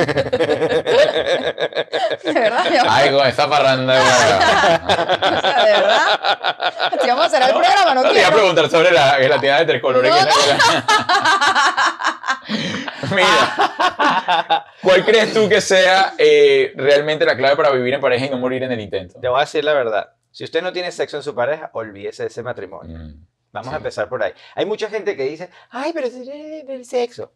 [SPEAKER 2] verdad, mi amor.
[SPEAKER 1] Ay, con esta parranda. güey.
[SPEAKER 2] O sea, de verdad. Si vamos a cerrar el programa, no,
[SPEAKER 1] No te iba a
[SPEAKER 2] quiero.
[SPEAKER 1] preguntar sobre la gelatina de tres colores.
[SPEAKER 2] No,
[SPEAKER 1] que es la- Mira, ¿cuál crees tú que sea eh, realmente la clave para vivir en pareja y no morir en el intento?
[SPEAKER 3] Te voy a decir la verdad. Si usted no tiene sexo en su pareja, olvídese de ese matrimonio.
[SPEAKER 1] Mm.
[SPEAKER 3] Vamos
[SPEAKER 1] sí.
[SPEAKER 3] a empezar por ahí. Hay mucha gente que dice, ay, pero es el sexo.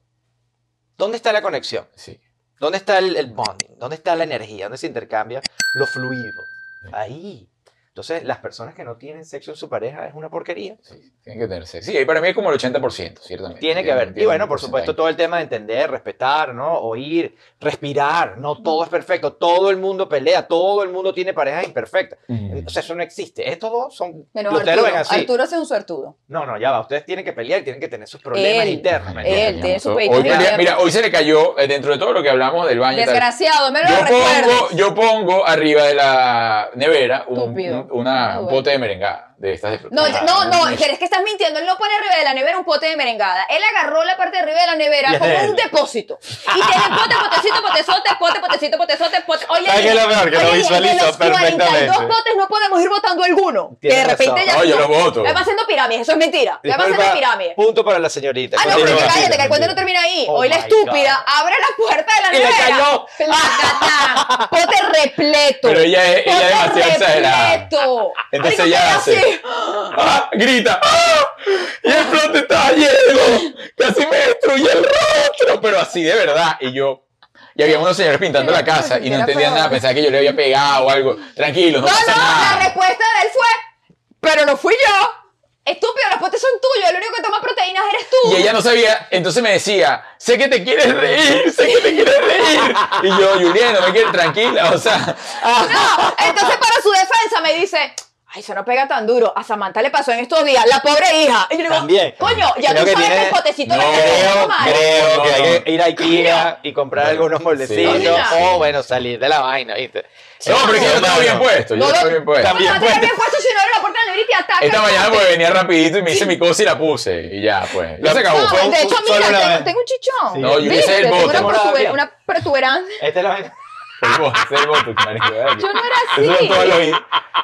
[SPEAKER 3] ¿Dónde está la conexión?
[SPEAKER 1] Sí.
[SPEAKER 3] ¿Dónde está el, el bonding? ¿Dónde está la energía? ¿Dónde se intercambia lo fluido?
[SPEAKER 1] Sí.
[SPEAKER 3] Ahí. Entonces, las personas que no tienen sexo en su pareja es una porquería.
[SPEAKER 1] Sí, tiene que tener sexo. Sí, para mí es como el 80%, ciertamente.
[SPEAKER 3] Tiene que haber. Y
[SPEAKER 1] tiene
[SPEAKER 3] bueno,
[SPEAKER 1] un
[SPEAKER 3] por supuesto,
[SPEAKER 1] porcentaje.
[SPEAKER 3] todo el tema de entender, respetar, ¿no? Oír, respirar. No todo es perfecto. Todo el mundo pelea. Todo el mundo tiene parejas imperfectas.
[SPEAKER 1] Mm.
[SPEAKER 3] O sea, eso no existe. Estos dos son...
[SPEAKER 2] Menos
[SPEAKER 3] ustedes lo
[SPEAKER 2] Arturo.
[SPEAKER 3] ven así.
[SPEAKER 2] Arturo es un suertudo.
[SPEAKER 3] No, no, ya va. Ustedes tienen que pelear y tienen que tener sus problemas
[SPEAKER 2] Él.
[SPEAKER 3] internos. ¿me entiendes?
[SPEAKER 2] Él tiene su peito
[SPEAKER 1] hoy
[SPEAKER 2] de
[SPEAKER 1] pelea-
[SPEAKER 2] mierda.
[SPEAKER 1] Mira, hoy se le cayó, eh, dentro de todo lo que hablamos del baño. y tal.
[SPEAKER 2] Desgraciado, me lo
[SPEAKER 1] Yo pongo,
[SPEAKER 2] recuerdo.
[SPEAKER 1] yo pongo arriba de la nevera un,
[SPEAKER 2] Estúpido.
[SPEAKER 1] un- una, un
[SPEAKER 2] Bueno.
[SPEAKER 1] pote de merengada de estas de Ah,
[SPEAKER 2] No,
[SPEAKER 1] frutas.
[SPEAKER 2] no, no, pero es que estás mintiendo. Él no pone arriba de la nevera un pote de merengada. Él agarró la parte de arriba de la
[SPEAKER 3] Y
[SPEAKER 2] nevera
[SPEAKER 3] es
[SPEAKER 2] como
[SPEAKER 3] de él.
[SPEAKER 2] un depósito. Y tiene pote, potecito, potezote, pote, potecito, potezote, pote. Oye,
[SPEAKER 3] ¿Sabes qué es lo peor? Que lo
[SPEAKER 2] oye,
[SPEAKER 3] visualizo
[SPEAKER 2] De los 42
[SPEAKER 3] perfectamente.
[SPEAKER 2] potes no podemos ir votando alguno. Que de
[SPEAKER 3] Tienes
[SPEAKER 2] repente
[SPEAKER 3] razón.
[SPEAKER 2] ya.
[SPEAKER 1] No, yo lo voto.
[SPEAKER 2] Ya va haciendo pirámides, eso es mentira. Ya va
[SPEAKER 3] Disculpa,
[SPEAKER 2] haciendo pirámides.
[SPEAKER 3] Punto para la señorita.
[SPEAKER 2] Ah, no,
[SPEAKER 3] Continúa.
[SPEAKER 2] pero
[SPEAKER 1] Mentira,
[SPEAKER 2] cállate, que
[SPEAKER 1] mentira,
[SPEAKER 2] el cuento no
[SPEAKER 1] mentira.
[SPEAKER 2] termina ahí.
[SPEAKER 3] Oh
[SPEAKER 2] Hoy la
[SPEAKER 3] my
[SPEAKER 2] estúpida abre la puerta de la
[SPEAKER 3] Y le
[SPEAKER 2] nevera.
[SPEAKER 3] cayó.
[SPEAKER 2] Plátana, pote repleto.
[SPEAKER 1] Pero ella es, ella es
[SPEAKER 2] Pote
[SPEAKER 1] demasiado exagerada.
[SPEAKER 2] repleto.
[SPEAKER 1] Entonces
[SPEAKER 2] Marico,
[SPEAKER 1] ella
[SPEAKER 2] que
[SPEAKER 1] hace.
[SPEAKER 2] así.
[SPEAKER 1] ¡Ah! Grita. ¡Ah! Y el flote está lleno. Casi me destruye el rostro. Pero así de verdad. Y yo. Y había unos señores pintando la casa y no
[SPEAKER 2] Era
[SPEAKER 1] entendían
[SPEAKER 2] peor.
[SPEAKER 1] nada. Pensaba que yo le había pegado o algo. Tranquilo, no,
[SPEAKER 2] No,
[SPEAKER 1] pasa
[SPEAKER 2] no, la
[SPEAKER 1] nada.
[SPEAKER 2] respuesta de él fue, pero no fui yo. Estúpido, los potes son tuyos, el único que toma proteínas eres tú.
[SPEAKER 1] Y ella no sabía, entonces me decía, sé que te quieres reír, sé que te quieres reír. Y yo, Julián, no me quieres tranquila, o sea,
[SPEAKER 2] Ah, No, entonces para su defensa me dice, ay, eso no pega tan duro. A Samantha le pasó en estos días, la pobre hija. Y yo digo,
[SPEAKER 3] También.
[SPEAKER 2] coño, ya
[SPEAKER 3] Creo
[SPEAKER 2] tú
[SPEAKER 3] que
[SPEAKER 2] sabes que
[SPEAKER 3] tiene-
[SPEAKER 2] el potecito
[SPEAKER 1] No,
[SPEAKER 2] no, le
[SPEAKER 3] Creo,
[SPEAKER 2] pega mal.
[SPEAKER 3] creo
[SPEAKER 1] No,
[SPEAKER 3] que
[SPEAKER 1] no,
[SPEAKER 3] hay
[SPEAKER 1] no.
[SPEAKER 3] que ir a Ikea y comprar algunos moldecitos.
[SPEAKER 2] Sí.
[SPEAKER 3] O bueno, salir de la vaina, ¿viste?
[SPEAKER 1] No, pero es que yo
[SPEAKER 3] No,
[SPEAKER 1] estaba
[SPEAKER 3] no,
[SPEAKER 1] bien pues.
[SPEAKER 3] no.
[SPEAKER 1] puesto, yo
[SPEAKER 2] No, no,
[SPEAKER 1] estaba bien puesto.
[SPEAKER 2] Bueno, no te
[SPEAKER 3] También,
[SPEAKER 2] habías puesto si no abre la puerta de la libreta y ataca.
[SPEAKER 1] Esta mañana pues venía rapidito y me hice mi cosa y la puse. Y ya, pues. Ya se acabó.
[SPEAKER 2] No,
[SPEAKER 3] Fue un-
[SPEAKER 2] de hecho,
[SPEAKER 3] solo
[SPEAKER 2] mira,
[SPEAKER 3] una
[SPEAKER 2] tengo,
[SPEAKER 3] vez.
[SPEAKER 2] tengo un chichón.
[SPEAKER 3] Sí.
[SPEAKER 1] No, yo
[SPEAKER 2] Viste,
[SPEAKER 1] hice el
[SPEAKER 2] tengo
[SPEAKER 1] voto.
[SPEAKER 2] Una,
[SPEAKER 3] Morada
[SPEAKER 2] protuber-
[SPEAKER 3] bien.
[SPEAKER 2] una protuberancia.
[SPEAKER 3] Esta es la vaina.
[SPEAKER 1] El voto, el voto, marico, dale.
[SPEAKER 2] Yo no era así.
[SPEAKER 1] Esos son todos los, in-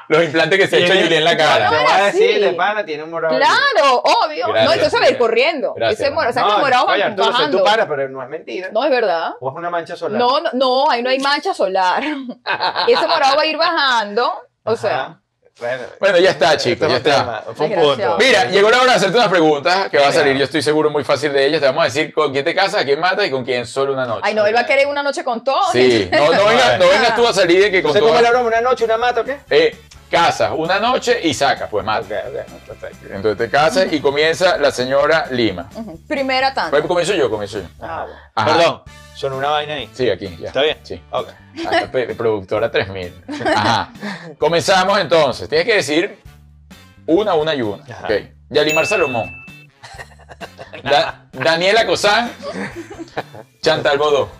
[SPEAKER 1] los implantes que se ha hecho Julián en la cara.
[SPEAKER 3] Te
[SPEAKER 2] No,
[SPEAKER 3] voy a
[SPEAKER 2] era así.
[SPEAKER 3] decir, de pana tiene un morado.
[SPEAKER 2] Claro, obvio.
[SPEAKER 1] Gracias,
[SPEAKER 2] no, entonces va a ir
[SPEAKER 1] gracias.
[SPEAKER 2] corriendo.
[SPEAKER 1] Gracias,
[SPEAKER 2] Ese moro, o sea,
[SPEAKER 3] No,
[SPEAKER 2] que el morado
[SPEAKER 3] oye,
[SPEAKER 2] va
[SPEAKER 3] Arturo, soy
[SPEAKER 2] bajando.
[SPEAKER 3] tu pana, pero no es mentira.
[SPEAKER 2] No, es verdad.
[SPEAKER 3] O es una mancha solar.
[SPEAKER 2] No, no, no, ahí no hay mancha solar. Y ese morado va a ir bajando. O sea,
[SPEAKER 3] Ajá. Bueno,
[SPEAKER 1] Bueno, ya está, chicos,
[SPEAKER 3] Este
[SPEAKER 1] ya
[SPEAKER 3] es un
[SPEAKER 1] está.
[SPEAKER 3] tema, Fue un
[SPEAKER 2] Desgraciado.
[SPEAKER 3] punto.
[SPEAKER 1] Mira, llegó la hora de hacerte unas preguntas que va a salir,
[SPEAKER 3] Ya.
[SPEAKER 1] yo estoy seguro, muy fácil de ellas. Te vamos a decir con quién te casas, a quién matas y con quién solo una noche.
[SPEAKER 2] ay, no, él va a querer una noche con todo.
[SPEAKER 1] Sí, no, no vengas, no vengas tú a salir de que con
[SPEAKER 3] ¿Usted come la
[SPEAKER 1] todas...
[SPEAKER 3] broma una noche, una mata o qué?
[SPEAKER 1] Eh, casas una noche y sacas, pues mata.
[SPEAKER 3] Ok, ok, perfecto.
[SPEAKER 1] Entonces te casas y comienza la señora Lima.
[SPEAKER 2] Ujú, Primera tanda.
[SPEAKER 1] Pues, comienzo yo, comienzo yo.
[SPEAKER 3] Ah, bueno.
[SPEAKER 1] Ajá.
[SPEAKER 3] Perdón, son una vaina ahí.
[SPEAKER 1] Sí, aquí, ya.
[SPEAKER 3] ¿Está bien?
[SPEAKER 1] Sí.
[SPEAKER 3] Ok.
[SPEAKER 1] Ah, pe- Productora 3000. Ajá. Comenzamos entonces. Tienes que decir una, una y una.
[SPEAKER 3] Ajá.
[SPEAKER 1] Ok. Yalimar Salomón. Da- Daniela Cosán. Chantal Bodó.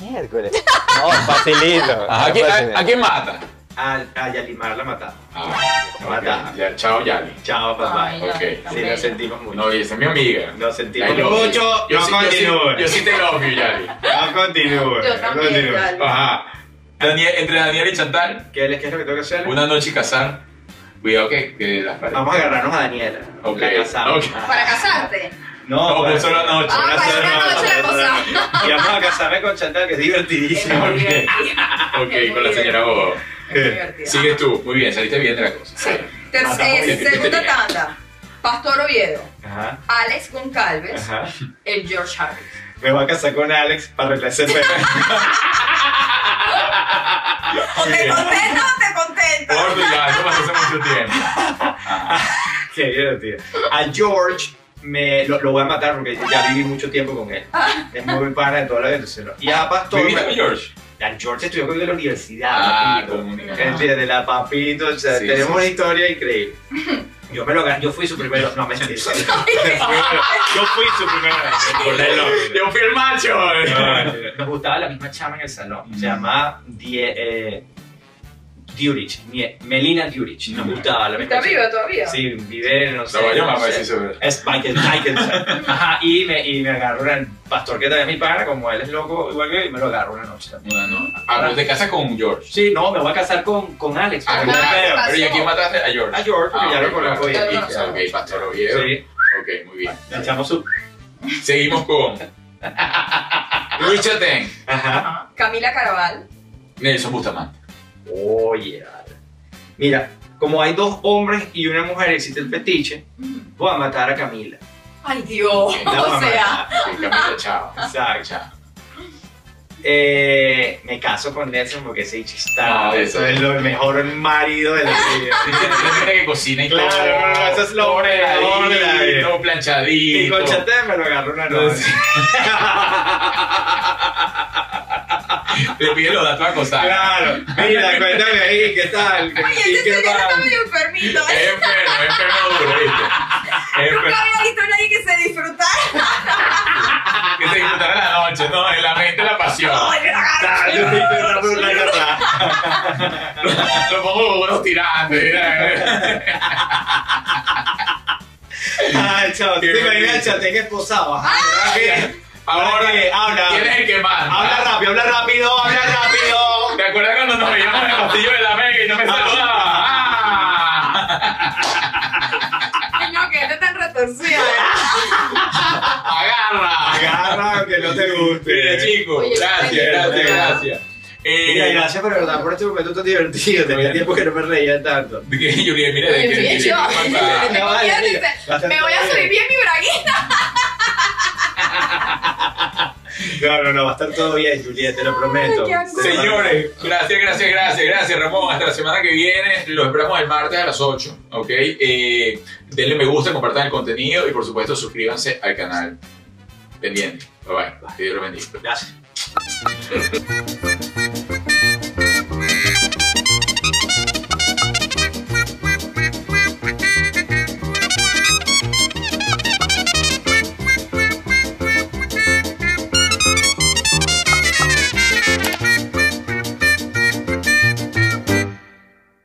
[SPEAKER 3] Miércoles. No, facilito.
[SPEAKER 1] Ajá, ¿a, quién- a- a quién mata?
[SPEAKER 5] Al, a Yalimar la matamos.
[SPEAKER 1] Ah, ya, chao, Yali.
[SPEAKER 5] Chao, papá.
[SPEAKER 2] Ay,
[SPEAKER 1] Ok.
[SPEAKER 5] sí, nos sentimos mucho.
[SPEAKER 1] No, y esa es mi amiga.
[SPEAKER 5] Nos sentimos
[SPEAKER 1] I love you. Yo sí-
[SPEAKER 5] mucho. no
[SPEAKER 1] yo sí-
[SPEAKER 5] continúen.
[SPEAKER 1] Yo sí te love you, Yali.
[SPEAKER 5] No continúen.
[SPEAKER 2] Yo
[SPEAKER 5] no
[SPEAKER 2] también,
[SPEAKER 5] continúen.
[SPEAKER 2] dale.
[SPEAKER 1] Ajá. Daniel, entre Daniel y Chantal,
[SPEAKER 5] ¿Qué les qué es lo que tengo que hacer?
[SPEAKER 1] una noche y casar. Cuidado que, que las paredes.
[SPEAKER 5] Vamos a agarrarnos a Daniela.
[SPEAKER 1] Ok,
[SPEAKER 5] La casamos.
[SPEAKER 1] ok.
[SPEAKER 2] Para casarte.
[SPEAKER 5] No,
[SPEAKER 1] No,
[SPEAKER 5] pues,
[SPEAKER 1] pues, solo noche.
[SPEAKER 2] Ah, para una noche de
[SPEAKER 5] Y vamos a casarme con Chantal, que es divertidísimo.
[SPEAKER 1] Ok, con la señora Bobo. Sigues tú. Muy bien, saliste bien de la cosa. segunda
[SPEAKER 2] eh, tanda. Pastor Oviedo.
[SPEAKER 5] Ajá,
[SPEAKER 2] Alex Goncalves.
[SPEAKER 5] ajá.
[SPEAKER 2] El George Harris.
[SPEAKER 5] Me voy a casar con Alex para arreglar ese tema.
[SPEAKER 2] ¿O Oh, te contenta o te contenta?
[SPEAKER 1] Por ya, no hace mucho tiempo.
[SPEAKER 5] Qué divertido. A George me, lo, lo voy a matar porque ya viví mucho tiempo con él.
[SPEAKER 2] Ah.
[SPEAKER 5] Es muy buen pana de toda la vida. entonces, no. Y a Pastor.
[SPEAKER 1] ¿Viviste con George?
[SPEAKER 5] A George estudió conmigo en la universidad.
[SPEAKER 1] Ah,
[SPEAKER 5] papito.
[SPEAKER 1] como
[SPEAKER 5] Entiende, de la papito, o sea,
[SPEAKER 1] Sí,
[SPEAKER 5] tenemos
[SPEAKER 1] sí,
[SPEAKER 5] una
[SPEAKER 1] sí.
[SPEAKER 5] historia increíble. Yo me lo gané, yo fui su primero. No, mentira. yo fui su primero.
[SPEAKER 1] Yo fui el macho.
[SPEAKER 5] Nos gustaba la misma chama en el
[SPEAKER 1] Mm.
[SPEAKER 5] salón. Se llamaba Die, eh, Durich, Nie- Melina Durich. Nos gustaba la misma chama.
[SPEAKER 2] todavía?
[SPEAKER 5] Sí, vive en los.
[SPEAKER 1] Mm. La Bayona, a ver si se ve.
[SPEAKER 5] Es Michael, Michael. Ajá, y me, y me agarró el pastor que también es mi pana, como él es loco, igual que yo, y me lo agarró una noche también.
[SPEAKER 1] No, no. Ah, pues te casas con George.
[SPEAKER 5] Sí, no, me voy a casar con, con Alex.
[SPEAKER 1] Ah,
[SPEAKER 5] con el
[SPEAKER 1] con Alex,
[SPEAKER 5] feo.
[SPEAKER 1] Pero ¿y a quién mataste? A George. Ah,
[SPEAKER 5] A George, porque ya lo conozco
[SPEAKER 1] ok,
[SPEAKER 5] bien.
[SPEAKER 1] ok, ok, Pastor Oviedo.
[SPEAKER 5] Sí,
[SPEAKER 1] Ok, muy bien.
[SPEAKER 5] le echamos su.
[SPEAKER 1] Seguimos con Luis Chaten,
[SPEAKER 5] Ajá.
[SPEAKER 2] Ajá. Camila Caraval.
[SPEAKER 1] Nelson Bustamante.
[SPEAKER 5] Oye, vale. Mira, como hay dos hombres y una mujer, existe el fetiche, voy a matar a Camila.
[SPEAKER 2] Ay, Dios.
[SPEAKER 5] La voy a
[SPEAKER 2] O sea.
[SPEAKER 5] matar.
[SPEAKER 1] Sí, Camila, chao.
[SPEAKER 5] Exacto.
[SPEAKER 1] Chao.
[SPEAKER 5] Eh, me caso con Nelson porque ese bicho está.
[SPEAKER 1] Ah,
[SPEAKER 5] eso es lo mejor marido de la vida.
[SPEAKER 1] La gente que cocina y
[SPEAKER 5] Claro, no, no, eso es lo
[SPEAKER 1] todo
[SPEAKER 5] mejor de la vida.
[SPEAKER 1] arregladito, Todo
[SPEAKER 5] Y
[SPEAKER 1] planchadito.
[SPEAKER 5] con Chatea me lo agarró una noche.
[SPEAKER 1] Le pide los datos a costar.
[SPEAKER 5] Claro. Mira, cuéntame ahí, ¿qué tal?
[SPEAKER 2] Ay,
[SPEAKER 5] ¿Y
[SPEAKER 2] este
[SPEAKER 5] qué Eh,
[SPEAKER 2] señor
[SPEAKER 5] tal?
[SPEAKER 2] está medio enfermito.
[SPEAKER 1] Es enfermo, es enfermo duro, ¿viste? Es enfermo.
[SPEAKER 2] Nunca había visto a nadie que se disfrutara.
[SPEAKER 1] Que se disfrutara la noche, ¿no? En la mente la pasión.
[SPEAKER 2] Ay, la garra.
[SPEAKER 5] Tal, Ah, yo te interrumpo una cosa.
[SPEAKER 1] Lo pongo como unos tirantes. mira.
[SPEAKER 5] Ay, Ah, chao. Te imaginas, Chatea que esposado. Ajá, ¿verdad?
[SPEAKER 1] Ahora,
[SPEAKER 5] Ahora, ¿qué? Habla.
[SPEAKER 1] ¿quién es el que manda?
[SPEAKER 5] Habla rápido, habla rápido, habla rápido.
[SPEAKER 1] ¿Te acuerdas cuando nos veíamos en el castillo de la Mega y no me saludaba? ¡Ah!
[SPEAKER 2] Ay, no, que está tan retorcida.
[SPEAKER 1] Ah, ¡Agarra!
[SPEAKER 5] Agarra aunque no te
[SPEAKER 1] Mira,
[SPEAKER 5] guste.
[SPEAKER 1] chicos,
[SPEAKER 2] Oye,
[SPEAKER 1] gracias,
[SPEAKER 2] Freddy.
[SPEAKER 1] gracias, gracias. Eh,
[SPEAKER 5] Mira, gracias por verdad, por este momento tan divertido. Tenía tiempo que no me reía tanto.
[SPEAKER 1] de que yo le mira de
[SPEAKER 2] Oye,
[SPEAKER 1] que- que-
[SPEAKER 2] sí,
[SPEAKER 1] que-
[SPEAKER 2] yo.
[SPEAKER 1] que-
[SPEAKER 2] Tengo
[SPEAKER 5] Vale,
[SPEAKER 2] miedo,
[SPEAKER 5] mira.
[SPEAKER 2] dice,
[SPEAKER 5] Va a ser
[SPEAKER 2] Me voy a
[SPEAKER 5] todo
[SPEAKER 2] subir
[SPEAKER 5] bien.
[SPEAKER 2] bien mi braguita.
[SPEAKER 5] No, no, no, va a estar todo bien, Juliet, te lo prometo.
[SPEAKER 2] qué asco.
[SPEAKER 1] Señores, gracias, gracias, gracias, gracias Ramón. Hasta la semana que viene. Lo esperamos el martes a las 8, ¿ok? Eh, denle me gusta, compartan el contenido y por supuesto suscríbanse al canal. Pendiente. Bye bye. Que Dios los bendiga.
[SPEAKER 5] Gracias.